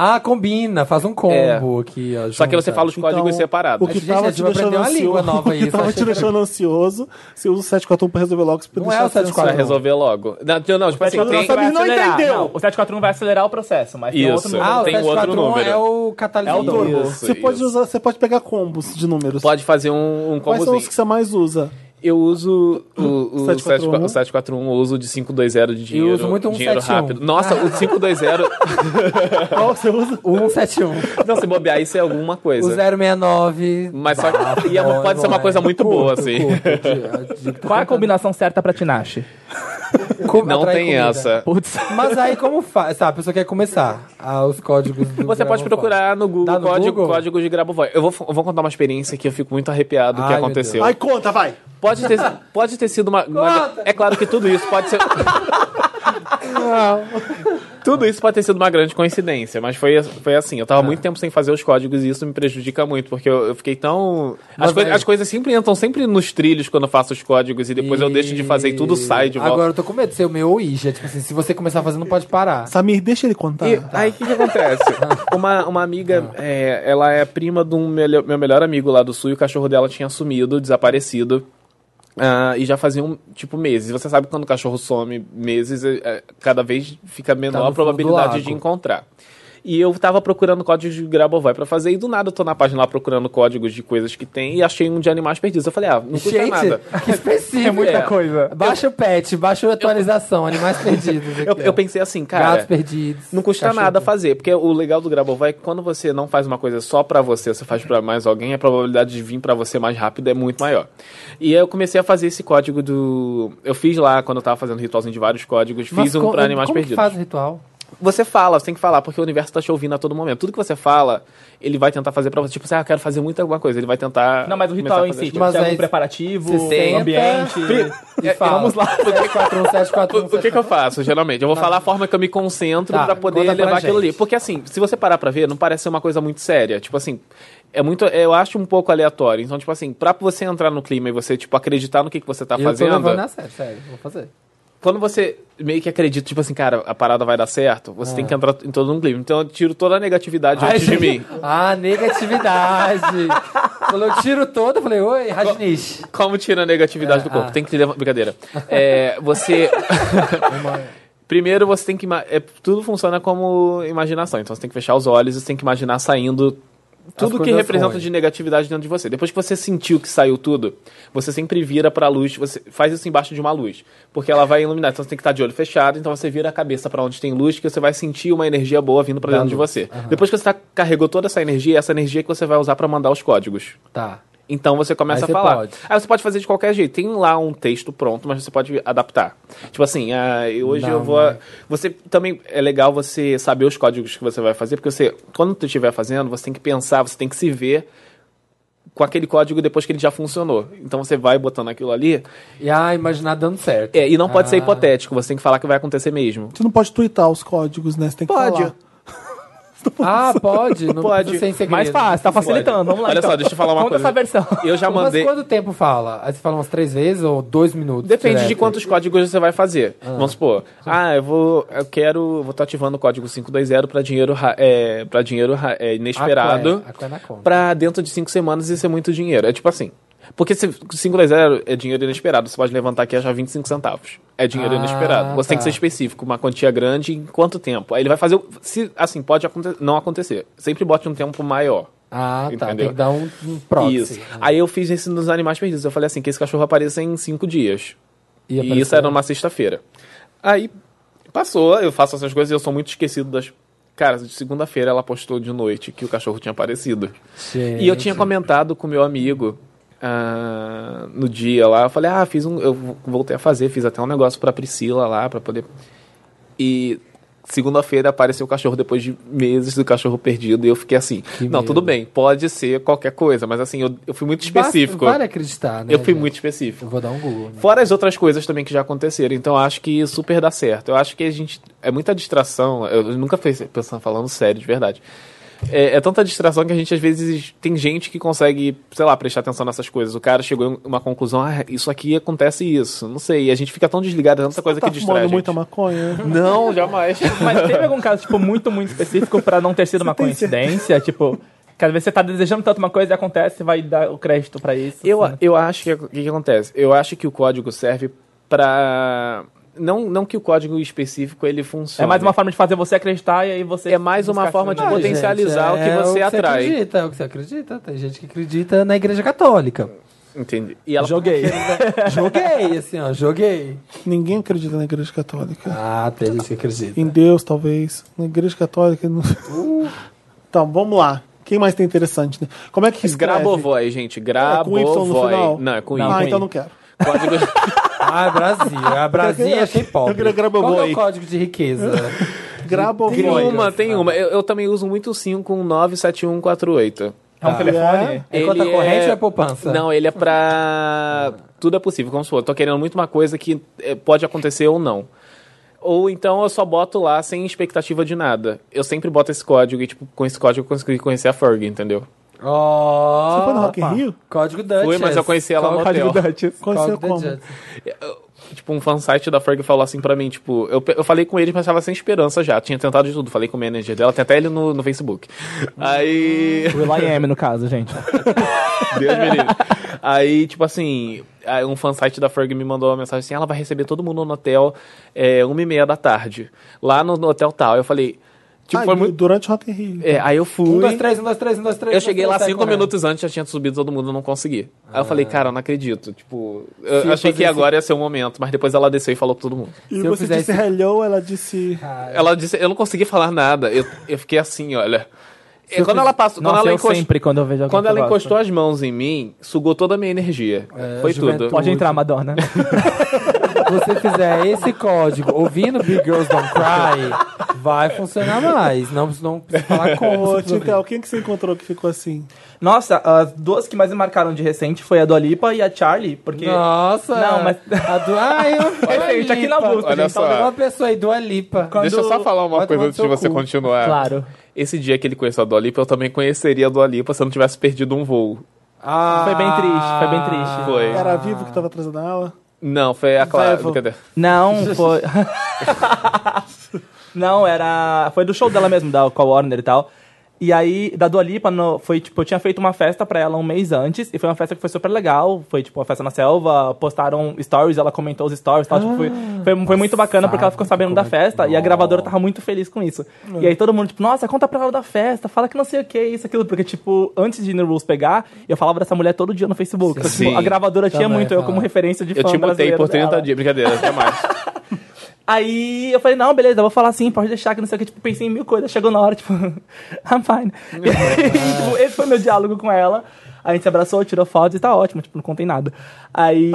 Ah, combina, faz um combo aqui, ó. É. Só que junta. você fala os códigos separados. Então, O que Gente, tava a gente te vai deixando aprender uma língua ansioso, nova aí, o que tava só te achei que era- deixando ansioso, você usa o 741 pra resolver logo, pra Não deixar é o você ansioso. 741. Pra resolver logo. Não, não tipo assim, Mas tem, nossa amiga não acelerar. entendeu. Não, o 741 vai acelerar o processo, mas tem Isso. outro número. Ah, o tem outro 741 número. é o catalisador. É o Isso, Você pode, isso. usar, você pode pegar combos de números. pode fazer um, um Quais são combozinho. os que você mais usa? Eu uso o, o 741. 741. 741, eu uso o de 520 de Eu um, dinheiro. né? uso muito um dinheiro 71. rápido. Nossa, o 520. Qual você usa? O 171. não, se bobear, isso é alguma O coisa. 069. Mas só que- e é uma- bom, pode ser uma bom, coisa é. muito Curto, boa, assim. curto, eu digo- eu digo- Qual é a combinação certa pra Tinashe? Com- Não atrai tem comida. essa. Putz. Mas aí como faz? Tá, a pessoa quer começar ah, os códigos do Você pode Gramofone. procurar no Google, Dá Tá no código, Google? código de Grabovoi. Eu vou, eu vou contar uma experiência que eu fico muito arrepiado que Ai, meu aconteceu. Ai, conta, vai! Pode ter, pode ter sido uma, uma- É claro que tudo isso pode ser. Tudo isso pode ter sido uma grande coincidência, mas foi, foi assim. Eu É. tava muito tempo sem fazer os códigos e isso me prejudica muito, porque eu, eu fiquei tão. As, Mas é. coi- aí- as coisas sempre entram sempre nos trilhos quando eu faço os códigos e depois eu deixo de fazer e tudo sai de volta. Agora eu tô com medo de ser o meu ou Ija. Tipo assim, se você começar a fazer, não pode parar. Samir, deixa ele contar. E Tá. aí o que, que acontece? uma, uma amiga, é, ela é prima de um melho- meu melhor amigo lá do sul e o cachorro dela tinha sumido, desaparecido. ah, e já faziam, tipo, meses. Você sabe que quando o cachorro some meses, é, é, cada vez fica menor Tá fundo a do probabilidade lago. de encontrar. E eu tava procurando códigos de Grabovoi pra fazer, e do nada eu tô na página lá procurando códigos de coisas que tem e achei um de animais perdidos. Eu falei, ah, não custa nada. que específico. É muita coisa. Baixa o pet, baixa a atualização, animais perdidos. Eu, aqui, eu ó. pensei assim, cara. Gatos perdidos. Não custa cachorro. nada fazer, porque o legal do Grabovoi é que quando você não faz uma coisa só pra você, você faz pra mais alguém, a probabilidade de vir pra você mais rápido é muito maior. E aí eu comecei a fazer esse código do. Eu fiz lá quando eu tava fazendo ritualzinho de vários códigos, Mas fiz um co- pra animais como que perdidos. faz o ritual? Você fala, você tem que falar, porque o universo tá te ouvindo a todo momento. Tudo que você fala, ele vai tentar fazer pra você. Tipo, assim, ah, eu quero fazer muito alguma coisa. Ele vai tentar. Não, mas o ritual em começar a fazer si, tipo, Mas tem aí- algum preparativo, Você senta- ambiente... é, E fala. um, Vamos lá. 741, 741, O, o que, que eu faço, geralmente? Eu vou falar a forma que eu me concentro Tá, pra poder conta pra levar aquilo ali. gente. Porque, assim, se você parar pra ver, não parece ser uma coisa muito séria. Tipo assim, é muito. Eu acho um pouco aleatório. Então, tipo assim, pra você entrar no clima e você, tipo, acreditar no que, que você tá Eu tô fazendo. levando a sério, sério. Vou fazer. Quando você meio que acredita, tipo assim, cara, a parada vai dar certo, É. você tem que entrar em todo um clima. Então eu tiro toda a negatividade antes de mim. Ah, negatividade. Quando eu tiro todo, eu falei, oi, Rajnish. Como tira a negatividade do corpo? ah. Tem que levar. Brincadeira. É, você. Primeiro você tem que. ima- É, tudo funciona como imaginação. Então você tem que fechar os olhos e você tem que imaginar saindo tudo que coisas representa ruins. de negatividade dentro de você. Depois que você sentiu que saiu tudo, você sempre vira pra luz, você faz isso embaixo de uma luz, porque ela vai iluminar. Então você tem que estar de olho fechado, então você vira a cabeça pra onde tem luz, que você vai sentir uma energia boa vindo pra Da dentro de luz, você. Depois que você tá- carregou toda essa energia, é essa energia que você vai usar pra mandar os códigos. Tá. Então você começa Aí você a falar. pode. Aí você pode fazer de qualquer jeito. Tem lá um texto pronto, mas você pode adaptar. Tipo assim, ah, eu- hoje Dá eu vou. uma- é. Você também é legal você saber os códigos que você vai fazer, porque você, quando tu estiver fazendo, você tem que pensar, você tem que se ver com aquele código depois que ele já funcionou. Então você vai botando aquilo ali. E ah, imaginar dando certo. É, e não pode ser Ah. hipotético, você tem que falar que vai acontecer mesmo. Você não pode twittar os códigos, né? Você tem que Pode. falar. Ah, pode? Não Pode. precisa ser em segredo. Mais fácil, tá facilitando. Vamos lá. Olha então. só, deixa eu falar uma Conta coisa. essa versão. Eu já Mas mandei. quanto tempo fala? Aí você fala umas três vezes ou dois minutos? Depende de direto? quantos códigos você vai fazer. Vamos supor, ah, eu vou, eu quero, vou estar ativando o código 520 para dinheiro, ra- é, para dinheiro ra- é, inesperado, Aqua é- aqua é na conta. para dentro de cinco semanas isso é muito dinheiro. É tipo assim, porque se 520 é dinheiro inesperado, você pode levantar aqui e achar 25 centavos. É dinheiro Ah, inesperado. Você tem que tá. ser específico, uma quantia grande em quanto tempo. Aí ele vai fazer, o- se assim pode aconte- não acontecer. Sempre bote um tempo maior. Ah, tá. Entendeu? Tem que dar um, um proxy. Isso. Aí eu fiz isso nos animais perdidos. Eu falei assim, que esse cachorro apareça em cinco dias. E E, apareceu. isso era numa sexta-feira. Aí passou, eu faço essas coisas e eu sou muito esquecido das. Cara, de segunda-feira ela postou de noite que o cachorro tinha aparecido. Gente. E eu tinha comentado com meu amigo ah, no dia lá. Eu falei, ah, fiz um. Eu voltei a fazer, fiz até um negócio pra Priscila lá, pra poder. E segunda-feira apareceu o cachorro depois de meses do cachorro perdido. E eu fiquei assim: não, medo. tudo bem, pode ser qualquer coisa, mas assim, eu, eu fui muito específico. Vale acreditar, né? eu fui gente? muito específico. Eu vou dar um Google. né? Fora as outras coisas também que já aconteceram. Então eu acho que super dá certo. Eu acho que a gente. É muita distração. Eu nunca fiz pensando falando sério, de verdade. É, é tanta distração que a gente às vezes tem gente que consegue, sei lá, prestar atenção nessas coisas. O cara chegou em uma conclusão, ah, isso aqui acontece isso. Não sei. E a gente fica tão desligado, é tanta coisa Tá que distrai. a fumando gente. muita maconha. Não, jamais. Mas teve algum caso, tipo, muito, muito específico pra não ter sido uma coincidência? Tipo, que às vezes você tá desejando tanto uma coisa e acontece, você vai dar o crédito pra isso. Eu, assim. eu acho que o que, que acontece? Eu acho que o código serve pra. Não, não que o código específico ele funcione. É mais uma forma de fazer você acreditar e aí você. É mais uma buscar forma de aquilo. Ah, potencializar gente, o que você atrai. acredita, é o que você acredita. Tem gente que acredita na igreja católica. Entendi. E ela Joguei. Joguei, assim, ó, joguei. Ninguém acredita na igreja católica. Ah, tem gente que acredita. Em Deus, talvez. Na igreja católica. não- Uh. Então, vamos lá. Quem mais tem interessante, né? Como é que escreve? Grabovoi, gente. É, com Y no Grabovoi. final? Não, é com Ah, I. então não quero. Código... Ah, Brasil. A Brasil queria- achei pobre. eu queria gravar Qual que é boi. o código de riqueza? tem Grabovoi. uma, tem uma. Eu, eu também uso muito o 5178. É um telefone? É conta corrente ou é poupança? Não, ele é pra... Tudo é possível, como se for. Tô querendo muito uma coisa que eh, pode acontecer ou não. Ou então eu só boto lá sem expectativa de nada. Eu sempre boto esse código e, tipo, com esse código eu consegui conhecer a Ferg, entendeu? Ó. Você foi no Rock in Rio? Código Dutch. Fui, mas eu conheci ela no hotel. É. Conheceu como? Tipo, um fansite da Ferg falou assim pra mim, tipo, eu, pe- eu falei com ele, mas tava sem esperança já. Tinha tentado de tudo. Falei com o manager dela, tem até ele no, no Facebook. Aí. Will I am, no caso, gente. Deus me livre. Aí, tipo assim, aí um fansite da Ferg me mandou uma mensagem assim: ela vai receber todo mundo no hotel é, uma e meia da tarde. Lá no, no hotel tal. Eu falei, tipo, Ah, foi du- muito. Durante o Rock in Rio. É, aí eu Um, fui. dois, três, um, dois, três, um, dois, três. Eu um, cheguei dois, lá três, sai cinco correndo. minutos antes, já tinha subido todo mundo, eu não consegui. Aí eu falei, cara, eu não acredito. Tipo, Ah. Se eu eu achei que fazer agora ia ser o momento, mas depois ela desceu e falou pra todo mundo. E Se eu você fizesse- disse hello, ela disse. Ela disse, eu não consegui falar nada. Eu, eu fiquei assim, olha. eu Quando ela passou, quando Nossa, ela eu encostou. sempre quando eu vejo alguém Quando que ela eu gosto. encostou as mãos em mim, sugou toda a minha energia. É, Foi tudo. juventude. Pode entrar, Madonna. Se você fizer esse código ouvindo Big Girls Don't Cry, vai funcionar mais. Não, não precisa falar Ô, como. Tintel, quem que você encontrou que ficou assim? Nossa, as duas que mais me marcaram de recente foi a Dua Lipa e a Charlie, porque... Nossa! é. Não, mas- A do... Ai, eu... Recente, aqui na busca, Olha gente. só. Uma pessoa aí, Dua Lipa. Deixa eu só falar uma Vai tomar coisa tá no antes de seu você cu. continuar. Claro. Esse dia que ele conheceu a Dua Lipa, eu também conheceria a Dua Lipa se eu não tivesse perdido um voo. Ah, Foi bem triste, foi bem triste. Foi. Era vivo que tava atrasando ela? Não, foi a Clara. Cadê? Não, foi. não, era. Foi do show dela mesmo, da, com a Warner e tal. E aí, da Dua Lipa, no- foi, tipo, eu tinha feito uma festa pra ela um mês antes, e foi uma festa que foi super legal. Foi, tipo, uma festa na selva, postaram stories, ela comentou os stories e tal. tipo, foi, foi, foi muito bacana porque ela ficou sabendo da festa e a gravadora tava muito feliz com isso. E aí todo mundo, tipo, nossa, conta pra ela da festa, fala que não sei o que, isso, aquilo. Porque, tipo, antes de No Rules pegar, eu falava dessa mulher todo dia no Facebook. Então, tipo, Sim. a gravadora tinha Também, muito eu como fala. referência de Eu fã te mutei brasileiro por 30 dela. dias. Brincadeira, até mais. Aí eu falei, não, beleza, eu vou falar sim, pode deixar que não sei o que. Tipo, pensei em mil coisas, chegou na hora, tipo, I'm fine. E, aí, tipo, esse foi meu diálogo com ela. A gente se abraçou, tirou fotos e tá ótimo, tipo, não contei nada. Aí.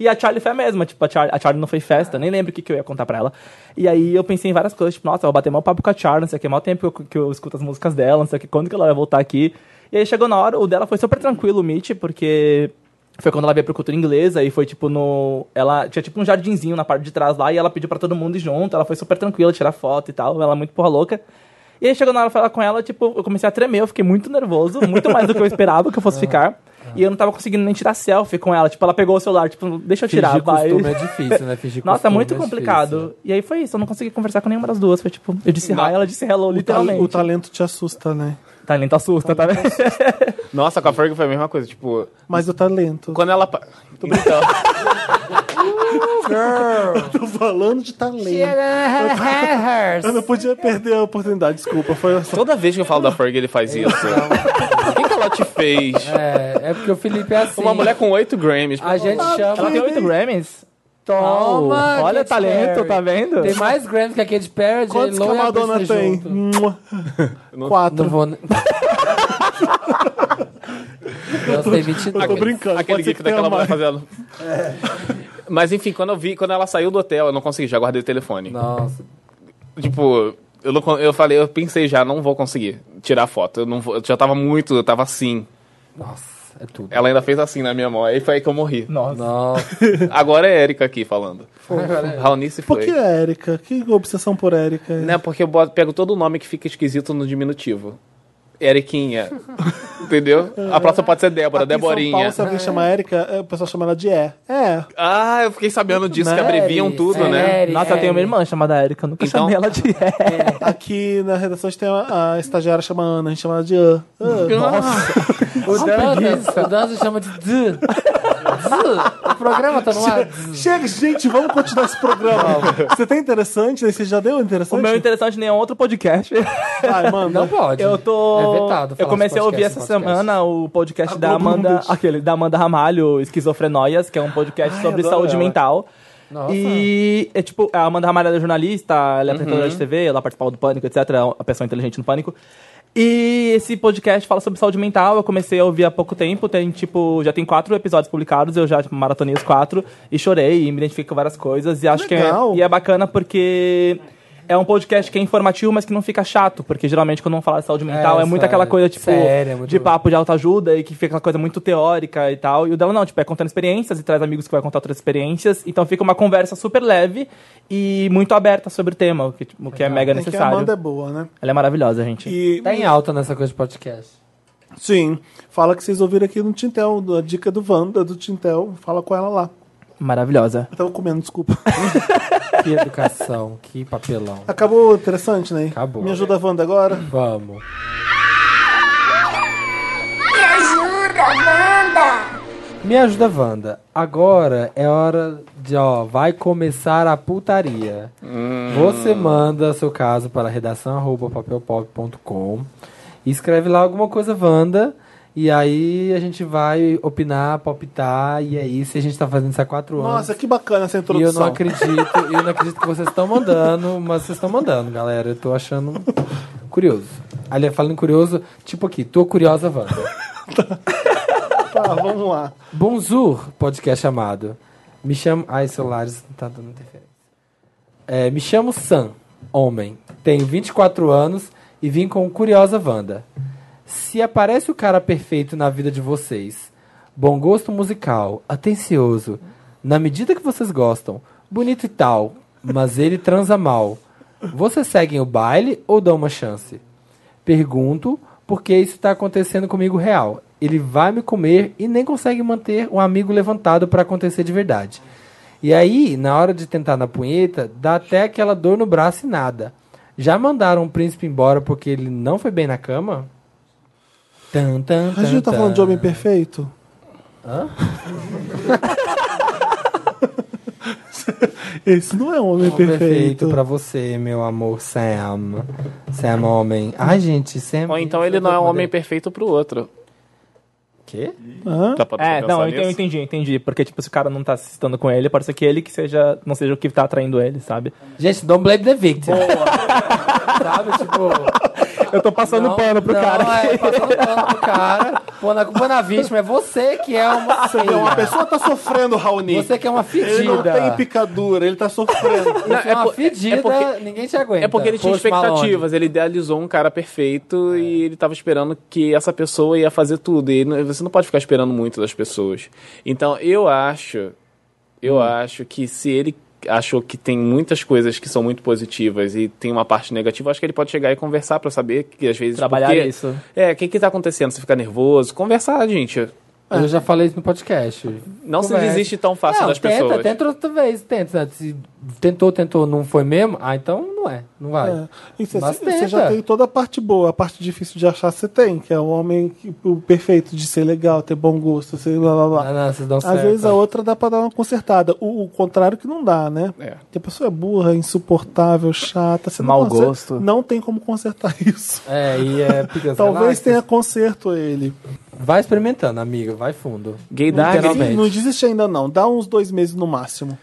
e a Charlie foi a mesma, tipo, a Charlie, a Charlie não foi festa, nem lembro o que, que eu ia contar pra ela. E aí eu pensei em várias coisas, tipo, nossa, eu vou bater mal papo com a Charlie, não sei o que, mal tempo que eu, que eu escuto as músicas dela, não sei o que, quando que ela vai voltar aqui. E aí chegou na hora, o dela foi super tranquilo, o Meet, porque foi quando ela veio pra cultura inglesa e foi tipo no. Ela tinha tipo um jardinzinho na parte de trás lá e ela pediu pra todo mundo ir junto. Ela foi super tranquila tirar foto e tal. Ela é muito porra louca. E aí chegou na hora de falar com ela, tipo, eu comecei a tremer, eu fiquei muito nervoso, muito mais do que eu esperava que eu fosse ficar. E eu não tava conseguindo nem tirar selfie com ela. Tipo, ela pegou o celular, tipo, deixa eu tirar, Fingir vai. costume é difícil, né? Fingir Nossa, costume muito é complicado. E aí foi isso, eu não consegui conversar com nenhuma das duas. Foi tipo, eu disse hi, ela disse hello, O, ta- literalmente. o talento te assusta, né? Talento assusta, tá vendo? Nossa, com a Ferg foi a mesma coisa. Tipo, Mas o talento. quando ela. pa- Então, Tô falando de talento. Eu não podia perder a oportunidade, desculpa. Foi só... toda vez que eu falo da Ferg, ele faz isso. O que, que ela te fez? É, é porque o Felipe é assim. Uma mulher com 8 Grammys. A gente Ela chama. tem oito Grammys? Toma! Olha o Katy talento, Perry. tá vendo? Tem mais Grammys que a Katy Perry, J. Quantos que Lo a e a Madonna Britney tem? junto. Mua. Não Quatro. vou. Nossa, tem 22. Eu tô brincando. Aquele pode ser É. gif que daquela tenha mais. mulher fazendo. Mas enfim, quando eu vi, quando ela saiu do hotel, eu não consegui, já guardei o telefone. Nossa. Tipo, eu, não, con- eu falei, eu pensei já, não vou conseguir tirar foto. Eu, não vou, eu já tava muito, eu tava assim. Nossa, é tudo. Ela ainda fez assim na minha mão, aí foi aí que eu morri. Nossa. Nossa. Agora é Erika aqui falando. Raoni se Por foi. que Érica? Que obsessão por Érica? Né, porque eu boto- pego todo o nome que fica esquisito no diminutivo. Eriquinha. Entendeu? A próxima pode ser Débora, Aqui em São Deborinha. Paulo, se alguém chama Érica, é, o pessoal chama ela de É. É. Ah, eu fiquei sabendo disso, que Né? abreviam tudo, né? É, Sério? Nossa, eu tenho uma irmã chamada Erika, eu nunca Então- chamei ela de é. Erika. Aqui na redação a gente tem a, a estagiária chama Ana, a gente chama ela de An. An. O Danza, o Danza chama de D. O programa tá no ar. Chega, gente, vamos continuar esse programa. Você tem interessante? né? Você já deu O interessante? meu interessante nem é outro podcast. Ai, mano. Não pode. Eu tô. É vetado eu falar comecei a de podcast ouvir em essa podcast. semana o podcast A da Globo não Amanda. deixa. Aquele, da Amanda Ramalho, Esquizofrenóias, que é um podcast Ai, sobre adoro saúde ela. mental. Nossa. Uhum. E é tipo, a Amanda Ramalho é jornalista, ela é apresentadora de TV, ela participava do Pânico, etc. É uma pessoa inteligente no Pânico. E esse podcast fala sobre saúde mental. Eu comecei a ouvir há pouco tempo. Tem, tipo, já tem quatro episódios publicados. Eu já tipo, maratonei os quatro e chorei e me identifiquei com várias coisas. E acho que Legal. é, e é bacana porque é um podcast que é informativo, mas que não fica chato. Porque geralmente quando vamos falar de saúde mental é, muito sério. aquela coisa, tipo, Sério, é muito de bom. papo de autoajuda e que fica aquela coisa muito teórica e tal. E o dela não, tipo, é contando experiências e traz amigos que vai contar outras experiências. Então fica uma conversa super leve e muito aberta sobre o tema, o que, tipo, o que é mega É que a necessário. Amanda é boa, né? Ela é maravilhosa, gente. E, Tá em alta nessa coisa de podcast. sim, fala que vocês ouviram aqui no Tintel, a dica do Wanda, do Tintel. Fala com ela lá. Maravilhosa. Eu tava comendo, desculpa. Que educação, que papelão. Acabou o interessante, né? Acabou. Me ajuda a Wanda agora. Vamos. Me ajuda, Wanda! Me ajuda, Wanda. Agora é hora de, ó, vai começar a putaria. Você manda seu caso para redação@papelpop.com e escreve lá alguma coisa, Wanda. E aí a gente vai opinar, palpitar, e é isso. E a gente tá fazendo isso há quatro anos. Nossa, que bacana essa E introdução. eu não acredito, eu não acredito que vocês estão mandando, mas vocês estão mandando, galera. Eu tô achando curioso. Aliás, falando em curioso, tipo aqui, tô curiosa, Wanda. Tá, vamos lá. Bonjour, podcast chamado. Me chamo. Ai, celulares, tá dando interferência. É, me chamo Sam, homem. Tenho 24 anos e vim com Curiosa Wanda. Se aparece o cara perfeito na vida de vocês, bom gosto musical, atencioso, na medida que vocês gostam, bonito e tal, mas ele transa mal, vocês seguem o baile ou dão uma chance? Pergunto porque isso está tá acontecendo comigo real. ele vai me comer e nem consegue manter o amigo levantado pra acontecer de verdade. E aí, na hora de tentar na punheta, dá até aquela dor no braço e nada. Já mandaram o príncipe embora porque ele não foi bem na cama? Tan, tan, A gente tá tan, falando de tan. homem perfeito? Esse não é um homem Perfeito, perfeito. pra você, meu amor é Sam. Sam é homem. Ai, gente, Sam. Ou então ele não é um homem perfeito pro outro. Quê? Hã? Dá pra você É, pensar não, eu entendi, eu nisso? entendi, eu entendi. Porque, tipo, se o cara não tá se estando com ele, pode ser que ele que seja, não seja o que tá atraindo ele, sabe? Gente, don't blame the victim. Sabe, tipo. Eu tô passando não- pano pro não, cara. É, passando pano pro cara. Pondo a culpa na vítima. É você que é uma. Você vê, uma pessoa tá sofrendo, Raoni. Você que é uma fedida. Ele não tem picadura, ele tá sofrendo. Você é Não, é uma por- é fedida, porque- ninguém te aguenta. É porque ele tinha Post Malone. expectativas, ele idealizou um cara É. perfeito e ele tava esperando que essa pessoa ia fazer tudo. E não- você não pode ficar esperando muito das pessoas. Então eu acho, Hum. eu acho que se ele achou que tem muitas coisas que são muito positivas e tem uma parte negativa, acho que ele pode chegar e conversar pra saber que às vezes Trabalhar porque- isso. É, o que que tá acontecendo? Você fica nervoso? Conversar, gente. Eu já falei isso no podcast. Não se Conversa. desiste tão fácil É. não, das tenta, pessoas. Tenta outra vez, tenta. né? Se tentou, tentou, não foi mesmo, ah, então não é, não vai. É. E você- Mas Você já tenta. tem toda a parte boa, a parte difícil de achar você tem, que é um homem que- o perfeito de ser legal, ter bom gosto, ser blá blá blá. Ah, não, vocês dão Às Tá certo. vezes a outra dá pra dar uma consertada. O, o contrário que não dá, né? É. Que a pessoa é burra, insuportável, chata. Você Mau não consegue- gosto. Não tem como consertar isso. É, e é picas Talvez galácticas. tenha conserto ele. Vai experimentando, amigo, vai fundo. Gaydar, Literalmente. Não desiste ainda, não. Dá uns dois meses no máximo.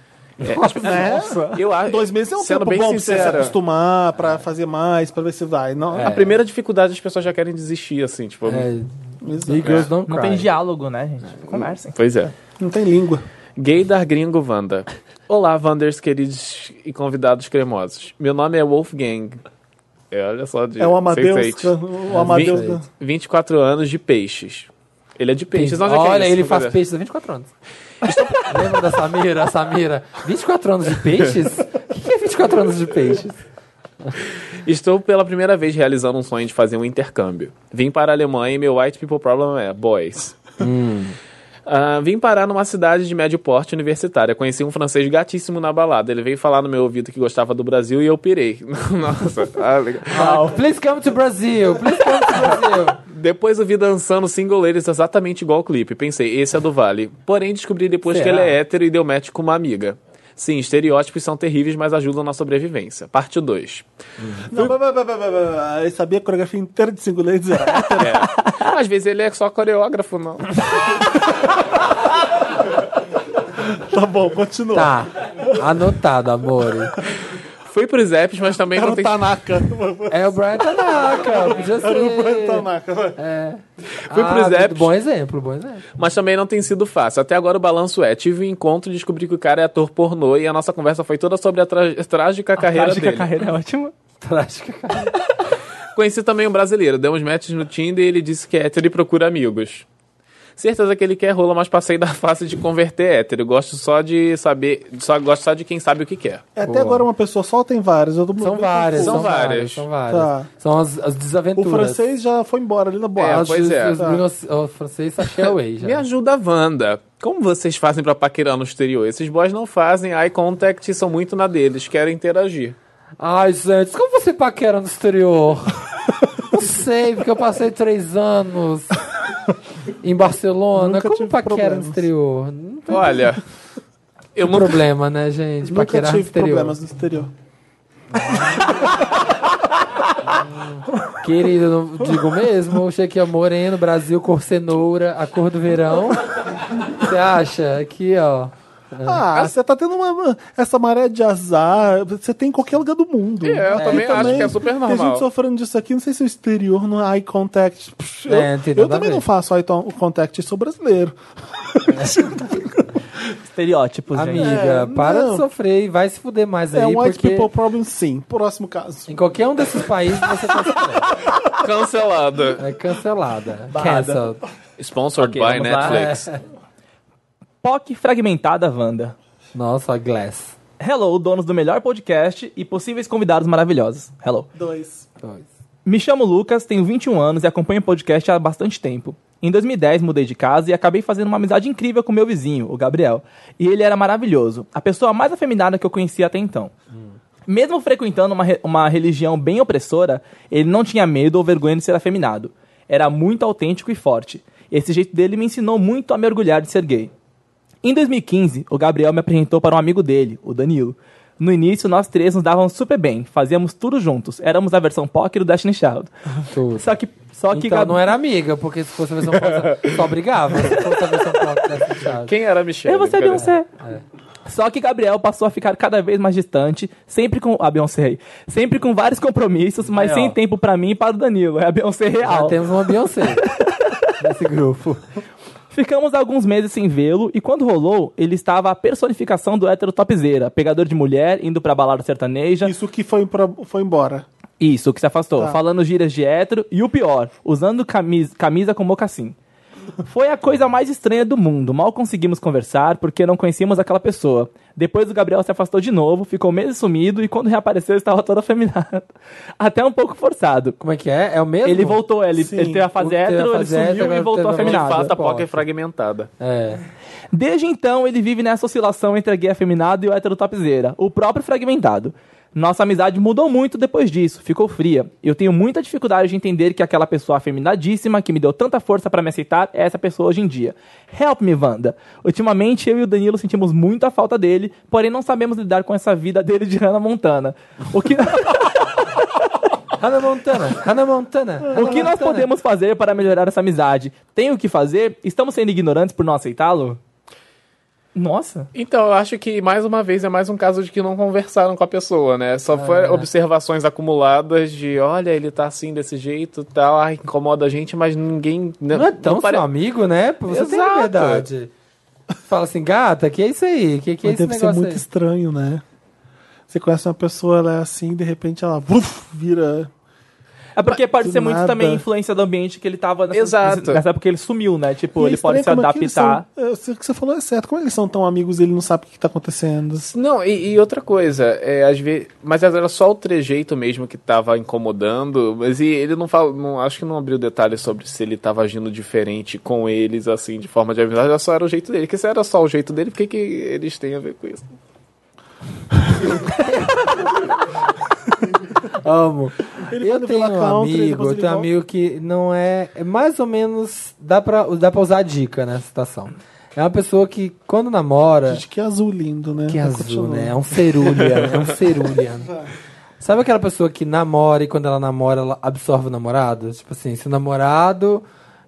eu acho. Dois meses é um sendo tempo bem bom pra você sincero, É. se acostumar, pra fazer mais, pra ver se vai. Não, A primeira dificuldade as pessoas já querem desistir, assim, tipo. É, e girls don't Não cry. tem diálogo, né, gente? Conversem. Pois é. não tem língua. Gaydar Gringo Wanda. Olá, Wanders queridos e convidados cremosos. Meu nome é Wolfgang. É, olha só. De É. É o Amadeus. 6'8". O Amadeus. Vinte- 24 anos de peixes. Ele é de peixes. Onde é que é Olha, isso? ele Não faz vai ver. peixes há 24 anos. Lembra da Samira? A Samira, 24 anos de peixes? O que que é 24 anos de peixes? Estou pela primeira vez realizando um sonho de fazer um intercâmbio. Vim para a Alemanha e meu white people problem é boys. Ah, vim parar numa cidade de médio porte universitária. Conheci um francês gatíssimo na balada. Ele veio falar no meu ouvido que gostava do Brasil e eu pirei. Nossa, ah, legal. Please come to Brazil, please come to Brazil. Depois eu vi dançando single ladies exatamente igual ao clipe. Pensei, esse é do Vale. Porém, descobri depois Será? que ele é hétero e deu match com uma amiga. Sim, estereótipos são terríveis, mas ajudam na sobrevivência. Parte 2. Não, vai, vai, vai, vai, vai, vai. Eu sabia a coreografia inteira de cinco leis. Às vezes ele é só coreógrafo, não. tá bom, continua. Tá, anotado, amor. Fui pros apps, mas também Era não o tá tem... Tanaka. É o Brian Tanaka, podia ser. Era É o Brian Tanaka. vai. Fui pros muito apps. Bom exemplo, bom exemplo. mas também não tem sido fácil. Até agora o balanço é, tive um encontro e descobri que o cara é ator pornô e a nossa conversa foi toda sobre a tra- trágica carreira Acho que a dele. Tá carreira é ótima. Trágica, é cara. Conheci também um brasileiro, demos matches no Tinder e ele disse que é hétero e procura amigos. Certeza que ele quer rola, mas passei da fase de converter hétero. Gosto só de saber, só gosto só de quem sabe o que quer. É, Até agora uma pessoa só ou tem várias. Eu tô São bem várias, confuso. são, São várias. várias. são várias. Tá. São as, as O desaventuras. francês já foi embora ali na Ah, boate. tá. os- pois é. os- os brinoc- O francês achei away já. Me ajuda, Wanda. Como vocês fazem pra paquerar no exterior? Esses boys não fazem eye contact e são muito na deles, querem interagir. Ai, gente, como você paquera no exterior? Não sei, porque eu passei três anos em Barcelona. Nunca como tive paquera problemas. no exterior? Não tem Olha, eu nunca problema, né, gente? Nunca Paquerar no tive exterior. problemas no exterior. Querido, não digo mesmo. O Cheque é moreno, Brasil, cor cenoura, a cor do verão. Você acha? Aqui, ó. É. Ah, você tá tendo uma, essa maré de azar. Você tem em qualquer lugar do mundo. É, eu E também acho que é super Tem gente normal. sofrendo disso aqui. Não sei se o exterior no eye contact. Psh, Eu, É, não tem eu nada a também ver. não faço eye to- contact. Sou brasileiro. Estereótipos, gente. Amiga, para É, não. de sofrer e vai se fuder mais é aí, um white porque people problem, sim. Próximo caso. em qualquer um desses países você tá sofrendo. cancelada. É cancelada. Cancel. Sponsored by vamos lá. Netflix. POC fragmentada, Wanda. Nossa, Glass. Hello, donos do melhor podcast e possíveis convidados maravilhosos. Hello. Dois. Dois. Me chamo Lucas, tenho 21 anos e acompanho o podcast há bastante tempo. Em 2010 mudei de casa e acabei fazendo uma amizade incrível com meu vizinho, o Gabriel. E ele era maravilhoso, a pessoa mais afeminada que eu conhecia até então. Mesmo frequentando uma, re- uma religião bem opressora, ele não tinha medo ou vergonha de ser afeminado. Era muito autêntico e forte. Esse jeito dele me ensinou muito a me orgulhar de ser gay. Em 2015, o Gabriel me apresentou para um amigo dele, o Danilo. No início, nós três nos dávamos super bem, fazíamos tudo juntos. Éramos a versão póquer do Destiny Child. Tudo. Só que, só que então Gab- não era amiga, porque se fosse a versão própria, só brigava. Se fosse a versão própria, dessa chave. Quem era a Michelle? Eu vou ser a Pera- Beyoncé. É. Só que Gabriel passou a ficar cada vez mais distante, sempre com. A Beyoncé. aí. Sempre com vários compromissos, mas Aí, sem ó. tempo pra mim e para o Danilo. É a Beyoncé Já real. temos uma Beyoncé nesse grupo. Ficamos alguns meses sem vê-lo e quando rolou, ele estava a personificação do hétero topzeira, pegador de mulher, indo pra balada sertaneja. Isso, Isso que foi, pra- foi embora. que se afastou. Falando gírias de hétero e o pior, usando camisa, camisa com mocassim. Foi a coisa mais estranha do mundo. Mal conseguimos conversar porque não conhecíamos aquela pessoa. Depois o Gabriel se afastou de novo, ficou meses sumido e quando reapareceu estava todo afeminado. Até um pouco forçado. Como é que é? É o mesmo? Ele voltou, ele, Sim, ele teve a fase teve a hétero, ele fase hétero, sumiu e agora teve voltou a De Nada, afeminado. fato, a POC é pode. fragmentada. É. Desde então, ele vive nessa oscilação entre a gay afeminado e o hétero topzeira, o próprio fragmentado. Nossa amizade mudou muito depois disso, ficou fria. Eu tenho muita dificuldade de entender que aquela pessoa afeminadíssima que me deu tanta força pra me aceitar é essa pessoa hoje em dia. Help me, Wanda. Ultimamente, eu e o Danilo sentimos muito a falta dele, porém não sabemos lidar com essa vida dele de Hannah Montana. O que... Hannah Montana, Hannah Montana. O que nós podemos fazer para melhorar essa amizade? Tem o que fazer? Estamos sendo ignorantes por não aceitá-lo? Nossa. Então, eu acho que, mais uma vez, é mais um caso de que não conversaram com a pessoa, né? Só foi observações acumuladas de, olha, ele tá assim, desse jeito, tal, ah, incomoda a gente, mas ninguém... Não é tão pare- seu amigo, né? Pô, Você tem Exato. liberdade. Fala assim, gata, que é isso aí? Que, que é Mas esse deve ser negócio muito aí? estranho, né? Você conhece uma pessoa, ela é assim, de repente ela vuf, vira. É porque pode Do ser muito nada. também influência do ambiente que ele tava nessa, Exato. nessa época que ele sumiu, né? E Tipo, é ele pode estranho se como é que eles adaptar. são- é, isso que você falou é certo. Como é que eles são tão amigos e ele não sabe o que tá acontecendo? Não, e, e outra coisa, é, às vezes, mas era só o trejeito mesmo que tava incomodando, mas e ele não fala, não, acho que não abriu detalhes sobre se ele tava agindo diferente com eles, assim, de forma de amizade, só era o jeito dele, porque se era só o jeito dele, por que, que eles têm a ver com isso? Amo. Ele eu foi no tenho Vila um Country, amigo, depois eu ele tenho um volta. amigo que não é, é mais ou menos dá pra, dá pra usar a dica nessa situação. É uma pessoa que quando namora, Gente, que azul lindo, né? que Tá azul, continuando. né? É um cerúlea, é um cerúlea. Sabe aquela pessoa que namora e quando ela namora, ela absorve o namorado? Tipo assim, se o namorado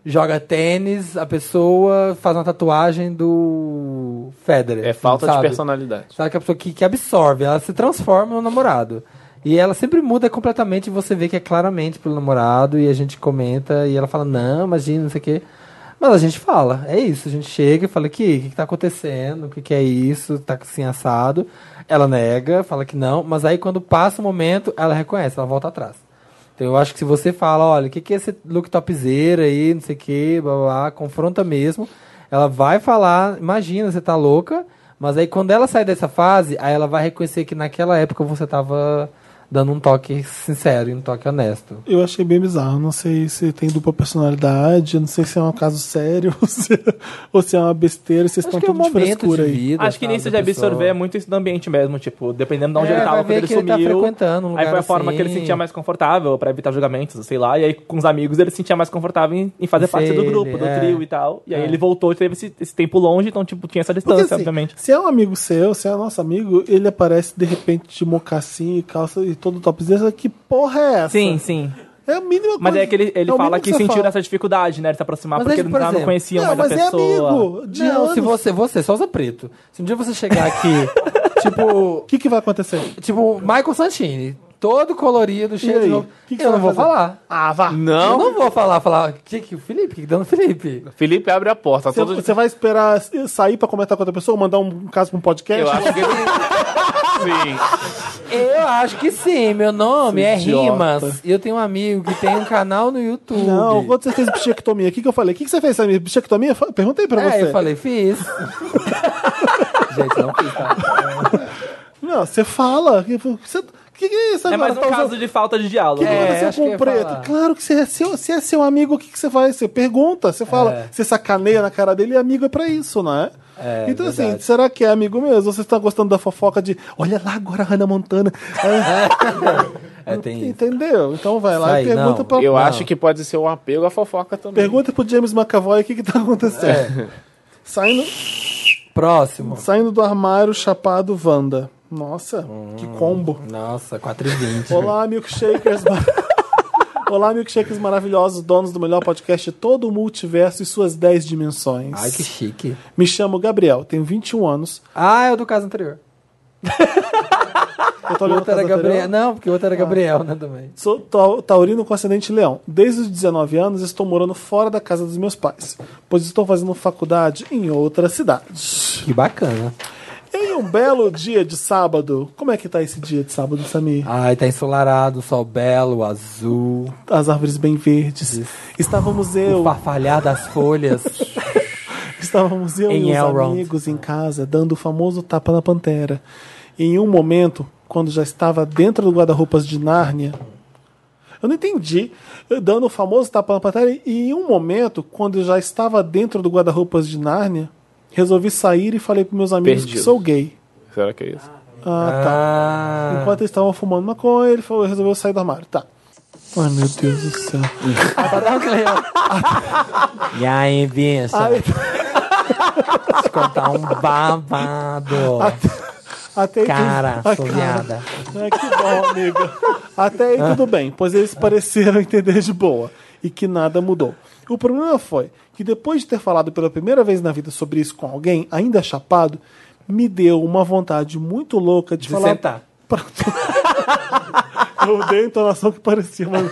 joga tênis, a pessoa faz uma tatuagem do Federer. É assim, falta de sabe? personalidade. Sabe que a pessoa que, que absorve, ela se transforma no namorado. E ela sempre muda completamente, você vê que é claramente pelo namorado, e a gente comenta, e ela fala, não, imagina, não sei o quê. Mas a gente fala, é isso, a gente chega e fala, que, o que, que tá acontecendo? O que, que é isso? Tá assim assado. Ela nega, fala que não, mas aí quando passa o momento, ela reconhece, ela volta atrás. Então eu acho que se você fala, olha, o que, que é esse look topzera aí, não sei o que, blá, blá, blá, confronta mesmo. Ela vai falar, imagina, você tá louca, mas aí quando ela sai dessa fase, aí ela vai reconhecer que naquela época você tava dando um toque sincero, e um toque honesto. Eu achei bem bizarro. Não sei se tem dupla personalidade, não sei se é um caso sério ou se, ou se é uma besteira, vocês Acho estão que é um tudo de momento de frescura aí. vida. Acho que nem sabe, isso de da pessoa. absorver é muito isso do ambiente mesmo, tipo, dependendo de onde É, vai ele tava, quando ver ele que ele tá sumiu. frequentando um aí foi a lugar forma que ele assim. sentia mais confortável pra evitar julgamentos, sei lá. E aí com os amigos ele se sentia mais confortável em, em fazer Ser parte do ele, grupo, do é. trio e tal. E aí É. ele voltou e teve esse, esse tempo longe, então, tipo, tinha essa Porque, distância, assim, obviamente. se é um amigo seu, se é nosso amigo, ele aparece de repente de mocassim e calça e todo topzera, que porra é essa? Sim, sim. É a mínima Mas coisa- é que ele, ele é o fala mínimo que você sentiu fala. é essa dificuldade, né, de se aproximar, Mas porque aí, ele por não, não exemplo- conhecia Não, mas mais a é pessoa. amigo. De Não, se anos. você, você, só usa preto. Se um dia você chegar aqui, tipo, O que, que vai acontecer? tipo, Michael Santini, todo colorido, E cheio aí? de roupa, Que que eu você não vou vai fazer? falar. Ah, vá. Eu Não, não vou falar, falar, que que o Felipe, que que deu no Felipe? Felipe abre a porta, Você, todo... você vai esperar sair pra comentar com outra pessoa, mandar um caso pra um podcast? Eu acho que ele... Sim. Eu acho que sim, meu nome Seu é idiota. Rimas. E eu tenho um amigo que tem um canal no YouTube. Não, quando você fez bichectomia, o que, que eu falei? O que, que você fez, Samir? Bichectomia? Fa- Perguntei pra É, você. eu falei, fiz. Gente, não fiz, tá? Não, você fala. que- Você, Que que é isso É agora? mais um Tá usando- caso de falta de diálogo. né? O que, que É, aconteceu acho com que eu o ia preto? falar. Claro que se é seu, se é seu amigo, o que, que você faz? Você pergunta, você fala, É. você sacaneia na cara dele e amigo é pra isso, né? É, então, assim, verdade. será que é amigo mesmo? Ou você está gostando da fofoca de olha lá agora a Hannah Montana? É, É, tem isso. entendeu? Então vai lá Sai, e pergunta não. pra. Eu Não. acho que pode ser um apego à fofoca também. Pergunta pro James McAvoy o que, que tá acontecendo. É. Saindo, Próximo. saindo do armário, chapado Wanda. Nossa, que Hum. combo. Nossa, 4h20. Olá, milkshakers. mar- Olá, milkshakers maravilhosos, donos do melhor podcast de todo o multiverso e suas 10 dimensões. Ai, que chique. Me chamo Gabriel, tenho 21 anos. Ah, é o do caso anterior. Eu tô O olhando outro pra era casa Gabriel. anterior. Ah. Não, porque o outro era Gabriel, né, também. Sou tau- taurino com ascendente leão. Desde os 19 anos estou morando fora da casa dos meus pais, pois estou fazendo faculdade em outra cidade. Que bacana. Em um belo dia de sábado, como é que tá esse dia de sábado, Samir? Ai, tá ensolarado, sol belo, azul, As árvores bem verdes. Estávamos o eu, farfalhar das folhas. Estávamos eu Em e uns Elrond. amigos em casa dando o famoso tapa na pantera. em um momento, quando já estava dentro do guarda-roupas de Nárnia, eu não entendi. Eu Dando o famoso tapa na pantera, e em um momento, quando eu já estava dentro do guarda-roupas de Nárnia, resolvi sair e falei para meus amigos que Perdido. sou gay. Será que é isso? Ah, tá. Ah, Enquanto eles estavam fumando maconha, ele falou, resolveu sair do armário. Tá. Ai, meu Deus do céu. Ah. e aí, bicha? Ai. Te contar um babado. Ah, Até aí, Cara, Ah, assoviada. É que bom, amiga. Até aí tudo bem, pois eles pareceram entender de boa e que nada mudou. O problema foi que depois de ter falado pela primeira vez na vida sobre isso com alguém, ainda chapado, me deu uma vontade muito louca de, De falar. sentar. Pra... Eu dei a entonação que parecia, mas.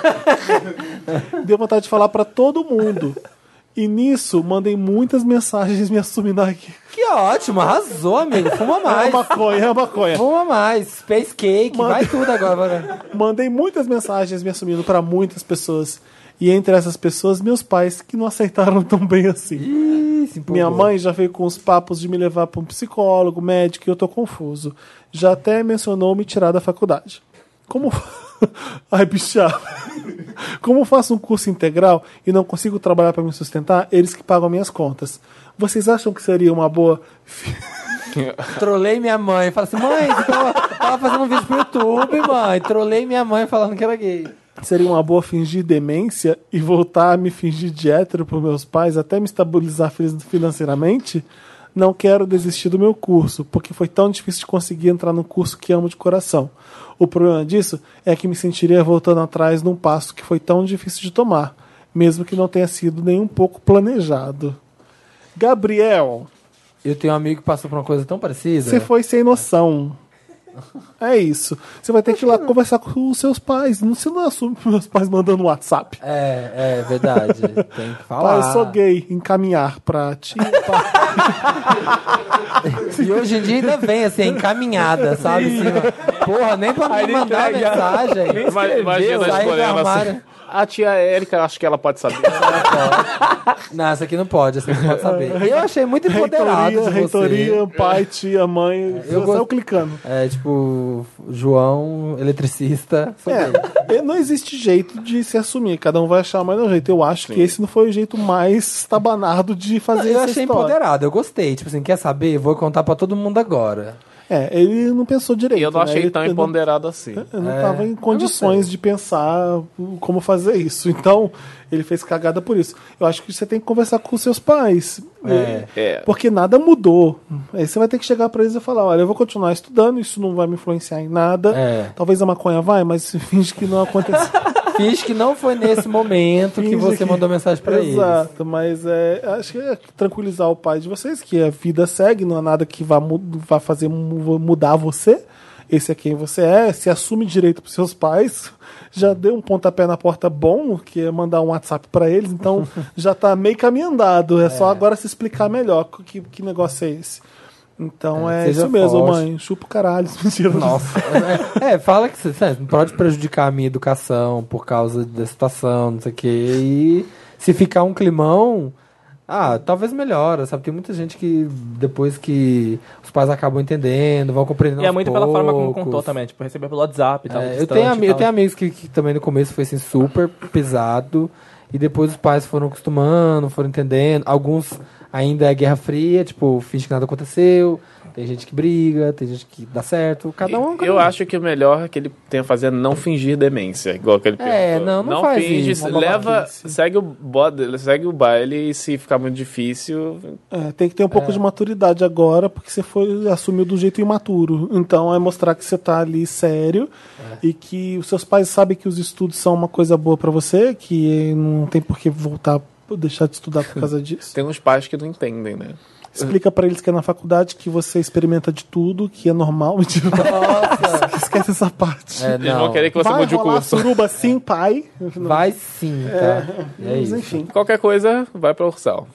deu vontade de falar pra todo mundo. E nisso, mandei muitas mensagens me assumindo aqui. Que ótimo, arrasou, amigo. Fuma É mais. maconha, é maconha. Fuma mais. Space Cake, Manda- vai tudo agora. vai. Mandei muitas mensagens me assumindo para muitas pessoas. E entre essas pessoas, meus pais, que não aceitaram tão bem assim. Ih, se empolgou. Minha mãe já veio com os papos de me levar para um psicólogo, médico, e eu tô confuso. Já até mencionou me tirar da faculdade. Como. Ai, bicha. Como faço um curso integral e não consigo trabalhar para me sustentar, eles que pagam minhas contas. Vocês acham que seria uma boa Trolei minha mãe. Falei assim, mãe, você tava, tava fazendo um vídeo pro YouTube, mãe. Trolei minha mãe falando que era gay. Seria uma boa fingir demência e voltar a me fingir de hétero para meus pais até me estabilizar fi- financeiramente? Não quero desistir do meu curso, porque foi tão difícil de conseguir entrar num curso que amo de coração. O problema disso é que me sentiria voltando atrás num passo que foi tão difícil de tomar, mesmo que não tenha sido nem um pouco planejado. Gabriel, Eu tenho um amigo que passou por uma coisa tão parecida. você foi sem noção. É isso. Você vai ter que ir lá conversar com os seus pais. Não se não assume com meus pais mandando um WhatsApp. É, é verdade. Tem que Pai, falar. eu sou gay, encaminhar pra ti. E hoje em dia ainda vem assim, encaminhada, sabe? Assim, porra, nem pra me mandar mensagem. Ima- Imagina Sair do escolhendo armário. assim. A tia Érica, acho que ela pode saber. Não, essa aqui não pode, essa aqui não pode saber. Eu achei muito empoderado reitoria, de reitoria, um você. pai, tia, mãe. Eu só gosto- saiu clicando. É, tipo, João, eletricista. sou gay. É, e não existe jeito de se assumir. Cada um vai achar mais um jeito. Eu acho que esse não foi o jeito mais tabanado de fazer Eu essa é achei história. empoderado, eu gostei. Tipo assim, quer saber? Vou contar pra todo mundo agora. É, ele não pensou direito. E eu não né? achei ele, tão ele não- empoderado assim. Eu não estava em condições de pensar como fazer isso. Então, ele fez cagada por isso. Eu acho que você tem que conversar com os seus pais. É. Porque nada mudou. Aí você vai ter que chegar pra eles e falar: olha, eu vou continuar estudando, isso não vai me influenciar em nada. É. Talvez a maconha vai, mas finge que não aconteceu. Fiz que não foi nesse momento que Finge você que- mandou mensagem pra eles. Exato, mas é, acho que é tranquilizar o pai de vocês, que a vida segue, não é nada que vá, mu- vá fazer mu- mudar você. Esse é quem você é, se assume direito pros seus pais. Já deu um pontapé na porta bom, que é mandar um WhatsApp pra eles, então já tá meio caminho andado. É, só agora se explicar melhor que- que, que negócio é esse. Então É, é, seja isso mesmo, forte. mãe. Chupa o caralho. Mentira. Nossa. é, fala que você sabe, não pode prejudicar a minha educação por causa da situação, não sei o quê. E se ficar um climão, Ah, talvez melhora, sabe? Tem muita gente que depois que os pais acabam entendendo, vão compreendendo E é aos muito pela forma como contou poucos. também, tipo, receber pelo WhatsApp e tal. É, eu, distante tenho, e ami- eu tal. tenho amigos que, que também no começo foi assim super pesado e depois os pais foram acostumando, foram entendendo. Alguns ainda é Guerra Fria, tipo, finge que nada aconteceu. Tem gente que briga, tem gente que dá certo. Cada um. cada Eu um. acho que o melhor que ele tenha a fazer é não fingir demência, igual que ele É, perguntou. não, não faz finge, isso, uma leva, babaquice. segue o, bode, segue o baile e se ficar muito difícil, É, tem que ter um pouco de maturidade agora, porque você foi assumiu do jeito imaturo. Então é mostrar que você tá ali sério e que os seus pais sabem que os estudos são uma coisa boa pra você, que não tem por que voltar, deixar de estudar por causa disso. tem uns pais que não entendem, né? Explica pra eles que é na faculdade que você experimenta de tudo, que é normal. Nossa. Esquece essa parte. É, Eles vão não. querer que você Vai mude o rolar curso. suruba sim, pai. Vai sim, tá? É, Mas isso. enfim. Qualquer coisa, vai pra Ursal.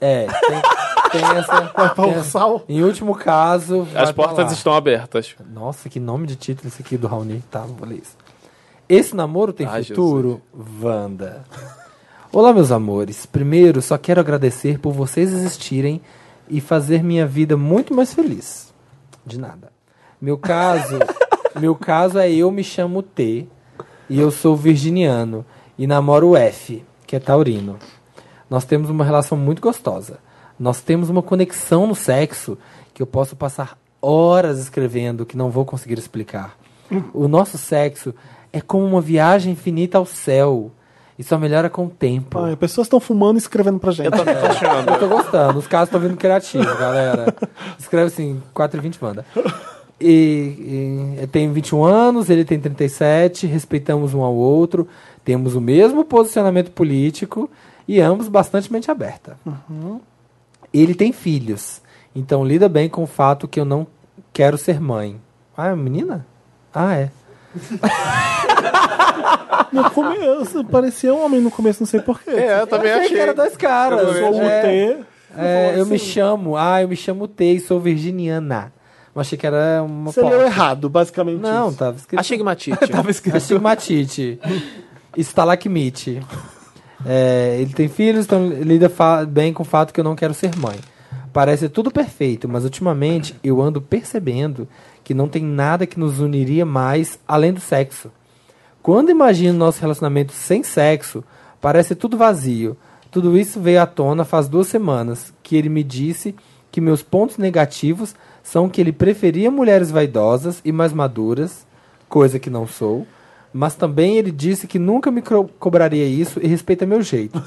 É, tem, tem essa. Pra tem- Ursal? Em último caso. vai As pra portas lá. estão abertas. Nossa, que nome de título esse aqui do Raoni. Tá, vou ler isso. Esse namoro tem Ai, futuro? Wanda. Olá, meus amores. Primeiro, só quero agradecer por vocês existirem e fazer minha vida muito mais feliz. De nada. Meu caso, meu caso é eu me chamo T e eu sou virginiano e namoro o F, que é taurino. Nós temos uma relação muito gostosa. Nós temos uma conexão no sexo que eu posso passar horas escrevendo que não vou conseguir explicar. O nosso sexo é como uma viagem infinita ao céu e só melhora com o tempo. Pai, pessoas estão fumando e escrevendo pra gente. Eu tô gostando. Os casos estão vindo criativos, galera. Escreve assim, 4 e 20 manda. E, e tem 21 anos, ele tem 37, respeitamos um ao outro, temos o mesmo posicionamento político e ambos bastante mente aberta. Ele tem filhos, então lida bem com o fato que eu não quero ser mãe. Ah, é uma menina? Ah, é. No começo, parecia um homem no começo, não sei porquê. É, eu também eu achei achei. que era dois caras. Sou o É. um T. É, eu me chamo, ah, eu me chamo T e sou virginiana. Eu achei que era uma Você pauta. leu errado, basicamente. Não, isso. tava escrito. Astigmatite. Astigmatite. Estalacmite. É, ele tem filhos, então lida fa- bem com o fato que eu não quero ser mãe. Parece tudo perfeito, mas ultimamente eu ando percebendo que não tem nada que nos uniria mais além do sexo. Quando imagino nosso relacionamento sem sexo, parece tudo vazio. Tudo isso veio à tona faz duas semanas, que ele me disse que meus pontos negativos são que ele preferia mulheres vaidosas e mais maduras, coisa que não sou, mas também ele disse que nunca me cro- cobraria isso e respeita meu jeito.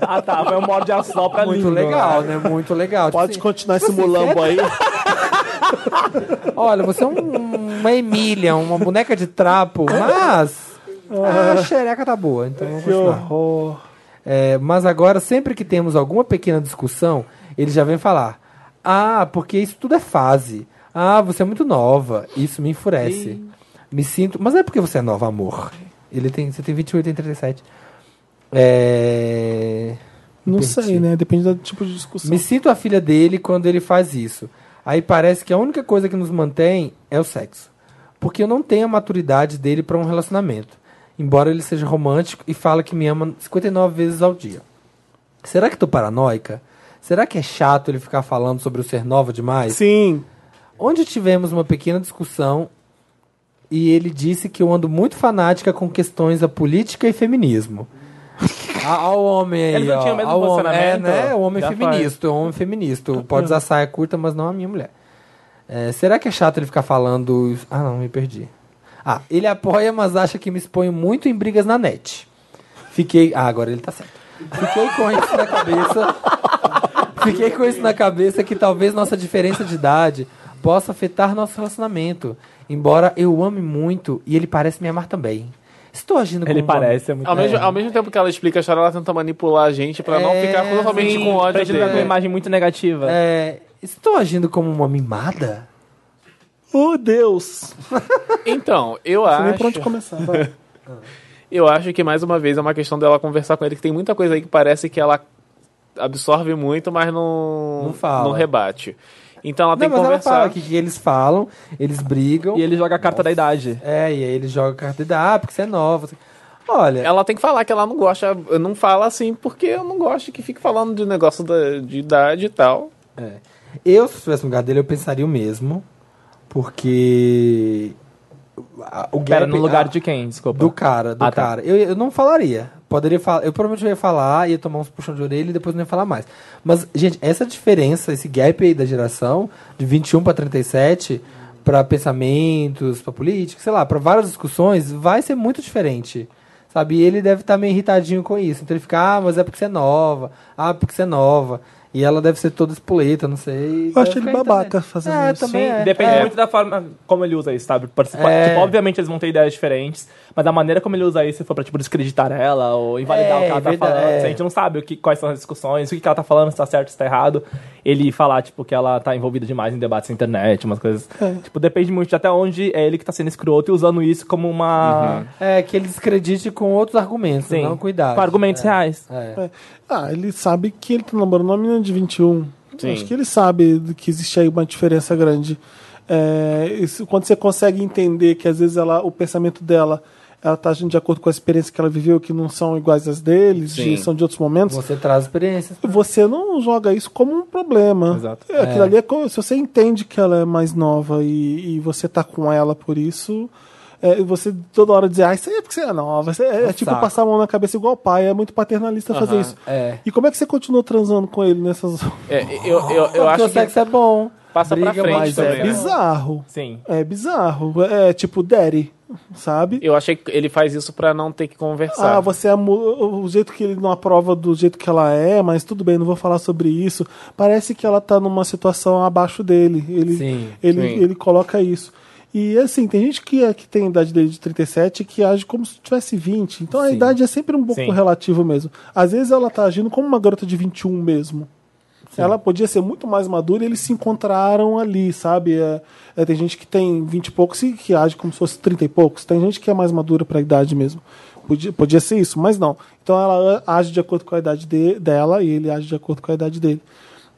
Ah, tá, foi um morde a sopra Muito legal, né? Muito legal. Tipo Pode assim, continuar esse mulambo aí. Olha, você é um- uma Emília, uma boneca de trapo, mas a xereca tá boa, então vamos Que continuar. horror. É, mas agora, sempre que temos alguma pequena discussão, ele já vem falar: Ah, porque isso tudo é fase. Ah, você é muito nova. Isso me enfurece. Me sinto. Mas não é porque você é nova, amor. Ele tem, você tem 28 e 37. É. Não Perdi. sei, né? Depende do tipo de discussão. Me sinto a filha dele quando ele faz isso. Aí parece que a única coisa que nos mantém é o sexo. Porque eu não tenho a maturidade dele para um relacionamento. Embora ele seja romântico e fala que me ama 59 vezes ao dia. Será que tô paranoica? Será que é chato ele ficar falando sobre o ser nova demais? Sim. onde tivemos uma pequena discussão e ele disse que eu ando muito fanática com questões da política e feminismo. Ao homem aí, Eles não ó, tinham o mesmo ao homem, é, posicionamento? né? O homem Já feminista, o homem feminista. Pode usar saia curta, mas não a minha mulher. É, será que é chato ele ficar falando... isso? Ah, não, me perdi. Ah, ele apoia, mas acha que me exponho muito em brigas na net. Fiquei... Ah, agora ele tá certo. Fiquei com isso na cabeça Fiquei com isso na cabeça que talvez nossa diferença de idade possa afetar nosso relacionamento. Embora eu ame muito e ele parece me amar também. Estou agindo como Ele um parece, é muito Ao mesmo, ao mesmo tempo que ela explica a história, ela tenta manipular a gente pra não É, ficar totalmente sim, com Pra ódio gente ficar com uma dele. imagem muito negativa. É, estou agindo como uma mimada? Oh, Deus. Então, eu Não sei nem por acho. onde começar. vai. Eu acho que mais uma vez é uma questão dela conversar com ele, que tem muita coisa aí que parece que ela absorve muito, mas não, Não fala. rebate. Então ela tem Não, que mas ela conversar. fala que, que eles falam, eles brigam. E ele joga a carta da idade. É, e aí ele joga a carta da ah, porque você é nova. Olha. Ela tem que falar que ela não gosta. Eu não fala assim porque eu não gosto que fique falando de negócio da, de idade e tal. É. Eu, se estivesse no lugar dele, eu pensaria o mesmo. Porque. a- O Pera, gap- é no lugar a- de quem? Desculpa. Do cara, do Ah, tá. cara. Eu, eu não falaria. Poderia falar. Eu provavelmente ia falar, ia tomar uns puxão de orelha e depois não ia falar mais. Mas, gente, essa diferença, esse gap aí da geração, de 21 para 37, para pensamentos, para política, sei lá, para várias discussões, vai ser muito diferente. Sabe? E ele deve estar meio irritadinho com isso. Então ele fica, ah, mas é porque você é nova. Ah, porque você é nova. E ela deve ser toda espoleta, não sei. Eu acho ele Deve ficar aí babaca também. fazendo é, isso. Também é. Depende É. muito da forma como ele usa isso, sabe? Participa- É. Tipo, obviamente eles vão ter ideias diferentes, mas a maneira como ele usa isso, se for pra, tipo, descreditar ela ou invalidar É, o que ela tá verdade, falando, é. se a gente não sabe o que, quais são as discussões, o que que ela tá falando, se tá certo, se tá errado, ele falar, tipo, que ela tá envolvida demais em debates na internet, umas coisas... É. Tipo, depende muito de até onde é ele que tá sendo escroto e usando isso como Uhum. uma... É, que ele descredite com outros argumentos, Sim. não um cuidado. Com argumentos reais. É. Ah, ele sabe que ele tá namorando uma menina de 21. Sim. Acho que ele sabe que existe aí uma diferença grande. É, isso- quando você consegue entender que às vezes ela, o pensamento dela ela tá agindo de acordo com a experiência que ela viveu, que não são iguais às deles, de- são de outros momentos, Você traz experiências. você não joga isso como um problema. Exato. É, Aquilo ali é co- se você entende que ela é mais nova e, e você tá com ela por isso. é, e você toda hora dizer, ah, isso aí é porque você é nova. isso aí É, é tipo saco. passar a mão na cabeça igual o pai, é muito paternalista fazer isso. é. E como é que você continuou transando com ele nessas É, eu, eu, eu, Porque acho o sexo que é bom. passa pra briga, frente mas é também. É né? bizarro. Sim. É bizarro. É tipo Daddy, sabe? Eu achei que ele faz isso pra não ter que conversar. Ah, você é mu- o jeito que ele não aprova do jeito que ela é, mas tudo bem, não vou falar sobre isso. Parece que ela tá numa situação abaixo dele. Ele, Sim, ele, sim. ele coloca isso. E assim, tem gente que, é- que tem a idade dele de 37 que age como se tivesse 20. Então a Sim. idade é sempre um pouco Sim. relativo mesmo. Às vezes ela tá agindo como uma garota de 21 mesmo. Ela podia ser muito mais madura e eles se encontraram ali, sabe? É, é, tem gente que tem 20 e poucos e que age como se fosse 30 e poucos. Tem gente que é mais madura para a idade mesmo. Podia, podia ser isso, mas não. Então ela a- age de acordo com a idade de- dela e ele age de acordo com a idade dele.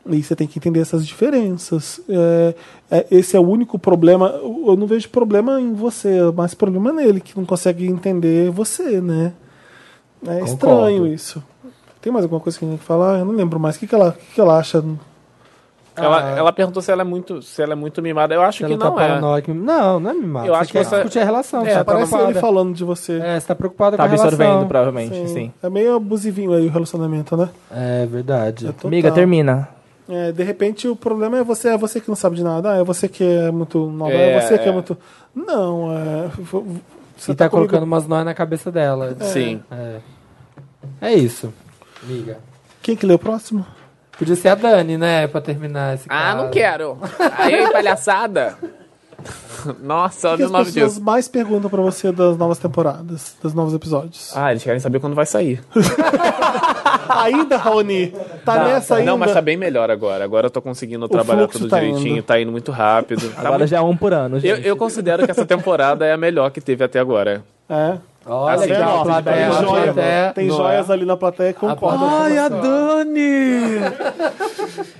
E você tem que entender essas diferenças. É, é, esse é o único problema. Eu eu não vejo problema em você, mas problema nele, que não consegue entender você, né? É estranho isso. Tem mais alguma coisa que a gente tem que falar? Eu não lembro mais. O que, que, ela, o que, que ela acha? Ela, ela perguntou se ela é muito, se ela é muito mimada. Eu acho Ah, Você não que tá não é. paranoico. Não, não é mimado. Eu Você acho que quer você- discutir a relação. É, você tá parece preocupada. ele falando de você. É, você tá preocupada Tá com a relação. absorvendo, provavelmente, sim. É meio abusivinho aí o relacionamento, né? É verdade. É total. Amiga, termina. É, de repente o problema é você, é você que não sabe de nada. Ah, é você que é muito nova, é, É, você que é é. muito. Não, é. vo- vo- Você e tá, comigo- colocando umas nós na cabeça dela. Sim. É. É isso. Amiga. Quem que lê o próximo? Podia ser a Dani, né? Pra terminar esse Ah, caso. não quero. Aí, palhaçada. Nossa, O que olha o as nome pessoas disso. mais perguntam pra você das novas temporadas, dos novos episódios? Ah, eles querem saber quando vai sair. Ainda, Raoni? Tá nessa ainda? Não, mas tá bem melhor agora. Agora eu tô conseguindo trabalhar fluxo tudo tá direitinho, indo. tá indo muito rápido. Tá Agora muito- já é um por ano, eu, gente. eu considero que essa temporada é a melhor que teve até agora. É. Olha, Assim, que ó, a Tem, plateia, a joia- plateia- tem joias ali na plateia que concordam. Ai, a Dani!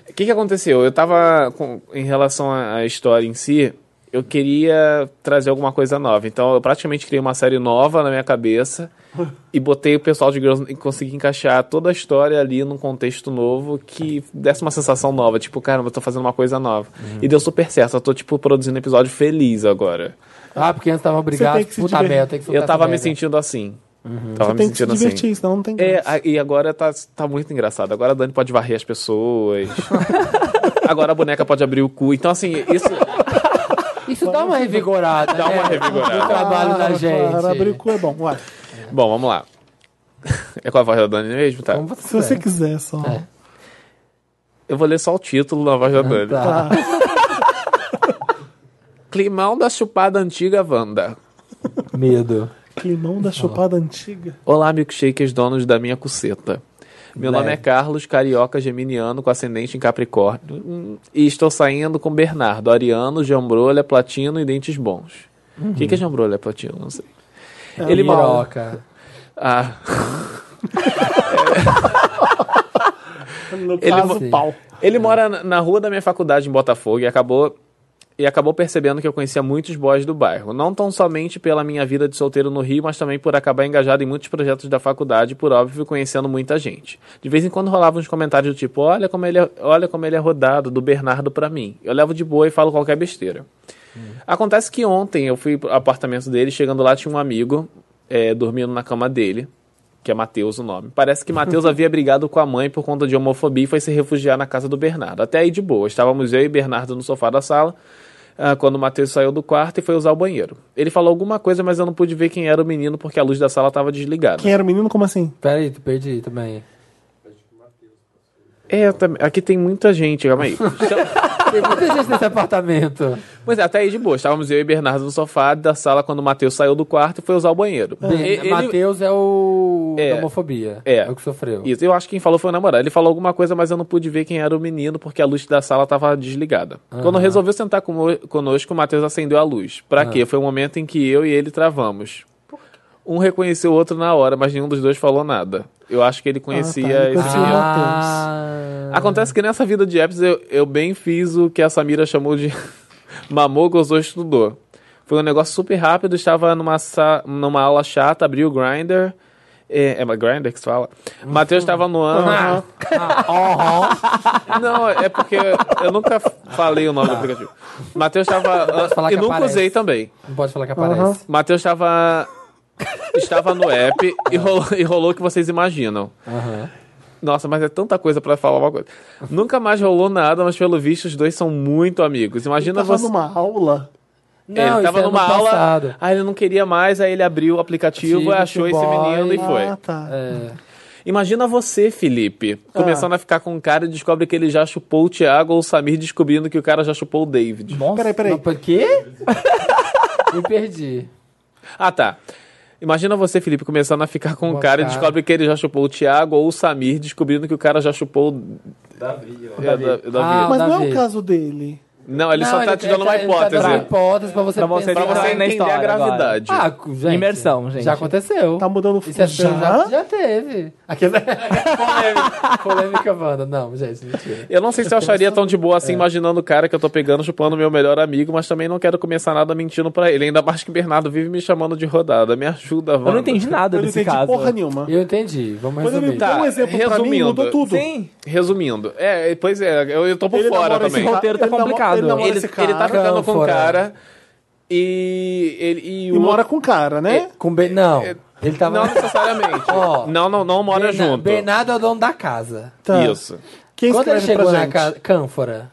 O que, que aconteceu? Eu tava. com- em relação à à história em si, eu queria trazer alguma coisa nova. Então eu praticamente criei uma série nova na minha cabeça e botei o pessoal de Girls e consegui encaixar toda a história ali num contexto novo que desse uma sensação nova. Tipo, caramba, eu tô fazendo uma coisa nova. E deu super certo. Eu tô, tipo, produzindo episódio feliz agora. Ah, porque antes tava Você obrigado. tem que se Puta divertir. merda, tem que soltar eu tava essa me merda. sentindo assim. Tava me Tem que se sentindo divertir, assim. senão não tem É, graça. a- e agora tá, tá muito engraçado. Agora a Dani pode varrer as pessoas. agora a boneca pode abrir o cu. Então, assim, isso Isso dá uma revigorada. dá uma né? No revigorada. trabalho da Para, gente. para, Abrir o cu é bom, vai. Bom, vamos lá. É com a voz da Dani mesmo, tá? Como você Se você quiser é só. É. Eu vou ler só o título na voz da Dani. Tá. Climão da chupada antiga Wanda. Medo. Climão da chupada antiga. Olá, milkshakers donos da minha cuceta. Meu nome é Carlos, carioca geminiano com ascendente em Capricórnio. Hum, E estou saindo com Bernardo, ariano, jambrolha, platino e dentes bons. O que, que é jambrolha, platino? Não sei. Ele mora. Piroca. Ah. No Ele caso, mo- pau. Ele mora na- na rua da minha faculdade em Botafogo e acabou e acabou percebendo que eu conhecia muitos boys do bairro. Não tão somente pela minha vida de solteiro no Rio, mas também por acabar engajado em muitos projetos da faculdade, e, por óbvio, conhecendo muita gente. De vez em quando rolavam uns comentários do tipo: olha como ele é, olha como ele é rodado, do Bernardo pra mim. Eu levo de boa e falo qualquer besteira. Acontece que ontem eu fui pro apartamento dele, chegando lá tinha um amigo é, dormindo na cama dele, que é Matheus o nome. Parece que Matheus havia brigado com a mãe por conta de homofobia e foi se refugiar na casa do Bernardo. Até aí de boa, estávamos eu e Bernardo no sofá da sala, ah, quando o Matheus saiu do quarto e foi usar o banheiro. Ele falou alguma coisa, mas eu não pude ver quem era o menino porque a luz da sala estava desligada. Quem era o menino? Como assim? Peraí, tu perdi também. É, tam- aqui tem muita gente, calma aí. Tem muita gente nesse apartamento. Pois é, até aí de boa. Estávamos eu e Bernardo no sofá da sala quando o Matheus saiu do quarto e foi usar o banheiro. E- ele- Matheus é o. É. da homofobia. É. o que sofreu. Isso, eu acho que quem falou foi o namorado. Ele falou alguma coisa, mas eu não pude ver quem era o menino porque a luz da sala estava desligada. Quando resolveu sentar como- conosco, o Matheus acendeu a luz. Pra quê? Foi o momento em que eu e ele travamos. Um reconheceu o outro na hora, mas nenhum dos dois falou nada. Eu acho que ele conhecia ele esse conhecia. menino. Ah, Acontece que nessa vida de apps eu, eu bem fiz o que a Samira chamou de mamou, gozou, estudou. Foi um negócio super rápido, estava numa, sa- numa aula chata, abri o Grindr. É, é uma Grindr que se fala? Matheus estava no ano. Não, é porque eu nunca falei o nome do aplicativo. Matheus estava. falar E que nunca aparece. usei também. não pode falar que aparece. Matheus estava. Estava no app e rolou, e rolou o que vocês imaginam. Nossa, mas é tanta coisa pra falar uma coisa. Nunca mais rolou nada, mas pelo visto os dois são muito amigos. Imagina Tava você. numa aula. É, ele isso tava é no numa aula, passado. aí ele não queria mais, aí ele abriu o aplicativo, Tive achou esse esse boy. menino e foi. Ah, tá. É. Imagina você, Felipe, Ah. começando a ficar com um cara e descobre que ele já chupou o Thiago ou o Samir descobrindo que o cara já chupou o David. Então. Peraí, peraí. Mas por quê? Me perdi. Ah, tá. Imagina você, Felipe, começando a ficar com um Boa cara e cara. descobre que ele já chupou o Thiago ou o Samir, descobrindo que o cara já chupou o. É, Davi, ó. Davi. Ah, Mas não é Davi. o caso dele. Não, ele só tá te dando uma Ele tá hipótese. dando uma hipótese pra você Pra você Pra pensar. você Vai na entender história a agora. gravidade. Ah, gente, Imersão, gente. Já aconteceu. Tá mudando o Isso é já? Já? Já, teve. Aquele... polêmica, polêmica, Wanda. Não, gente, mentira. Eu não sei se eu acharia tão de boa assim, imaginando o cara que eu tô pegando, chupando meu melhor amigo, mas também não quero começar nada mentindo pra ele. Ainda mais que Bernardo vive me chamando de rodada. Me ajuda, Wanda. Eu não entendi nada Eu não desse entendi caso. porra nenhuma. Eu entendi. Vamos Quando ele resumir. me deu um exemplo pra mim, resumindo. mudou tudo. Sim, Resumindo. É, pois é, eu, eu tô por Ele fora namora esse também. o é roteiro tá Ele namora- complicado. Ele, namora Ele, esse cara ele tá ficando com um fora. cara e. Ele, e e o- mora com o cara, né? Com ben... Não. Ele tava... Não necessariamente. Ó, não, não, não mora Berna- junto. Bernardo é o dono da casa. Tá. Isso. Quem Quando ele escreve pra chegou na gente? casa... Cânfora.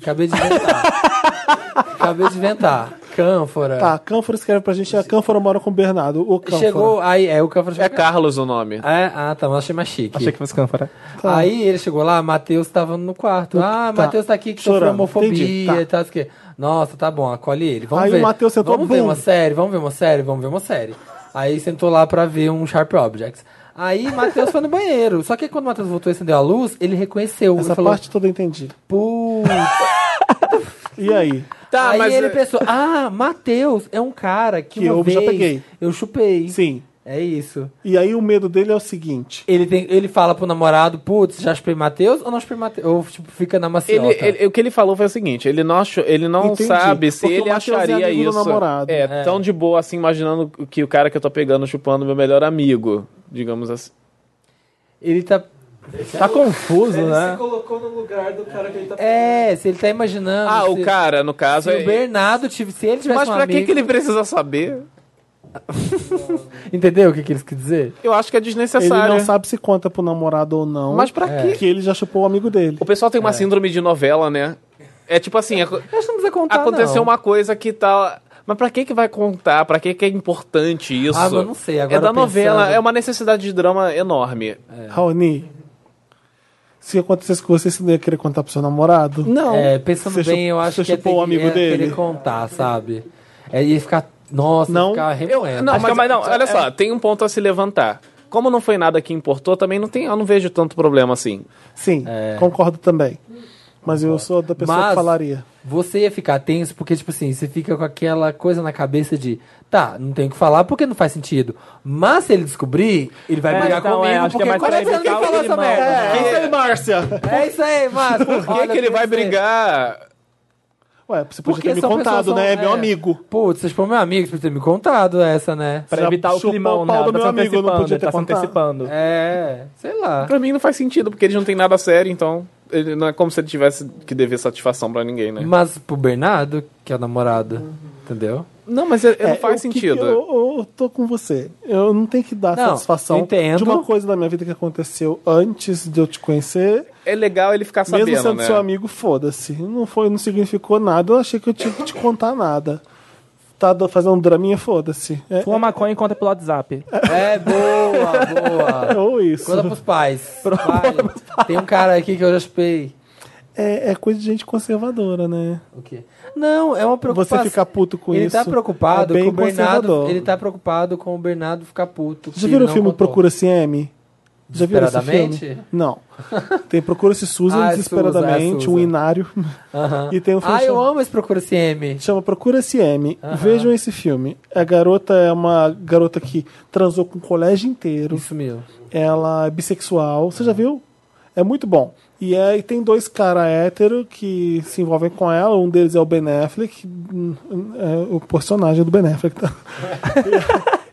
Acabei de inventar. Acabei de inventar. Cânfora. Tá, a Cânfora escreve pra gente. A Cânfora mora com o Bernardo. O Cânfora. Chegou... Aí, é o Cânfora... É chegou- Carlos o Assim, nome. É, ah, tá, mas achei mais chique. achei que fosse cânfora. Aí ele chegou lá, Matheus tava no quarto. Ah, Matheus tá aqui que sofreu Chorando. homofobia Entendi, tá. e tal. isso aqui. Nossa, tá bom, acolhe ele. Vamos Aí o ver. Matheus sentou, Vamos ver bum. uma série, vamos ver uma série, vamos ver uma série. Aí sentou lá pra ver um Sharp Objects. Aí Matheus foi no banheiro. Só que quando o Matheus voltou e acendeu a luz, ele reconheceu. Essa ele falou, parte toda eu entendi. putz. E aí? Tá, Aí mas. ele é- pensou, ah, Matheus é um cara que, Que eu uma já vez peguei. eu chupei. Sim. É isso. E aí o medo dele é o seguinte. Ele, tem, ele fala pro namorado, putz, já chupei Matheus ou não chupei Matheus? Ou tipo, fica na maciota. Ele, ele- o que ele falou foi o seguinte: ele não, achou, ele não tá. Entendi. sabe se Porque o ele Matheus é acharia amigo do isso. namorado. É, tão de boa assim, imaginando que o cara que eu tô pegando chupando meu melhor amigo, digamos assim. Ele tá. Tá confuso, né? colocou no lugar do cara que ele tá É, se ele tá imaginando. Ah, se- o cara, no caso. Se o É... Bernardo tivesse. Se ele tivesse Mas um pra que, amigo- que ele precisa saber? Entendeu o que, que eles quis dizer? Eu acho que é Ele desnecessário. não sabe se conta pro namorado ou não. Mas pra quê? Que ele já chupou o amigo dele. O pessoal É. tem uma síndrome de novela, né? É tipo assim, aco- Eu acho que não precisa contar. aconteceu não. uma coisa que tá. Mas pra que que vai contar? Pra que que é importante isso? Ah, mas eu não sei, agora é da pensando- novela, é uma necessidade de drama enorme. É. Raoni, se acontecesse com você, você não ia querer contar pro seu namorado? Não. É, pensando Você bem, chup- eu acho você que ia chupou ter o amigo que, ia dele? querer contar, sabe? É, ia ficar. Nossa, Não. ia ficar remoendo. Não, mas, que- mas não, olha só, tem um ponto a se levantar. Como não foi nada que importou, também não tem, eu não vejo tanto problema assim. Sim, concordo também. Mas eu sou da pessoa Mas- que falaria. Você ia ficar tenso porque, tipo assim, você fica com aquela coisa na cabeça de, tá, não tenho o que falar porque não faz sentido. Mas se ele descobrir, ele vai É, brigar então, comigo é, acho que é porque mais quando pra é que você evitar não o falou essa climão. merda? né? É isso aí, Márcia. É isso aí, Márcio. Por que, que ele vai brigar? Ué, você podia ter me essa pessoa contado, só- né? É meu é. amigo. Putz, vocês foram meu amigo, vocês podiam ter me contado essa, né? Pra Já evitar o chupou climão, o né? pau do Ela tá se meu amigo, não antecipando, podia ele ter tá se contado. antecipando. É, sei lá. Pra mim não faz sentido, porque eles não têm nada sério, então ele- não é como se ele tivesse que dever satisfação pra ninguém, né? Mas pro Bernardo, que é o namorado, entendeu? Não, mas é- é, não É, faz o que que sentido. eu, eu- eu tô com você. Eu não tenho que dar Não, satisfação entendo. de uma coisa da minha vida que aconteceu antes de eu te conhecer. É legal ele ficar sabendo, Mesmo sendo né? seu amigo, foda-se. Não foi, não significou nada. Eu achei que eu tinha que te contar nada. Tá do- fazendo um draminha, foda-se. É, Fuma maconha e conta pelo WhatsApp. É, boa, boa. é ou isso. Conta pros pais. Pai, tem um cara aqui que eu já chupei. É, é coisa de gente conservadora, né? O quê? Não, é uma preocupação. Você ficar puto com Ele isso. tá preocupado é bem com o Bernardo. conservador. Ele tá preocupado com o Bernardo ficar puto. Já viram o filme Procura Procura-se M? Já viram esse filme? Desesperadamente? Não. Tem Procura-se Susan Ah, é desesperadamente, Susan, é um Susan. inário. E tem um filme Ah, eu chamado- amo esse Procura CM. Chama Procura-se M. Vejam esse filme. A garota é uma garota que transou com o colégio inteiro. Isso meu. Ela é bissexual. Você já viu? É muito bom. E, é, e tem dois caras héteros que se envolvem com ela. Um deles é o Ben Affleck. hum, hum, é o personagem do Ben Affleck. Tá?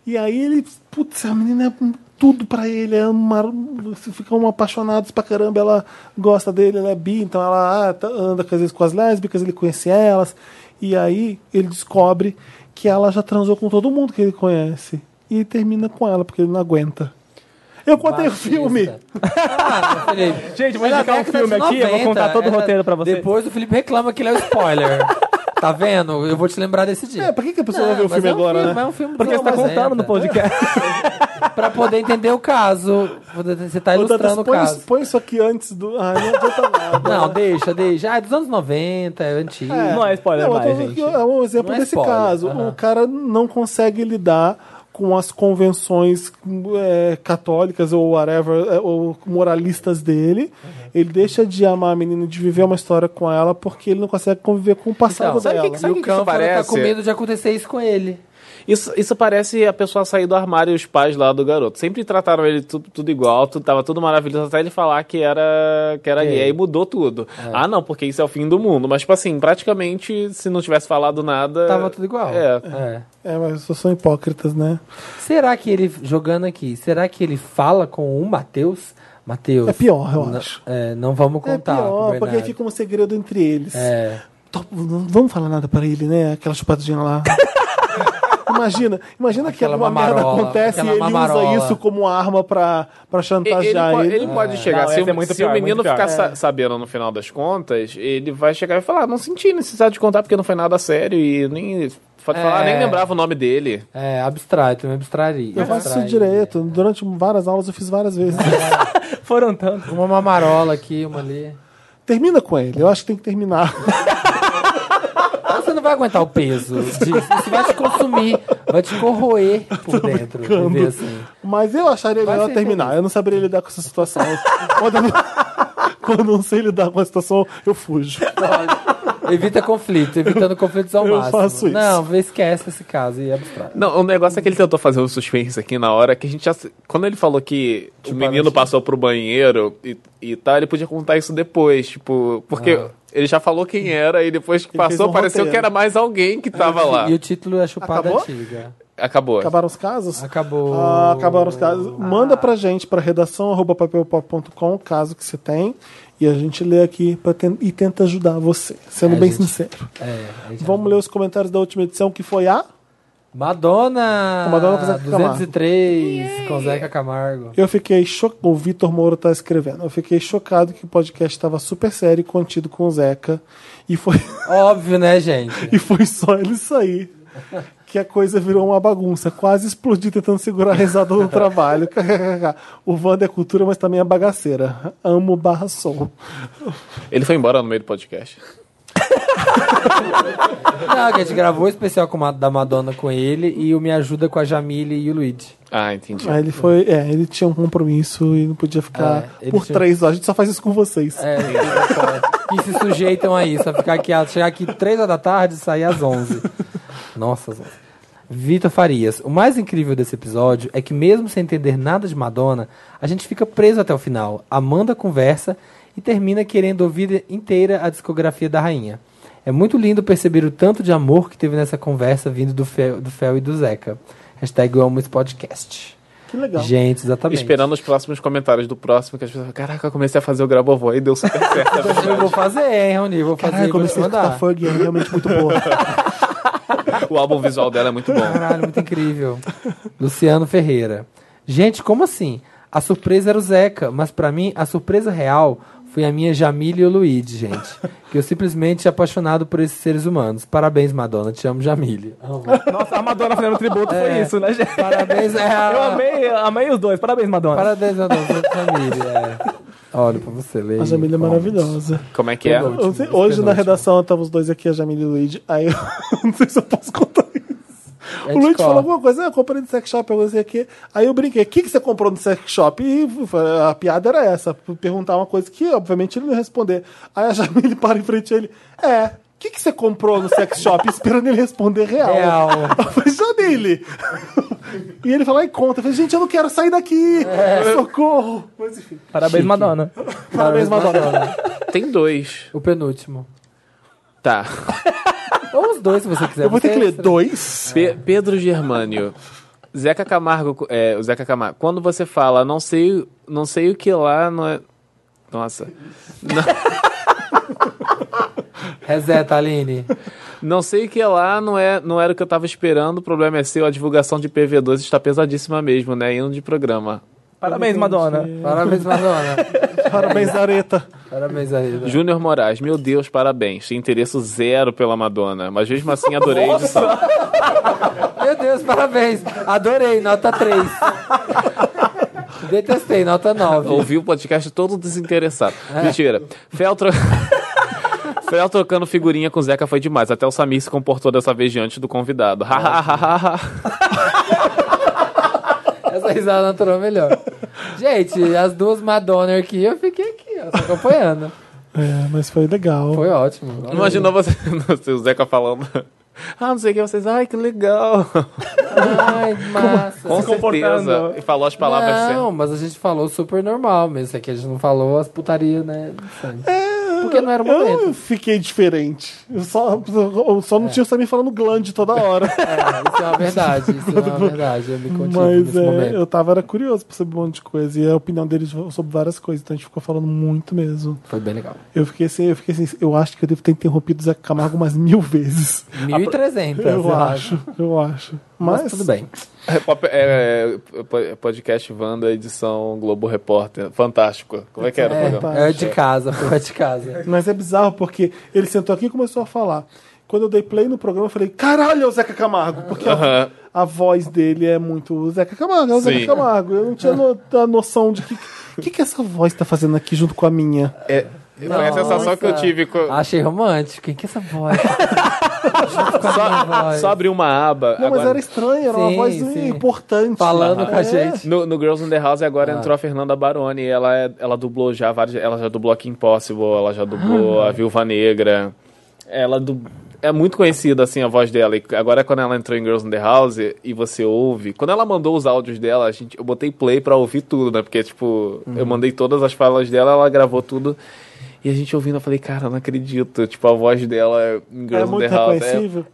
e aí ele... Putz, a menina é tudo pra ele. É uma, ficam apaixonados pra caramba. Ela gosta dele, ela é bi. Então ela ah, tá- anda às vezes com as lésbicas. Ele conhece elas. E aí ele descobre que ela já transou com todo mundo que ele conhece. E termina com ela, porque ele não aguenta. Eu contei o um filme. Ah, meu Felipe. Gente, vou É da indicar um década filme de aqui, eu vou 90, contar todo é o da- roteiro pra vocês. Depois o Felipe reclama que ele é um spoiler. tá vendo? Eu vou te lembrar desse dia. É, pra que, que a pessoa vai ver o mas filme é um agora, filme, né? É um filme Porque você tá contando no podcast. podcast. Pra poder entender o caso. Você tá Ô, Dantas, ilustrando o põe, caso. põe isso aqui antes do. Ah, não adianta nada. Não, deixa, deixa. Ah, é dos anos 90, é antigo. Não é spoiler Não, eu tô- mais, gente. É um exemplo Não é desse spoiler, caso. aham. O cara não consegue lidar com as convenções é, católicas ou whatever, é, ou moralistas dele. Uhum. Ele deixa de amar a menina, de viver uma história com ela, porque ele não consegue conviver com né? o passado Então, sabe dela. que- E Sabe o que isso Cânfora tá parece? com medo de acontecer isso com ele. Isso, isso parece a pessoa sair do armário e os pais lá do garoto. Sempre trataram ele tu- tudo igual, tu, tava tudo maravilhoso, até ele falar que era, que era Que- gay e mudou tudo. Ah, não, porque isso é o fim do mundo. Mas, tipo assim, praticamente, se não tivesse falado nada. Tava tudo igual. É. É. É, mas vocês são hipócritas, né? Será que ele, jogando aqui, será que ele fala com o Matheus? Matheus. É pior, eu não- acho. é, não vamos É contar. pro pior, Bernardo. porque fica um segredo entre eles. É. Tô- Não vamos falar nada pra ele, né? Aquela chupadinha lá. imagina, imagina Aquela que alguma merda mamarola, acontece e aquela ele mamarola. usa isso como arma pra, pra E- Ele, chantagear po- ele. ele pode chegar, Não, se, essa o- é muito se pior, o é muito menino pior. ficar sa- sabendo no final das contas, ele vai chegar e falar: "Ah, não senti necessidade de contar porque não foi nada sério e nem. Pode É. falar, nem lembrava o nome dele. É, abstrai, também abstrairia. Eu faço isso abstrairia. direto. Durante várias aulas eu fiz várias vezes. Foram tantos. Uma mamarola aqui, uma ali. Termina com ele, eu acho que tem que terminar. Ah, Você não vai aguentar o peso. de- isso vai te consumir, vai te corroer por dentro. Viver assim. Mas eu acharia Vai melhor ser terminar. Eu não saberia lidar com essa situação. quando, eu não, quando eu não sei lidar com a situação, eu fujo. Evita conflito, evitando conflitos ao Eu máximo. faço isso. Não, esquece esse caso e abstrai. Não, o negócio é que ele tentou fazer um suspense aqui na hora, que a gente já. se- Quando ele falou que o menino passou pro banheiro e, e tal, ele podia contar isso depois, tipo. Porque ele já falou quem era e depois que Ele fez passou, um pareceu roteiro. que era mais alguém que tava lá. E o título é Chupada Acabou? Antiga. Acabou. Acabaram os casos? Acabou. Ah, acabaram os casos. Manda pra gente, pra redação arroba papelpop.com, o caso que você tem. E a gente lê aqui pra ten- e tenta ajudar você, sendo É, bem gente. sincero. É, aí já- Vamos ler os comentários da última edição, que foi a. Madonna! Com Madonna com Zeca Camargo. 203, com Zeca Camargo. Eu fiquei chocado. O Vitor Moro tá escrevendo. Eu fiquei chocado que o podcast estava super sério e contido com o Zeca. E foi, Óbvio, né, gente? e foi só ele sair. Que a coisa virou uma bagunça. Quase explodi tentando segurar a risada no trabalho. o Wanda é cultura, mas também é bagaceira. Amo barra som. Ele foi embora no meio do podcast. Não, que a gente gravou o especial com a, da Madonna com ele e o Me Ajuda com a Jamile e o Luigi. Ah, entendi. Aí ele foi. É, ele tinha um compromisso e não podia ficar É, ele por tinha- três horas. A gente só faz isso com vocês. É, que se sujeitam a isso, a ficar aqui, a chegar aqui 3 horas da tarde e sair às 11. Nossa, às 11. Vitor Farias, o mais incrível desse episódio é que mesmo sem entender nada de Madonna, a gente fica preso até o final. Amanda conversa e termina querendo ouvir inteira a discografia da rainha. É muito lindo perceber o tanto de amor que teve nessa conversa vindo do Fel, do Fel e do Zeca. Hashtag eu amo esse podcast. Que legal. Gente, exatamente. Esperando os próximos comentários do próximo, que as pessoas falam, caraca, eu comecei a fazer o Grabovoi e deu super certo. é Eu verdade." vou fazer, hein, Raoni? Vou fazer Caralho, vou te comecei a mandar. escutar Fergie, é realmente muito boa. o álbum visual dela é muito bom. Caralho, muito incrível. Luciano Ferreira. Gente, como assim? A surpresa era o Zeca, mas pra mim a surpresa real foi a minha Jamile e o Luigi, gente. Que eu simplesmente apaixonado por esses seres humanos. Parabéns, Madonna. Te amo, Jamile. Nossa, a Madonna fazendo tributo foi isso, né, gente? Parabéns, é. Eu amei, amei os dois. Parabéns, Madonna. Parabéns, Madonna. te amo, Jamile. É. Olha pra você ler. A Jamile é Conte. maravilhosa. Como é que é? Tudo. Ontem- Penúltimo, hoje na penúltimo. redação estavam os dois aqui, a Jamile e o Luigi. Aí eu não sei se eu posso contar isso. A gente O Luigi corta. falou alguma coisa, "Ah, eu comprei no sex shop, eu gostei aqui. Aí eu brinquei, o que, que você comprou no sex shop? E a piada era essa, perguntar uma coisa que obviamente ele não ia responder. Aí a Jamile para em frente a ele, é, o que, que você comprou no sex shop? Esperando ele responder real. Real. Eu falei, Jamile! E ele falou, e conta. Eu falei, gente, eu não quero sair daqui! Socorro! Mas enfim, Parabéns, Madonna. parabéns, Madonna. Tem dois. O penúltimo. Tá. Ou os dois, se você quiser. Eu vou ter que ler Você- dois. Pe- Pedro Germânio. Zeca Camargo. É, o Zeca Camargo. Quando você fala, não sei, não sei o que lá, não é. Nossa. Reseta, Aline. Não sei o que lá, não, é, não era o que eu tava esperando. O problema é seu, a divulgação de PV2 está pesadíssima mesmo, né? Indo de programa. Parabéns, Madonna. Parabéns, Madonna. Parabéns, Areta. Parabéns, Aline. Júnior Moraes, meu Deus, parabéns. Tem interesse zero pela Madonna, mas mesmo assim adorei a edição. Meu Deus, parabéns. Adorei, nota 3. Detestei, nota 9. Ouvi o podcast todo desinteressado. Mentira. Fel, tro... Fel trocando figurinha com o Zeca foi demais. Até o Samir se comportou dessa vez diante do convidado. Essa risada natural é melhor. Gente, as duas Madonna aqui, eu fiquei aqui, ó, só acompanhando. É, mas foi legal. Foi ótimo. Imaginou você, o Zeca falando. Ah, não sei o que vocês. Ai, que legal. Ai, massa. Com certeza. comportando. E falou as palavras é não, mas a gente falou super normal mesmo. É que a gente não falou as putarias, né? Sabe? Porque não era o momento. Eu fiquei diferente. Eu só, eu só não tinha o Samir falando glande toda hora. É, isso é uma verdade. Isso é uma verdade. Eu me contive Mas nesse é, momento. eu tava era curioso pra saber um monte de coisa. E a opinião deles sobre várias coisas. Então a gente ficou falando muito mesmo. Foi bem legal. Eu fiquei assim, eu fiquei assim, eu acho que eu devo ter interrompido o Zé Camargo umas mil vezes. 1.300, eu eu acho, eu acho. Mas, Mas tudo bem. É, pop- é, é, po- é, podcast Wanda, edição Globo Repórter. Fantástico. Como é que era o programa? tá É, é de casa, foi de casa. Mas é bizarro, porque ele sentou aqui e começou a falar. Quando eu dei play no programa, eu falei, caralho, é o Zeca Camargo! Porque a- Aham. a voz dele é muito o Zeca Camargo, é o Sim. Zeca Camargo. Eu não tinha no- a noção de que, que que essa voz tá fazendo aqui junto com a minha. É, foi a sensação que eu tive. co- Achei romântico. Quem que é essa voz? Junto com a é minha voz. Só abri uma aba. Não, mas agora- era estranha, era Sim, uma voz sim. importante. Falando com a É. gente. No, no Girls in the House agora entrou a Fernanda Baroni. Ela, é- ela dublou já várias. Ela já dublou a Kim Possible, ela já dublou a Viúva Negra. Ela du- é muito conhecida assim a voz dela. E agora quando ela entrou em Girls in the House e você ouve. Quando ela mandou os áudios dela, a gente, eu botei play pra ouvir tudo, né? Porque, tipo, eu mandei todas as falas dela, ela gravou tudo. E a gente ouvindo, eu falei, cara, não acredito. Tipo, a voz dela em Girls É in muito the House é reconhecível.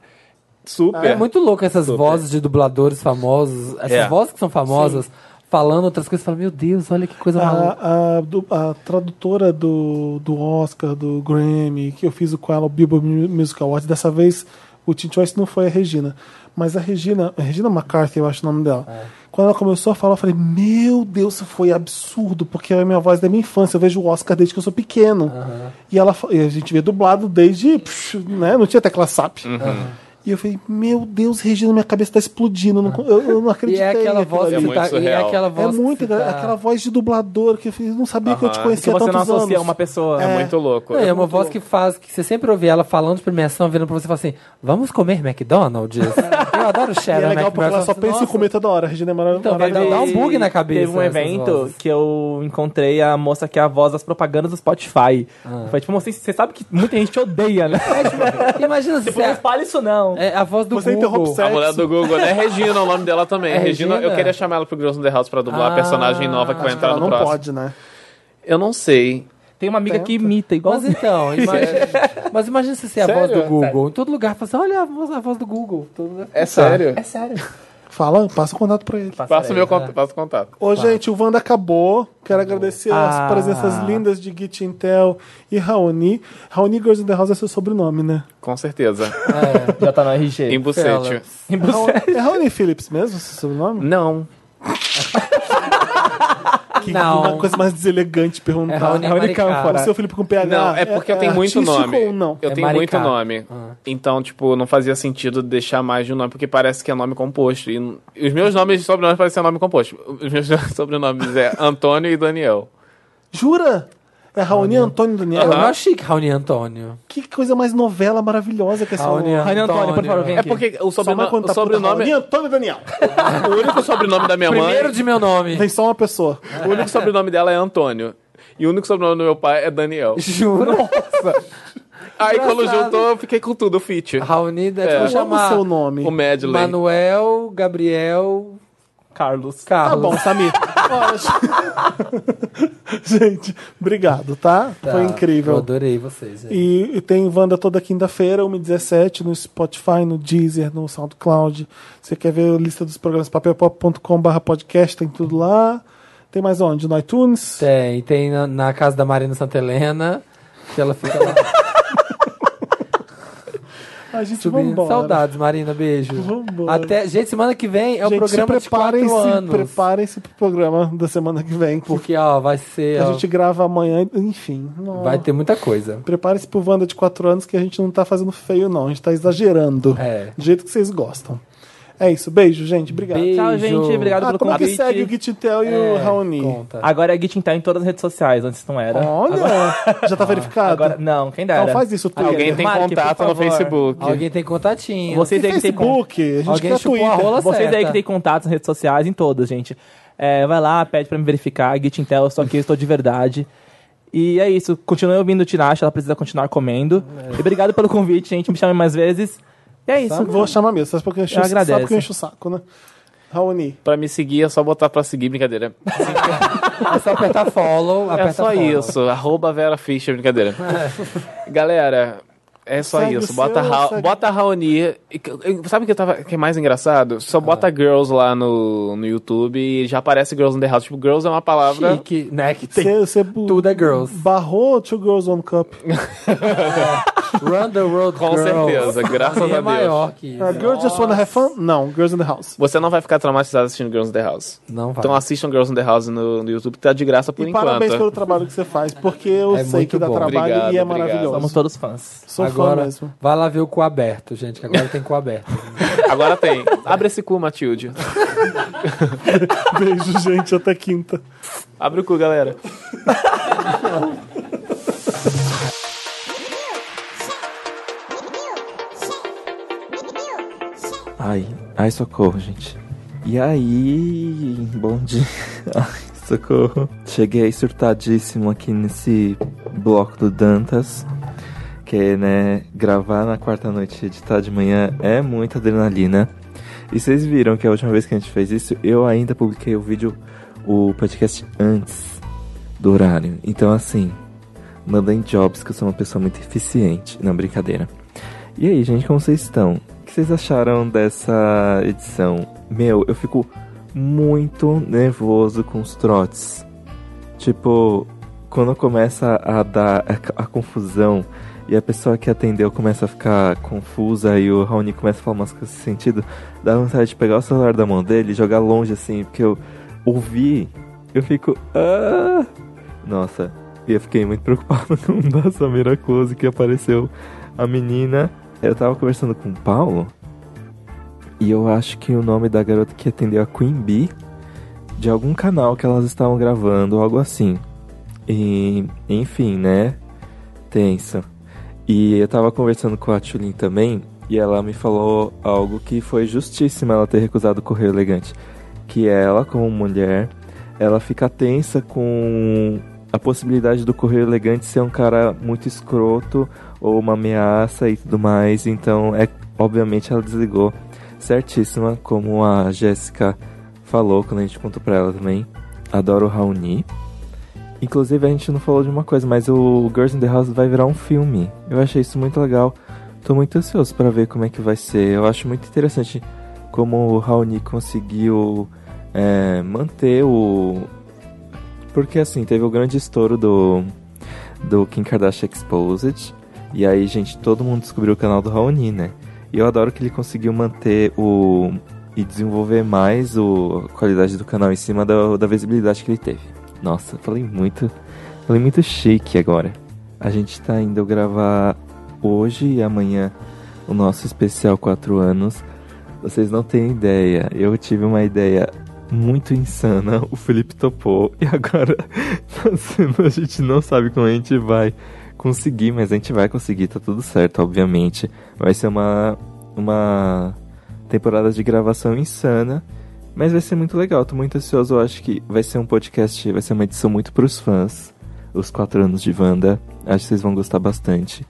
super. É muito louco essas vozes de dubladores famosos, essas É. vozes que são famosas, falando outras coisas. Fala, meu Deus, olha que Ah, coisa maluca. A, a du- a tradutora do, do Oscar, do Grammy, que eu fiz com ela o Bilbo Music Awards, dessa vez o Teen Choice não foi a Regina, mas a Regina, a Regina McCarthy, eu acho o nome dela. É. Quando ela começou a falar, eu falei, meu Deus, isso foi absurdo, porque é a minha voz da minha infância, eu vejo o Oscar desde que eu sou pequeno. E, ela, fa- e a gente vê dublado desde, psh, né, não tinha tecla SAP. E eu falei, meu Deus, Regina, minha cabeça tá explodindo, eu não, eu, eu não E acreditei. é aquela naquilo voz ali. que muito tá. E é surreal. aquela É voz. muito, que tá... aquela voz de dublador que eu fiz, não sabia que eu te Aham. conhecia Que há você não é tantos associa anos. uma pessoa. É muito louco. Não, é uma voz que faz, que você sempre ouve ela falando de premiação, virando pra você e fala assim: vamos comer McDonald's? Eu adoro E é Sharon legal porque ela só McDonald's. pensa em Nossa, comer toda hora, Regina é né, Então, maravilhosa. vai dar um bug na cabeça Teve um essas evento vozes. que eu encontrei a moça que é a voz das propagandas do Spotify. Foi tipo, moça, você sabe que muita gente te odeia, né? Imagina se Tipo, não é, espalha isso não. é a voz do Você Google. interrompe A sexo. mulher do Google, né? Regina, o nome dela também. É Regina, eu Regina? queria chamar ela pro Girls in the House pra dublar Ah, a personagem nova que vai entrar Ela no não próximo. pode, né? Eu não sei. Tem uma amiga que imita igual. Mas então, imagina, mas imagina se você é a voz do Sério? Google. Em todo lugar, fala assim, olha a voz, a voz do Google. Todo lugar. É sério? É sério. Fala, passa o contato pra ele. Passa o meu contato. Passa o contato. Ô, gente, o Wanda acabou. Quero agradecer Ah. as presenças lindas de Git Intel e Raoni. Raoni Girls in the House é seu sobrenome, né? Com certeza. Já tá no RG. Em bucete. Em Bucete. É Raoni Phillips mesmo, seu sobrenome? Não. Que Não. uma coisa mais deselegante perguntar. É Raoni né? O Maricá. seu Felipe com PH. Não, é porque eu tenho muito artístico nome. Ou não? Eu É tenho muito Maricá. nome. Então, tipo, não fazia sentido deixar mais de um nome, porque parece que é nome composto. E n- e os meus nomes e sobrenomes parecem nome composto. Os meus sobrenomes é Antônio e Daniel. Jura? É Raoni Antônio Daniel. Eu acho chique, Raoni Antônio. Que coisa mais novela maravilhosa que é essa Raoni Antônio, por favor, vem É aqui. porque o, Só sobreno vai o contar sobrenome. é- Raoni Antônio Daniel. O único sobrenome da minha mãe. Primeiro de meu nome. Tem só uma pessoa. O único sobrenome dela é Antônio. E o único sobrenome do meu pai é Daniel. Juro. Aí quando engraçado. juntou, eu fiquei com tudo, fit. Raoni, é É. tipo Eu amo o chamar seu nome. O Medley. Manuel, Gabriel, Carlos. Tá Carlos. bom, Samir. Olha, gente- gente, obrigado, tá? Tá, Foi Eu incrível. adorei vocês. gente. E, e tem Wanda toda quinta-feira, 1h17, no Spotify, no Deezer, no SoundCloud. Você quer ver a lista dos programas papelpop.com.br podcast, tem tudo lá. Tem mais onde? No iTunes? Tem, tem na, na casa da Marina Santa Helena, que ela fica lá A gente subindo. vambora. Saudades, Marina, beijo. Vambora. Até, gente, semana que vem é o gente, se programa de quatro preparem-se, anos. preparem-se pro programa da semana que vem, porque Porque, ó, vai ser. a ó, gente grava amanhã, enfim. não. Vai ter muita coisa. Prepare-se pro Wanda de 4 anos, que a gente não tá fazendo feio, não. A gente tá exagerando. É. Do jeito que vocês gostam. É isso. Beijo, gente. Obrigado. Beijo. Tchau, gente. Obrigado Ah, pelo como que convite. segue o Gittel e o É, Raoni? Conta. Agora é Gitintal em todas as redes sociais, antes não era. Olha, já tá verificado? Agora, não, quem dera. então faz isso, Twitter. Alguém tem Marque, por contato no favor. Facebook. Alguém tem contatinho. Vocês aí que têm con- Facebook, a gente Alguém quer chupou Twitter. a rola Vocês certa. aí que têm contatos nas redes sociais, em todas, gente. É, vai lá, pede pra me verificar. Git Intel, eu sou aqui, eu estou de verdade. E é isso. Continue ouvindo o Tinashe, ela precisa continuar comendo. E obrigado pelo convite, gente. Me chamem mais vezes. E é isso. Vou chamar mesmo, É. sabe porque eu encho, Eu sabe agradeço. porque eu encho o saco, né? Raoni. Pra me seguir é só botar pra seguir, brincadeira. É só apertar follow. É aperta só follow. isso. Arroba Vera Fischer, brincadeira. Galera, é só Segue isso. o Bota, seu, Ra segue- bota Raoni. E que- eu- Sabe o que, eu tava, que é mais engraçado? Ah. Só bota Girls lá no, no YouTube e já aparece Girls in the House. Tipo, Girls é uma tá palavra. Chique, né? Que tem Você, você bu- tudo é girls. barrou Two Girls One Cup. Run the world Com girls. certeza, graças Sim, a é Deus. maior que isso. Uh, girls Just Wanna Have Fun? Não, Girls in the House. Você não vai ficar traumatizado assistindo Girls in the House. Não vai. Então assistam Girls in the House no, no YouTube, tá de graça por e enquanto. parabéns pelo trabalho que você faz, porque eu É sei muito que dá bom. trabalho e é Obrigado, obrigado. maravilhoso. Somos todos fãs. Sou fã agora, mesmo. vai lá ver o cu aberto, gente, que agora tem cu aberto. Agora tem. Abre esse cu, Matilde. Beijo, gente. Até quinta. Abre o cu, galera. Ai, ai, socorro, gente. E aí, bom dia. Ai, socorro. Cheguei surtadíssimo aqui nesse bloco do Dantas. Que, né, gravar na quarta noite e editar de manhã é muita adrenalina. E vocês viram que a última vez que a gente fez isso, eu ainda publiquei o vídeo, o podcast antes do horário. Então, assim, mandem jobs que eu sou uma pessoa muito eficiente. Não, brincadeira. E aí, gente, como vocês estão? O que vocês acharam dessa edição? Meu, eu fico muito nervoso com os trotes. Tipo, quando começa a dar a, a confusão e a pessoa que atendeu começa a ficar confusa e o Raoni começa a falar umas coisas sem sentido, dá vontade de pegar o celular da mão dele e jogar longe assim, porque eu ouvi, eu fico. "Ah!" Nossa, e eu fiquei muito preocupado com o da Samira Close que apareceu a menina. Eu tava conversando com o Paulo e eu acho que o nome da garota que atendeu a Queen Bee de algum canal que elas estavam gravando, algo assim. E, enfim, né? Tenso. E eu tava conversando com a Tulin também, e ela me falou algo que foi justíssimo ela ter recusado o Correio Elegante. Que é ela, como mulher, ela fica tensa com a possibilidade do Correio Elegante ser um cara muito escroto ou uma ameaça e tudo mais. Então, é obviamente, ela desligou certíssima, como a Jéssica falou quando a gente contou pra ela também. Adoro o Raoni. Inclusive, a gente não falou de uma coisa, mas o Girls in the House vai virar um filme. Eu achei isso muito legal. Tô muito ansioso pra ver como é que vai ser. Eu acho muito interessante como o Raoni conseguiu é, manter o. Porque assim, teve o grande estouro do, do Kim Kardashian Exposed. E aí, gente, todo mundo descobriu o canal do Raoni, né? E eu adoro que ele conseguiu manter o. e desenvolver mais o, a qualidade do canal em cima da, da visibilidade que ele teve. Nossa, falei muito. Falei muito chique agora. A gente tá indo gravar hoje e amanhã o nosso especial 4 anos. Vocês não têm ideia. Eu tive uma ideia muito insana. O Felipe topou. E agora tá sendo- a gente não sabe como a gente vai conseguir, mas a gente vai conseguir, tá tudo certo, obviamente. Vai ser uma, uma temporada de gravação insana. Mas vai ser muito legal, tô muito ansioso. Eu acho que vai ser um podcast, vai ser uma edição muito pros fãs. Os 4 anos de Wanda. Acho que vocês vão gostar bastante.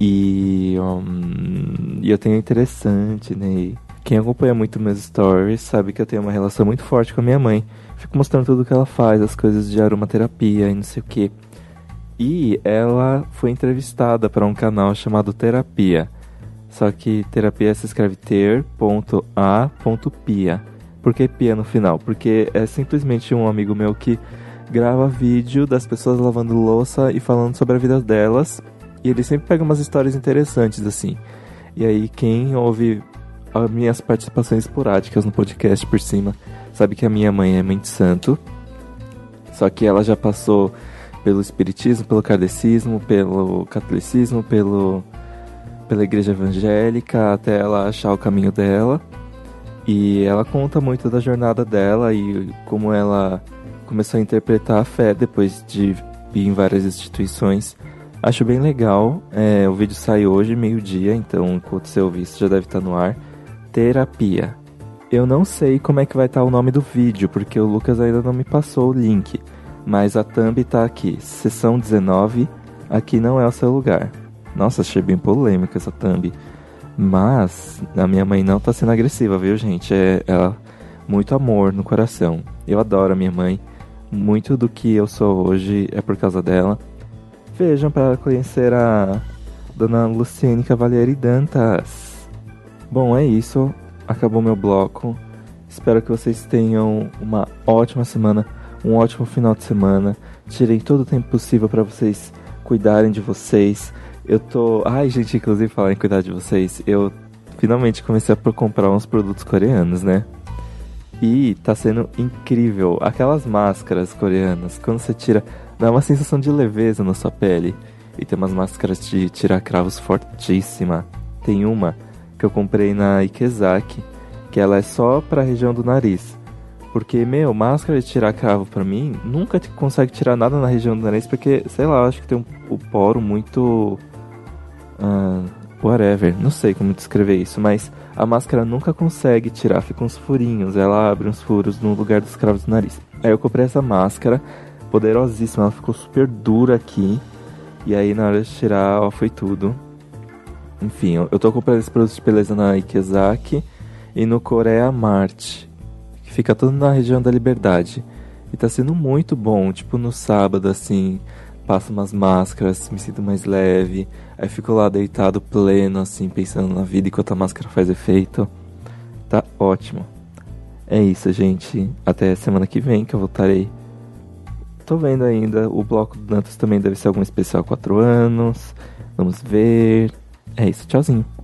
E, hum, e eu tenho interessante, né? E quem acompanha muito meus stories sabe que eu tenho uma relação muito forte com a minha mãe. Fico mostrando tudo que ela faz, as coisas de aromaterapia e não sei o que. E ela foi entrevistada para um canal chamado Terapia. Só que terapia se escreve ter.a.pia. Por que pia no final? Porque é simplesmente um amigo meu que grava vídeo das pessoas lavando louça e falando sobre a vida delas. E ele sempre pega umas histórias interessantes, assim. E aí, quem ouve as minhas participações esporádicas no podcast por cima, sabe que a minha mãe é mãe de santo. Só que ela já passou pelo espiritismo, pelo kardecismo, pelo catolicismo, pelo pela igreja evangélica, até ela achar o caminho dela. E ela conta muito da jornada dela e como ela começou a interpretar a fé depois de ir em várias instituições. Acho bem legal. É, o vídeo sai hoje, meio-dia, então enquanto você ouvir isso já deve estar no ar. Terapia. Eu não sei como é que vai estar o nome do vídeo, porque o Lucas ainda não me passou o link. Mas a thumb tá aqui, sessão 19, aqui não é o seu lugar. Nossa, achei bem polêmica essa thumb. Mas a minha mãe não tá sendo agressiva, viu, gente? É, ela muito amor no coração. Eu adoro a minha mãe. Muito do que eu sou hoje é por causa dela. Vejam para conhecer a Dona Luciene Cavalieri Dantas. Bom, é isso. Acabou meu bloco. Espero que vocês tenham uma ótima semana, um ótimo final de semana. Tirem todo o tempo possível para vocês cuidarem de vocês. Eu tô. Ai, gente, inclusive falar em cuidar de vocês. Eu finalmente comecei a pro- comprar uns produtos coreanos, né? E tá sendo incrível. Aquelas máscaras coreanas, quando você tira, dá uma sensação de leveza na sua pele. E tem umas máscaras de tirar cravos fortíssima. Tem uma que eu comprei na Ikezaki, que ela é só pra região do nariz. Porque, meu, máscara de tirar cravo pra mim, nunca te- consegue tirar nada na região do nariz, porque, sei lá, eu acho que tem um, o poro muito ah, whatever, não sei como descrever isso, mas a máscara nunca consegue tirar, fica uns furinhos, ela abre uns furos no lugar dos cravos do nariz. Aí eu comprei essa máscara, poderosíssima, ela ficou super dura aqui, e aí na hora de tirar, ó, foi tudo. Enfim, eu, eu tô comprando esse produto de beleza na Ikezaki e no Coreia Mart, que fica tudo na região da Liberdade. E tá sendo muito bom, tipo no sábado, assim, passo umas máscaras, me sinto mais leve, aí fico lá deitado pleno, assim, pensando na vida enquanto a máscara faz efeito. Tá ótimo. É isso, gente. Até semana que vem que eu voltarei. Tô vendo ainda, o bloco do Dantas também deve ser algum especial 4 anos. Vamos ver. É isso, tchauzinho.